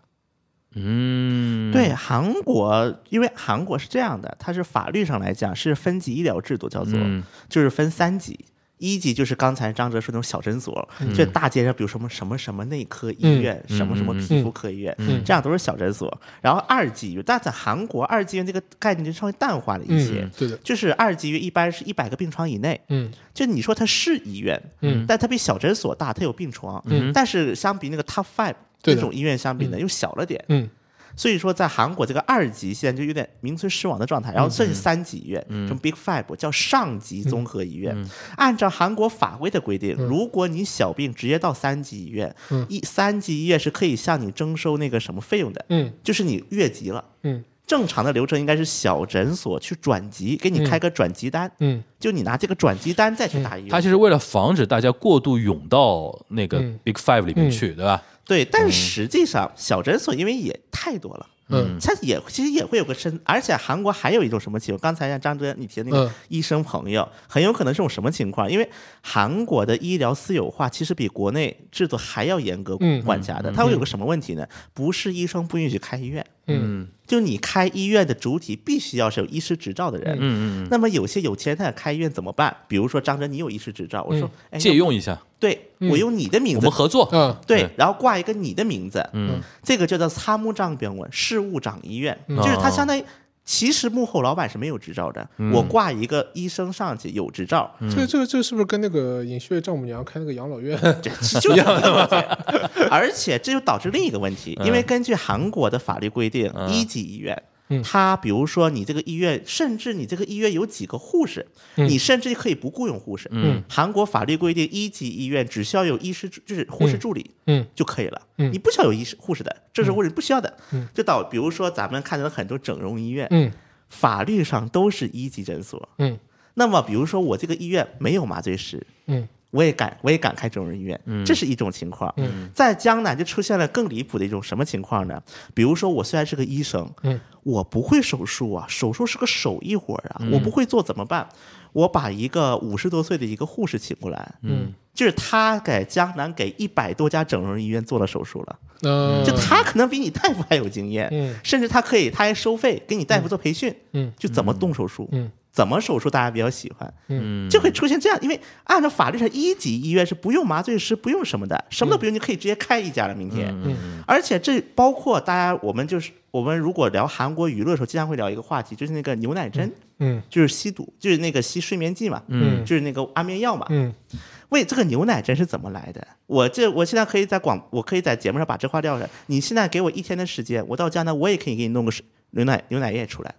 Speaker 5: 嗯，
Speaker 6: 对韩国，因为韩国是这样的，它是法律上来讲是分级医疗制度，叫做
Speaker 5: 嗯
Speaker 6: 就是分三级。一级就是刚才张哲说那种小诊所，
Speaker 7: 嗯
Speaker 6: 就大街上，比如什么什么什么内科医院，什么什么皮肤科医院，
Speaker 7: 嗯
Speaker 6: 这样都是小诊所。然后二级医院，但在韩国二级医院这个概念就稍微淡化了一些，
Speaker 7: 嗯，对的，
Speaker 6: 就是二级医院一般是一百个病床以内，
Speaker 7: 嗯
Speaker 6: 就你说它是医院，
Speaker 7: 嗯，
Speaker 6: 但它比小诊所大，它有病床，
Speaker 7: 嗯
Speaker 6: 但是相比那个 Top Five 这
Speaker 7: 对的
Speaker 6: 种医院相比呢，又小了点。
Speaker 7: 嗯
Speaker 6: 所以说，在韩国这个二级现在就有点名存实亡的状
Speaker 5: 嗯
Speaker 6: 态，然后剩三级医院，什么 Big Five 叫上级综合医
Speaker 5: 嗯
Speaker 6: 院。按照韩国法规的规定，如果你小病直接到三级医院，
Speaker 5: 嗯
Speaker 6: 一三级医院是可以向你征收那个什么费用的，
Speaker 7: 嗯
Speaker 6: 就是你越级了。
Speaker 7: 嗯
Speaker 6: 正常的流程应该是小诊所去转级，给你开个转级单，
Speaker 7: 嗯
Speaker 6: 就你拿这个转机单再去打医院。
Speaker 5: 嗯他就是为了防止大家过度涌到那个
Speaker 7: 嗯
Speaker 5: Big Five 里面去，对吧？
Speaker 6: 对，但
Speaker 5: 嗯
Speaker 6: 实际上小诊所因为也太多了。
Speaker 7: 嗯
Speaker 6: 它也其实也会有个身，而且韩国还有一种什么情况？刚才像张哲你提的那
Speaker 7: 嗯
Speaker 6: 个医生朋友，很有可能是种什么情况？因为韩国的医疗私有化其实比国内制度还要严格
Speaker 7: 嗯
Speaker 6: 管辖的。它会有个什么问题呢？不是医生不允许开医院，
Speaker 7: 嗯
Speaker 6: 就你开医院的主体必须要是有医师执照的人。
Speaker 5: 嗯嗯
Speaker 6: 那么有些有钱人他想开医院怎么办？比如说张哲，你有医师执照，我说、哎
Speaker 5: 嗯，借，用一下，
Speaker 6: 对我用你的名
Speaker 5: 我
Speaker 6: 字
Speaker 5: 们合作。
Speaker 7: 嗯
Speaker 6: 对
Speaker 5: 对，
Speaker 6: 然后挂一个你的名字，
Speaker 5: 嗯，
Speaker 6: 这个就叫参谋长병원，事务长医院，就是它相当于。其实幕后老板是没有执照的，我挂一个医生上去有执照，
Speaker 7: 这个这个这个是不是跟那个尹旭丈母娘开那个养老 院？啊
Speaker 6: 这就一样的。 而且这就导致另一个问题，
Speaker 7: 嗯
Speaker 6: 因为根据韩国的法律规定，一级医院，
Speaker 7: 嗯
Speaker 6: 它比如说你这个医院，甚至你这个医院有几个护士，你甚至可以不雇佣护士。
Speaker 7: 嗯，
Speaker 6: 韩国法律规定，一级医院只需要有医师，就是护士助理，
Speaker 7: 嗯
Speaker 6: 就可以了。
Speaker 7: 嗯
Speaker 6: 你不需要有医师护士的，这是护士不需要的。
Speaker 7: 嗯
Speaker 6: 就导比如说咱们看到的很多整容医院，
Speaker 7: 嗯
Speaker 6: 法律上都是一级诊所。
Speaker 7: 嗯
Speaker 6: 那么比如说我这个医院没有麻醉师，
Speaker 7: 嗯
Speaker 6: 我也敢，我也敢开这种人医院，这是一种情况。在江南就出现了更离谱的一种什么情况呢？比如说，我虽然是个医生，
Speaker 7: 嗯
Speaker 6: 我不会手术啊，手术是个手艺活儿啊，
Speaker 7: 嗯
Speaker 6: 我不会做怎么办？我把一个五十多岁的一个护士请过来，
Speaker 7: 嗯，
Speaker 6: 就是她给江南给一百多家整容医院做了手术了，
Speaker 7: 嗯，
Speaker 6: 就她可能比你大夫还有经验，
Speaker 7: 嗯
Speaker 6: 甚至她可以，她还收费给你大夫做培训，
Speaker 7: 嗯
Speaker 6: 就怎么动手术，
Speaker 7: 嗯
Speaker 6: 怎么手术大家比较喜欢，
Speaker 5: 嗯
Speaker 6: 就会出现这样，因为按照法律上，一级医院是不用麻醉师，不用什么的，什么都不用，你可以直接开一家了。明天，
Speaker 7: 嗯
Speaker 6: 而且这包括大家，我们就是我们如果聊韩国娱乐的时候，经常会聊一个话题，就是那个牛奶针，
Speaker 7: 嗯
Speaker 6: 就是吸毒，就是那个吸睡眠剂嘛，
Speaker 7: 嗯
Speaker 6: 就是那个安眠药嘛。
Speaker 7: 嗯
Speaker 6: 喂，这个牛奶针是怎么来的？我这我现在可以在广，我可以在节目上把这话撂下。你现在给我一天的时间，我到江南我也可以给你弄个水牛奶牛奶液出来，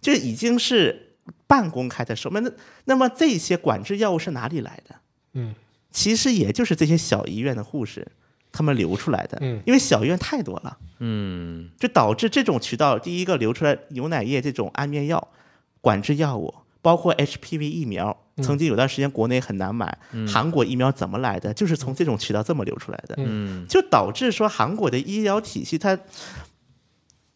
Speaker 6: 就已经是半公开的售卖。那那么这些管制药物是哪里来的？
Speaker 7: 嗯，
Speaker 6: 其实也就是这些小医院的护士他们流出来的，
Speaker 7: 嗯
Speaker 6: 因为小医院太多了，
Speaker 5: 嗯
Speaker 6: 就导致这种渠道第一个流出来牛奶液这种安眠药、管制药物，包括 HPV 疫苗，曾经有段时间国内很难买，韩国疫苗怎么来的？就是从这种渠道这么流出来的，
Speaker 5: 嗯
Speaker 6: 就导致说韩国的医疗体系它。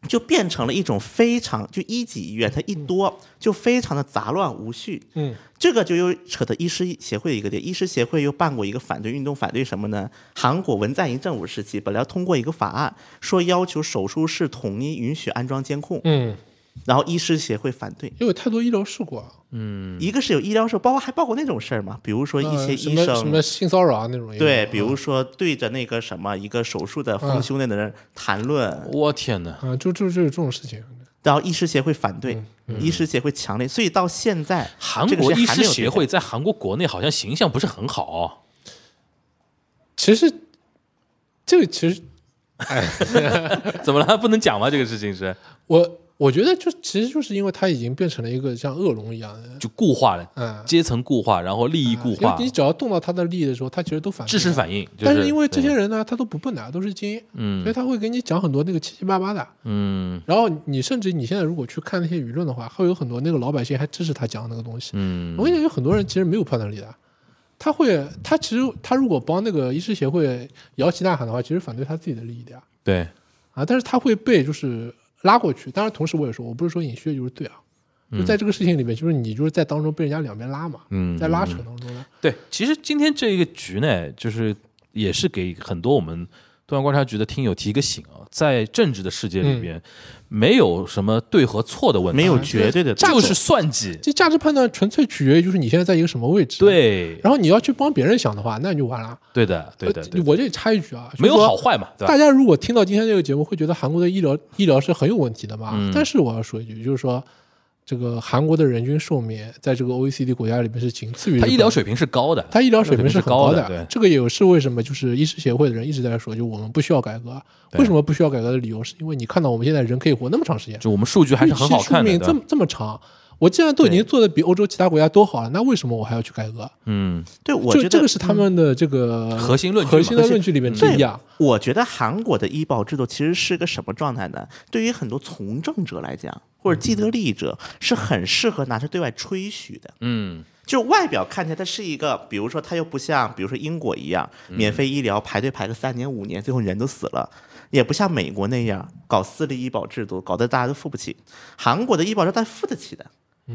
Speaker 6: 就变成了一种非常就一级医院，它一多就非常的杂乱无序，
Speaker 7: 嗯
Speaker 6: 这个就又扯到医师协会的一个点，医师协会又办过一个反对运动，反对什么呢？韩国文在寅政府时期，本来要通过一个法案，说要求手术室统一允许安装监控，
Speaker 7: 嗯，
Speaker 6: 然后医师协会反对。
Speaker 7: 因为有太多医疗事故啊，
Speaker 5: 嗯
Speaker 6: 一个是有医疗事故，包括还报过那种事儿嘛，比如说一
Speaker 7: 呃
Speaker 6: 些
Speaker 7: 什
Speaker 6: 医
Speaker 7: 么
Speaker 6: 生
Speaker 7: 什么性骚扰啊那种也有，
Speaker 6: 对，比如说对着那个什么一个手术的丰胸那的人谈论，
Speaker 5: 我天哪，
Speaker 7: 啊，就就就有这种事情，
Speaker 6: 然后医师协会反对，
Speaker 7: 嗯
Speaker 6: 医师协会强烈，所以到现在
Speaker 5: 韩
Speaker 6: 这个
Speaker 5: 国
Speaker 6: 是
Speaker 5: 医
Speaker 6: 还
Speaker 5: 师
Speaker 6: 没有
Speaker 5: 协
Speaker 6: 对
Speaker 5: 会在韩国国内好像形象不是很好哦，
Speaker 7: 其实这个其实
Speaker 5: 怎么了？不能讲吗？这个事情是
Speaker 7: 我我觉得就其实就是因为它已经变成了一个像恶龙一样的，
Speaker 5: 就固化了，
Speaker 7: 嗯，
Speaker 5: 阶层固化，然后利益固
Speaker 7: 因
Speaker 5: 化
Speaker 7: 为，你只要动到他的利益的时候，他其实都反
Speaker 5: 知识
Speaker 7: 应的。
Speaker 5: 反应。就
Speaker 7: 但是因为这些
Speaker 5: 对
Speaker 7: 人呢，他都不笨的，都是精英，所
Speaker 5: 嗯
Speaker 7: 以他会给你讲很多那个七七八八的。
Speaker 5: 嗯
Speaker 7: 然后你甚至你现在如果去看那些舆论的话，会有很多那个老百姓还支持他讲的那个东西。
Speaker 5: 嗯
Speaker 7: 我跟你讲，有很多人其实没有判断力的，他会他其实他如果帮那个医师协会摇旗呐喊的话，其实反对他自己的利益的呀
Speaker 5: 对
Speaker 7: 啊，但是他会被就是拉过去。当然，同时我也说，我不是说尹旭就是对啊，就在这个事情里面，就是你就是在当中被人家两边拉嘛，
Speaker 5: 嗯
Speaker 7: 在拉扯当中呢，
Speaker 5: 对，其实今天这一个局呢，就是也是给很多我们东阳观察局的听友提一个醒啊，在政治的世界里边，没有什么对和错的问题，
Speaker 6: 没有绝对的，
Speaker 5: 就是算计。
Speaker 7: 这价值判断纯粹取决于就是你现在在一个什么位置。。
Speaker 5: 对，
Speaker 7: 然后你要去帮别人想的话，那你就完了。
Speaker 5: 对的，对的，
Speaker 7: 呃
Speaker 5: 对的
Speaker 7: 我这里插一句啊，就是
Speaker 5: 没有
Speaker 7: 说
Speaker 5: 好坏嘛，对吧
Speaker 7: 大？家如果听到今天这个节目，会觉得韩国的医疗医疗是很有问题的嘛？
Speaker 5: 嗯
Speaker 7: 但是我要说一句，就是说，这个韩国的人均寿命在这个 OECD 国家里面是仅次于日
Speaker 5: 他
Speaker 7: 本
Speaker 5: 医疗水平是高的，
Speaker 7: 它医疗水平是
Speaker 5: 是
Speaker 7: 很高
Speaker 5: 的，
Speaker 7: 的，
Speaker 5: 对，
Speaker 7: 这个也是为什么就是医师协会的人一直在说，就我们不需要改革。为什么不需要改革的理由，是因为你看到我们现在人可以活那么长时间，
Speaker 5: 就我们数据还是很好看
Speaker 7: 预
Speaker 5: 的，
Speaker 7: 期寿命
Speaker 5: 对吧
Speaker 7: 这么这么长，我既然都已经做的比欧洲其他国家都好了，那为什么我还要去改革？
Speaker 5: 嗯，
Speaker 6: 对我觉
Speaker 7: 就
Speaker 6: 得
Speaker 7: 这个是他们的这个
Speaker 5: 核心论据嘛
Speaker 7: 核心的论据里面之
Speaker 6: 对
Speaker 7: 一啊。
Speaker 6: 我觉得韩国的医保制度其实是个什么状态呢？对于很多从政者来讲，或者既得利益者，是很适合拿去对外吹嘘的。
Speaker 5: 嗯，
Speaker 6: 就外表看起来，它是一个，比如说，它又不像，比如说英国一样，免费医疗排队排个三年五年，最后人都死了，也不像美国那样搞私立医保制度，搞得大家都付不起。韩国的医保制度大家付得起的，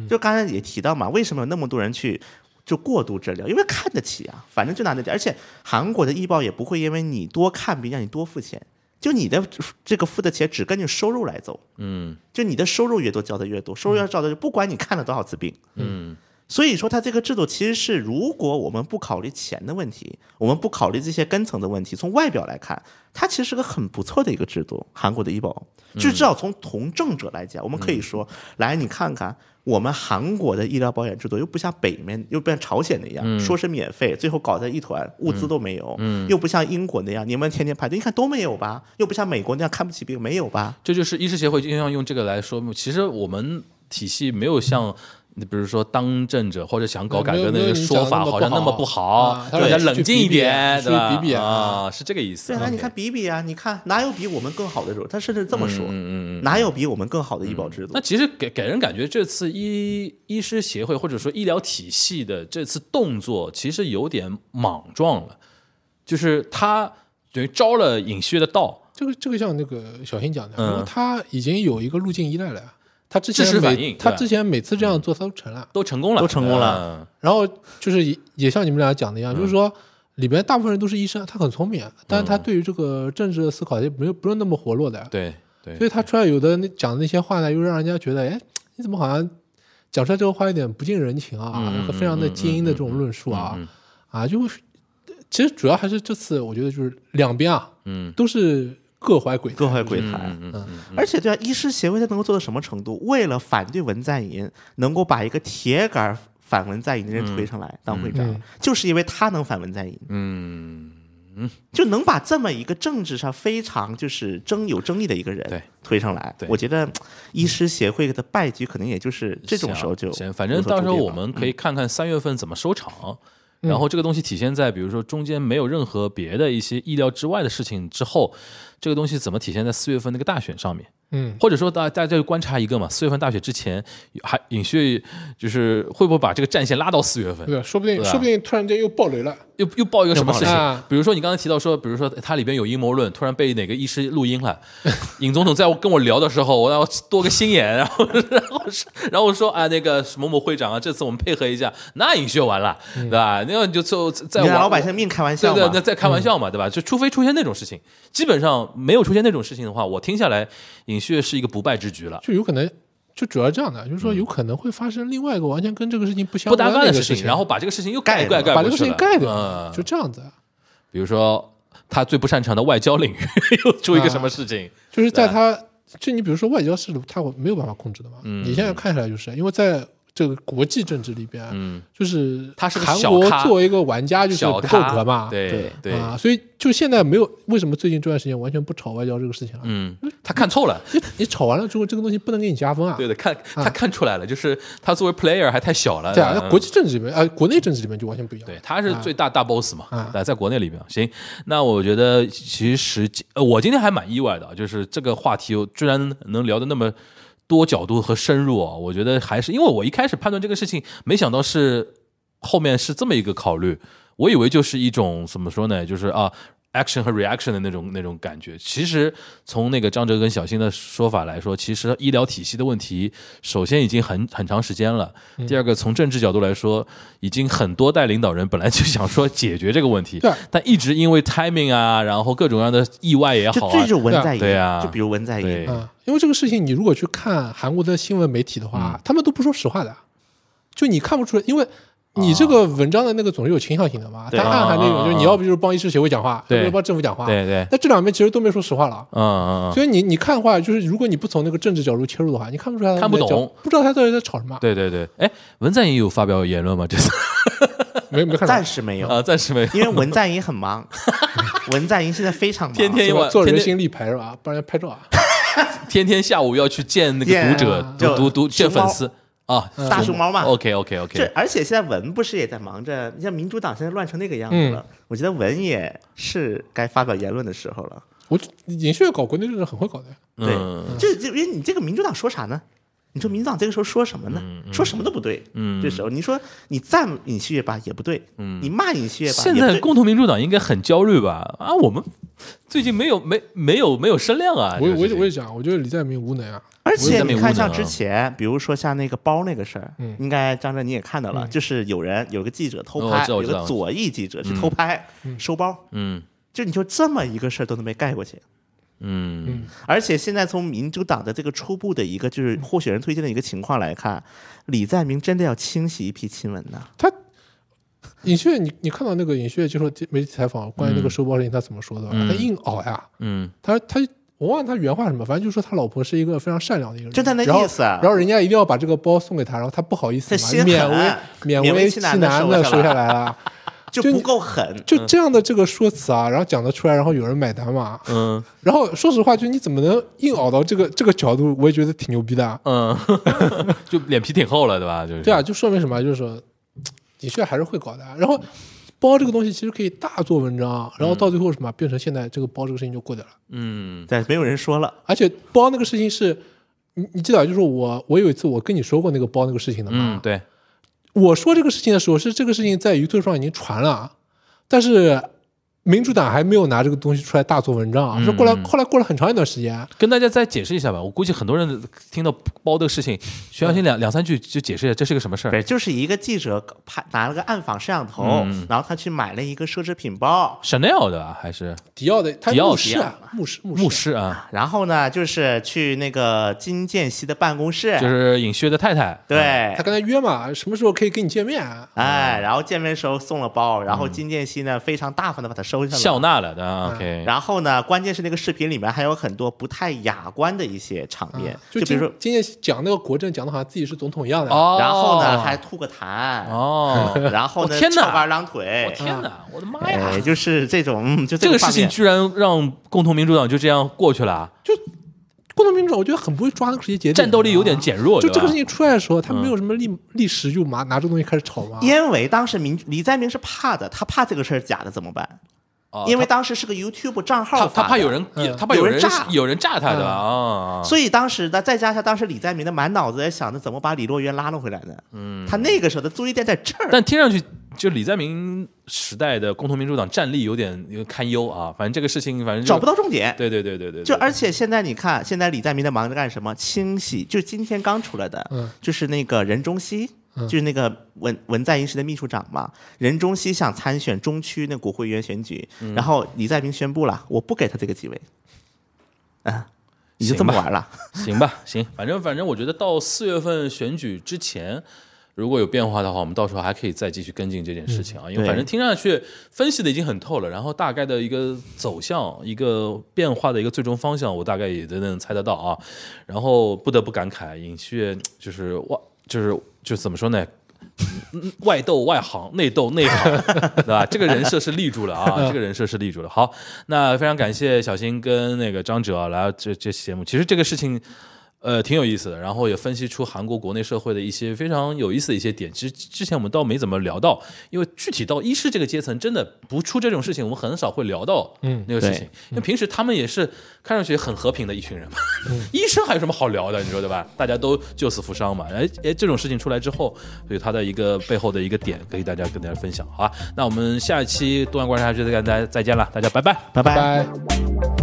Speaker 6: 就刚才也提到嘛，为什么有那么多人去就过度治疗？因为看得起啊，反正就拿得起，而且韩国的医保也不会因为你多看病让你多付钱，就你的这个付的钱只根据收入来走，
Speaker 5: 嗯，
Speaker 6: 就你的收入越多交的越多，收入要交的不管你看了多少次病，
Speaker 5: 嗯，
Speaker 6: 所以说它这个制度其实是，如果我们不考虑钱的问题，我们不考虑这些根层的问题，从外表来看，它其实是个很不错的一个制度。韩国的医保，就至少从从政者来讲，我们可以说，来你看看。我们韩国的医疗保险制度又不像北面，又不像朝鲜那样，说是免费，最后搞得一团，物资都没有。又不像英国那样，你们天天排队，你看都没有吧？又不像美国那样看不起病，没有吧？
Speaker 5: 这就是医师协会经常用这个来说，其实我们体系没有像你比如说当政者或者想搞改革的
Speaker 7: 没有
Speaker 5: 那
Speaker 7: 没
Speaker 5: 个
Speaker 7: 有
Speaker 5: 说法，
Speaker 7: 你讲得
Speaker 5: 好像
Speaker 7: 那
Speaker 5: 那
Speaker 7: 么
Speaker 5: 么
Speaker 7: 不
Speaker 5: 不
Speaker 7: 好
Speaker 5: 好
Speaker 7: 啊，他
Speaker 5: 大家
Speaker 7: 说
Speaker 5: 冷
Speaker 7: 去
Speaker 5: 静
Speaker 7: 比
Speaker 5: 一
Speaker 7: 比
Speaker 5: 点，
Speaker 7: 去
Speaker 5: 对吧？
Speaker 7: 比比啊
Speaker 5: 啊，是这个意思。
Speaker 6: 对啊，
Speaker 5: OK
Speaker 6: 你看比比啊，你看哪有比我们更好的制度？他甚至这么说，
Speaker 5: 嗯嗯嗯嗯
Speaker 6: 哪有比我们更好的医保制度
Speaker 5: 那？其实给给人感觉，这次医医师协会或者说医疗体系的这次动作，其实有点莽撞了，就是他等于招了尹旭的道，
Speaker 7: 这个这个像那个小新讲的，
Speaker 5: 嗯
Speaker 7: 因为他已经有一个路径依赖了呀。他之前
Speaker 5: 知识反
Speaker 7: 每
Speaker 5: 应
Speaker 7: 他
Speaker 5: 对
Speaker 7: 之前每次这样做他都成了，
Speaker 5: 都成功了，嗯
Speaker 6: 都成功了
Speaker 7: 然后就是也也像你们俩讲的一样，就是说里边大部分人都是医生，他很聪明，啊但是他对于这个政治的思考也没有不是那么活络的
Speaker 5: 嗯。，对对，
Speaker 7: 所以他出来有的那讲的那些话呢，又让人家觉得，哎，你怎么好像讲出来这个话有点不近人情啊，
Speaker 5: 嗯嗯
Speaker 7: 和非常的精英的这种论述啊，
Speaker 5: 嗯嗯
Speaker 7: 啊，就其实主要还是这次我觉得就是两边啊
Speaker 5: 嗯
Speaker 7: 都是各怀鬼胎，
Speaker 6: 各怀鬼胎。
Speaker 5: 嗯嗯嗯
Speaker 6: 而且对啊，医师协会它能够做到什么程度？为了反对文在寅，能够把一个铁杆反文在寅的人推上来当会长，
Speaker 7: 嗯
Speaker 6: 就是因为他能反文在寅，
Speaker 5: 嗯
Speaker 6: 就能把这么一个政治上非常就是争有争议的一个
Speaker 5: 对
Speaker 6: 人推上来
Speaker 5: 对。
Speaker 6: 我觉得嗯医师协会的败局可能也就是这种时候就
Speaker 5: 行行，反正到时候我们可以看看
Speaker 6: 嗯
Speaker 5: 三月份怎么收场。然后这个东西体现在，比如说中间没有任何别的一些意料之外的事情之后，这个东西怎么体现在四月份那个大选上面？
Speaker 7: 嗯，
Speaker 5: 或者说大大家就观察一个嘛，四月份大选之前还尹旭就是会不会把这个战线拉到四月份？
Speaker 7: 对吧？说不定
Speaker 5: 对啊
Speaker 7: 说不定突然间又爆雷了，
Speaker 5: 又又爆一个什么事
Speaker 7: 又爆了
Speaker 5: 情？比如说你刚才提到说，比如说哎它里边有阴谋论，突然被哪个医师录音了，尹总统在我跟我聊的时候，我要多个心眼，然后然后是然后我说啊，那个某某会长啊，这次我们配合一下，那尹旭完了，对吧？那你就就在
Speaker 6: 你拿
Speaker 5: 我
Speaker 6: 老百姓命开玩
Speaker 5: 对
Speaker 6: 笑
Speaker 5: 对
Speaker 6: 嘛，，
Speaker 5: 那
Speaker 7: 嗯
Speaker 5: 在开玩笑嘛，对吧？就除非出现那种事情，基本上没有出现那种事情的话，我听下来，尹旭是一个不败之局了。
Speaker 7: 就有可能。就主要是这样的，就是说有可能会发生另外一个完全跟这个事情不相
Speaker 5: 嗯不搭
Speaker 7: 关
Speaker 5: 干
Speaker 7: 的
Speaker 5: 的
Speaker 7: 一个
Speaker 5: 事
Speaker 7: 情，
Speaker 5: 然后把这个事情又盖
Speaker 6: 盖
Speaker 5: 盖
Speaker 6: 了
Speaker 5: 盖
Speaker 7: 把
Speaker 5: 过
Speaker 7: 这
Speaker 5: 去
Speaker 7: 个事情
Speaker 5: 了
Speaker 7: 盖掉，
Speaker 5: 嗯
Speaker 7: 就这样子。
Speaker 5: 比如说他最不擅长的外交领域 又出
Speaker 7: 啊
Speaker 5: 一个什么事情，
Speaker 7: 就是在
Speaker 5: 对
Speaker 7: 他，就你比如说外交事务，他没有办法控制的嘛。
Speaker 5: 嗯
Speaker 7: 你现在看下来，就是因为在这个国际政治里边，
Speaker 5: 嗯，
Speaker 7: 就是
Speaker 5: 他是个
Speaker 7: 韩
Speaker 5: 小
Speaker 7: 国
Speaker 5: 咖
Speaker 7: 作为一个玩家，就是
Speaker 5: 小
Speaker 7: 不够格
Speaker 5: 咖
Speaker 7: 嘛。
Speaker 5: 对对，
Speaker 7: 啊，所以就现在没有为什么最近这段时间完全不炒外交这个事情了？
Speaker 5: 嗯，他看透了，
Speaker 7: 你你炒完了之后，这个东西不能给你加分啊。
Speaker 5: 对的，看他看出来了，就是他作为 player 还太小了，
Speaker 7: 对啊，那
Speaker 5: 嗯
Speaker 7: 国际政嗯治里面啊、国内政治里面就完全不一样。
Speaker 5: 对，他是最大大 boss 嘛，
Speaker 7: 啊
Speaker 5: 在在国内里面。行，那我觉得其实呃，我今天还蛮意外的啊，就是这个话题我居然能聊的那么多角度和深入啊，我觉得还是因为我一开始判断这个事情，没想到是后面是这么一个考虑，我以为就是一种怎么说呢，就是啊。action 和 reaction 的那种那种感觉，其实从那个张哲跟小新的说法来说，其实医疗体系的问题，首先已经很很长时间了。
Speaker 6: 嗯
Speaker 5: 第二个，从政治角度来说，已经很多代领导人本来就想说解决这个问题
Speaker 7: 对，啊
Speaker 5: 但一直因为 timing 啊，然后各种各样的意外也好
Speaker 6: 就
Speaker 5: 啊
Speaker 6: 这，就是文在寅，
Speaker 5: 对啊
Speaker 6: 就比如文在
Speaker 5: 对
Speaker 6: 寅，
Speaker 7: 啊，因为这个事情，你如果去看韩国的新闻媒体的话，
Speaker 5: 嗯
Speaker 7: 他们都不说实话的，就你看不出来，因为你这
Speaker 5: 哦
Speaker 7: 个文章的那个总是有倾向性的嘛，
Speaker 6: 对
Speaker 7: 它暗含那
Speaker 5: 啊啊
Speaker 7: 种，
Speaker 5: 啊
Speaker 7: 就是你要不就是帮医师协会讲话，
Speaker 5: 对
Speaker 7: 要不就是帮政府讲话，
Speaker 5: 对对，
Speaker 7: 那这两边其实都没说实话了。
Speaker 5: 嗯嗯嗯，
Speaker 7: 所以你你看的话，就是如果你不从那个政治角度切入的话，你看不出来他
Speaker 5: 看
Speaker 7: 们在
Speaker 5: 不
Speaker 7: 讲
Speaker 5: 懂，
Speaker 7: 不知道他到底在吵什么，
Speaker 5: 对对对。哎，文在寅有发表言论吗？这次
Speaker 7: 没没看
Speaker 6: 暂
Speaker 7: 到，
Speaker 6: 时没有，
Speaker 5: 啊，暂时没有，
Speaker 6: 因为文在寅很忙， 文在寅现在非常忙，
Speaker 5: 天天
Speaker 7: 是
Speaker 5: 因
Speaker 7: 吧
Speaker 5: 为
Speaker 7: 做
Speaker 5: 天
Speaker 7: 人
Speaker 5: 天
Speaker 7: 形立牌是吧？帮人家拍照啊，
Speaker 5: 天天下午要去见那个
Speaker 6: Yeah，
Speaker 5: 读者，
Speaker 6: 啊就
Speaker 5: 读读读见
Speaker 6: 熊猫
Speaker 5: 粉丝啊，
Speaker 6: 大熊猫嘛
Speaker 5: OK OK OK，
Speaker 6: 这而且现在文不是也在忙着？你像民主党现在乱成那个样子
Speaker 5: 嗯
Speaker 6: 了，我觉得文也是该发表言论的时候了。
Speaker 7: 我尹旭搞国内政治很会搞的，
Speaker 6: 对，
Speaker 5: 嗯
Speaker 6: 就就因为你这个民主党说啥呢？你说民主党这个时候说什么呢？说什么都不对。
Speaker 5: 嗯
Speaker 6: 这时候你说你赞尹锡悦吧也不对，你骂尹锡悦吧也
Speaker 5: 现
Speaker 6: 不
Speaker 5: 在
Speaker 6: 对。
Speaker 5: 共同民主党应该很焦虑吧？啊，我们最近没有没没有没有声量啊！
Speaker 7: 我
Speaker 5: 这个事
Speaker 7: 我也
Speaker 5: 情
Speaker 7: 我也讲，我觉得李在明无能啊，
Speaker 6: 而且
Speaker 5: 我
Speaker 6: 你
Speaker 5: 也在那
Speaker 6: 看，
Speaker 5: 屋呢
Speaker 6: 像之前，比如说像那个包那个事儿，
Speaker 5: 嗯
Speaker 6: 应该张震你也看到了，就是有人有个记者偷
Speaker 5: 哦我
Speaker 6: 拍，
Speaker 5: 知道
Speaker 6: 有
Speaker 5: 我知道
Speaker 6: 个左翼记者去偷拍收包，
Speaker 5: 嗯
Speaker 6: 就你就这么一个事儿都能被盖过去，
Speaker 5: 嗯
Speaker 6: 而且现在从民主党的这个初步的一个就是候选人推荐的一个情况来看，李在明真的要清洗一批亲文呐。
Speaker 7: 他尹旭，你你看到那个尹旭接受媒体采访，关
Speaker 6: 嗯
Speaker 7: 于那个收包事情，他怎么说的吧？啊他硬熬呀，
Speaker 5: 嗯
Speaker 7: 他他我忘了他原话是什么，反正就说他老婆是一个非常善良的一个人，
Speaker 6: 就他那
Speaker 7: 然后
Speaker 6: 意思啊
Speaker 7: 然后人家一定要把这个包送给他，然后他不好意思
Speaker 6: 他心
Speaker 7: 嘛，
Speaker 6: 狠啊
Speaker 7: 勉为
Speaker 6: 勉为
Speaker 7: 为
Speaker 6: 其
Speaker 7: 其
Speaker 6: 难地
Speaker 7: 难
Speaker 6: 收
Speaker 7: 的
Speaker 6: 下
Speaker 7: 收
Speaker 6: 来嗯
Speaker 7: 下来了。
Speaker 6: 就
Speaker 7: 就
Speaker 6: 不够狠。
Speaker 7: 就这样的这个说辞啊，然后讲得出来，然后有人买单嘛？
Speaker 5: 嗯
Speaker 7: 然后说实话，就你怎么能硬熬到这个这个角度？我也觉得挺牛逼的啊。
Speaker 5: 嗯， 就脸皮挺厚了，对吧？就是
Speaker 7: 对啊，，就说明什么？就是说，的确还是会搞的啊。然后包这个东西其实可以大做文章，然后到最后什么变成现在这个包这个事情就过去了。
Speaker 5: 嗯
Speaker 6: 对，没有人说了，
Speaker 7: 而且包那个事情是，你你记得啊就是我我有一次我跟你说过那个包那个事情的嘛
Speaker 5: 嗯，，对，
Speaker 7: 我说这个事情的时候是这个事情在舆论上已经传了，但是民主党还没有拿这个东西出来大做文
Speaker 5: 嗯
Speaker 7: 章啊，是过来后来过了很长一段时间，
Speaker 5: 跟大家再解释一下吧。我估计很多人听到包这个事情，徐小新两两三句就解释一下这是个什么事
Speaker 6: 嗯对，
Speaker 5: 儿。
Speaker 6: 就是一个记者拍拿了个暗访摄像头，然后他去买了一个奢侈品包，
Speaker 5: Chanel 的吧还是
Speaker 7: 迪奥的他
Speaker 5: 迪奥
Speaker 7: 牧师啊，牧师牧师
Speaker 5: 牧师啊？
Speaker 6: 然后呢，就是去那个金建熙的办公室，
Speaker 5: 就是尹薛的太太。
Speaker 6: 对
Speaker 7: 他，跟他约嘛，什么时候可以跟你见面、啊？
Speaker 6: 哎，然后见面时候送了包，然后金建熙呢非常大方的把它收下
Speaker 5: 笑
Speaker 6: 了。
Speaker 5: 纳了的啊，OK，
Speaker 6: 嗯然后呢，关键是那个视频里面还有很多不太雅观的一些场面，
Speaker 5: 啊
Speaker 7: 啊就
Speaker 6: 比如说，
Speaker 7: 今天讲那个国政，讲的好像自己是总统一样的。
Speaker 5: 哦，
Speaker 6: 然后呢还吐个痰，
Speaker 5: 哦，
Speaker 6: 然后呢
Speaker 5: 我天哪
Speaker 6: 翘二郎腿，
Speaker 5: 我天哪，我的妈呀！
Speaker 6: 哎，就是这种，嗯，就
Speaker 5: 这
Speaker 6: 个
Speaker 5: 个
Speaker 6: 画
Speaker 5: 事情
Speaker 6: 面
Speaker 5: 居然让共同民主党就这样过去了啊，
Speaker 7: 共同民主党我觉得很不会抓那个时间节点，
Speaker 5: 战斗力有点减弱。啊
Speaker 7: 啊
Speaker 5: 对
Speaker 7: 就
Speaker 5: 吧嗯
Speaker 7: 这个事情出来的时候，他没有什么历历史就拿拿这个东西开始炒
Speaker 5: 啊
Speaker 7: 嘛。
Speaker 6: 因为当时民李在明是怕的，他怕这个事儿假的怎么办？
Speaker 5: 哦
Speaker 6: 因为
Speaker 5: 他
Speaker 6: 当时是个 YouTube 账号
Speaker 5: 他
Speaker 6: 发
Speaker 5: 他
Speaker 6: 的
Speaker 5: 怕有人，啊
Speaker 7: 嗯
Speaker 5: 他怕有人
Speaker 6: 有人炸嗯
Speaker 5: 有人炸他的啊。
Speaker 6: 所以当时呢，再加上当时李在明的满脑子也想着怎么把李洛渊拉拢回来呢。嗯，他那个时候的注意点在这儿。
Speaker 5: 但听上去，就李在明时代的共同民主党战力有点有点堪忧啊。反正这个事情，反正就
Speaker 6: 找不。到重点。
Speaker 5: 对对对对对，对
Speaker 6: 就而且现在你看，现在李在明在忙着干什么？清洗，就今天刚出来的，
Speaker 7: 嗯
Speaker 6: 就是那个任中熙，
Speaker 5: 嗯
Speaker 6: 就是那个文文在寅时的秘书长嘛。任中熙想参选中区那国会议员选举，
Speaker 5: 嗯
Speaker 6: 然后李在明宣布了，我不给他这个机会，啊，你就这么
Speaker 5: 行吧
Speaker 6: 玩了。
Speaker 5: 行吧，行，反正反正，我觉得到四月份选举之前，如果有变化的话，我们到时候还可以再继续跟进这件事情啊。因为
Speaker 6: 对
Speaker 5: 反正听上去分析的已经很透了，然后大概的一个走向、一个变化的一个最终方向，我大概也都能猜得到啊。然后不得不感慨，尹旭就是哇，就是就怎么说呢？嗯外斗外行，内斗内行， 对吧？这个人设是立住了啊，这个人设是立住了。好，那非常感谢小新跟那个张哲啊来到这这期节目。其实这个事情，呃，挺有意思的，然后也分析出韩国国内社会的一些非常有意思的一些点。其实之前我们倒没怎么聊到，因为具体到医师这个阶层，真的不出这种事情，我们很少会聊到嗯那个事情，因为平时他们也是看上去很和平的一群人嘛。 医生还有什么好聊的？你说对吧？大家都救死扶伤嘛。哎哎，这种事情出来之后，所以它的一个背后的一个点，可以大家跟大家分享，好吧？那我们下一期东阳观察局再跟大家再见了，大家拜拜。
Speaker 6: 拜拜
Speaker 7: 拜。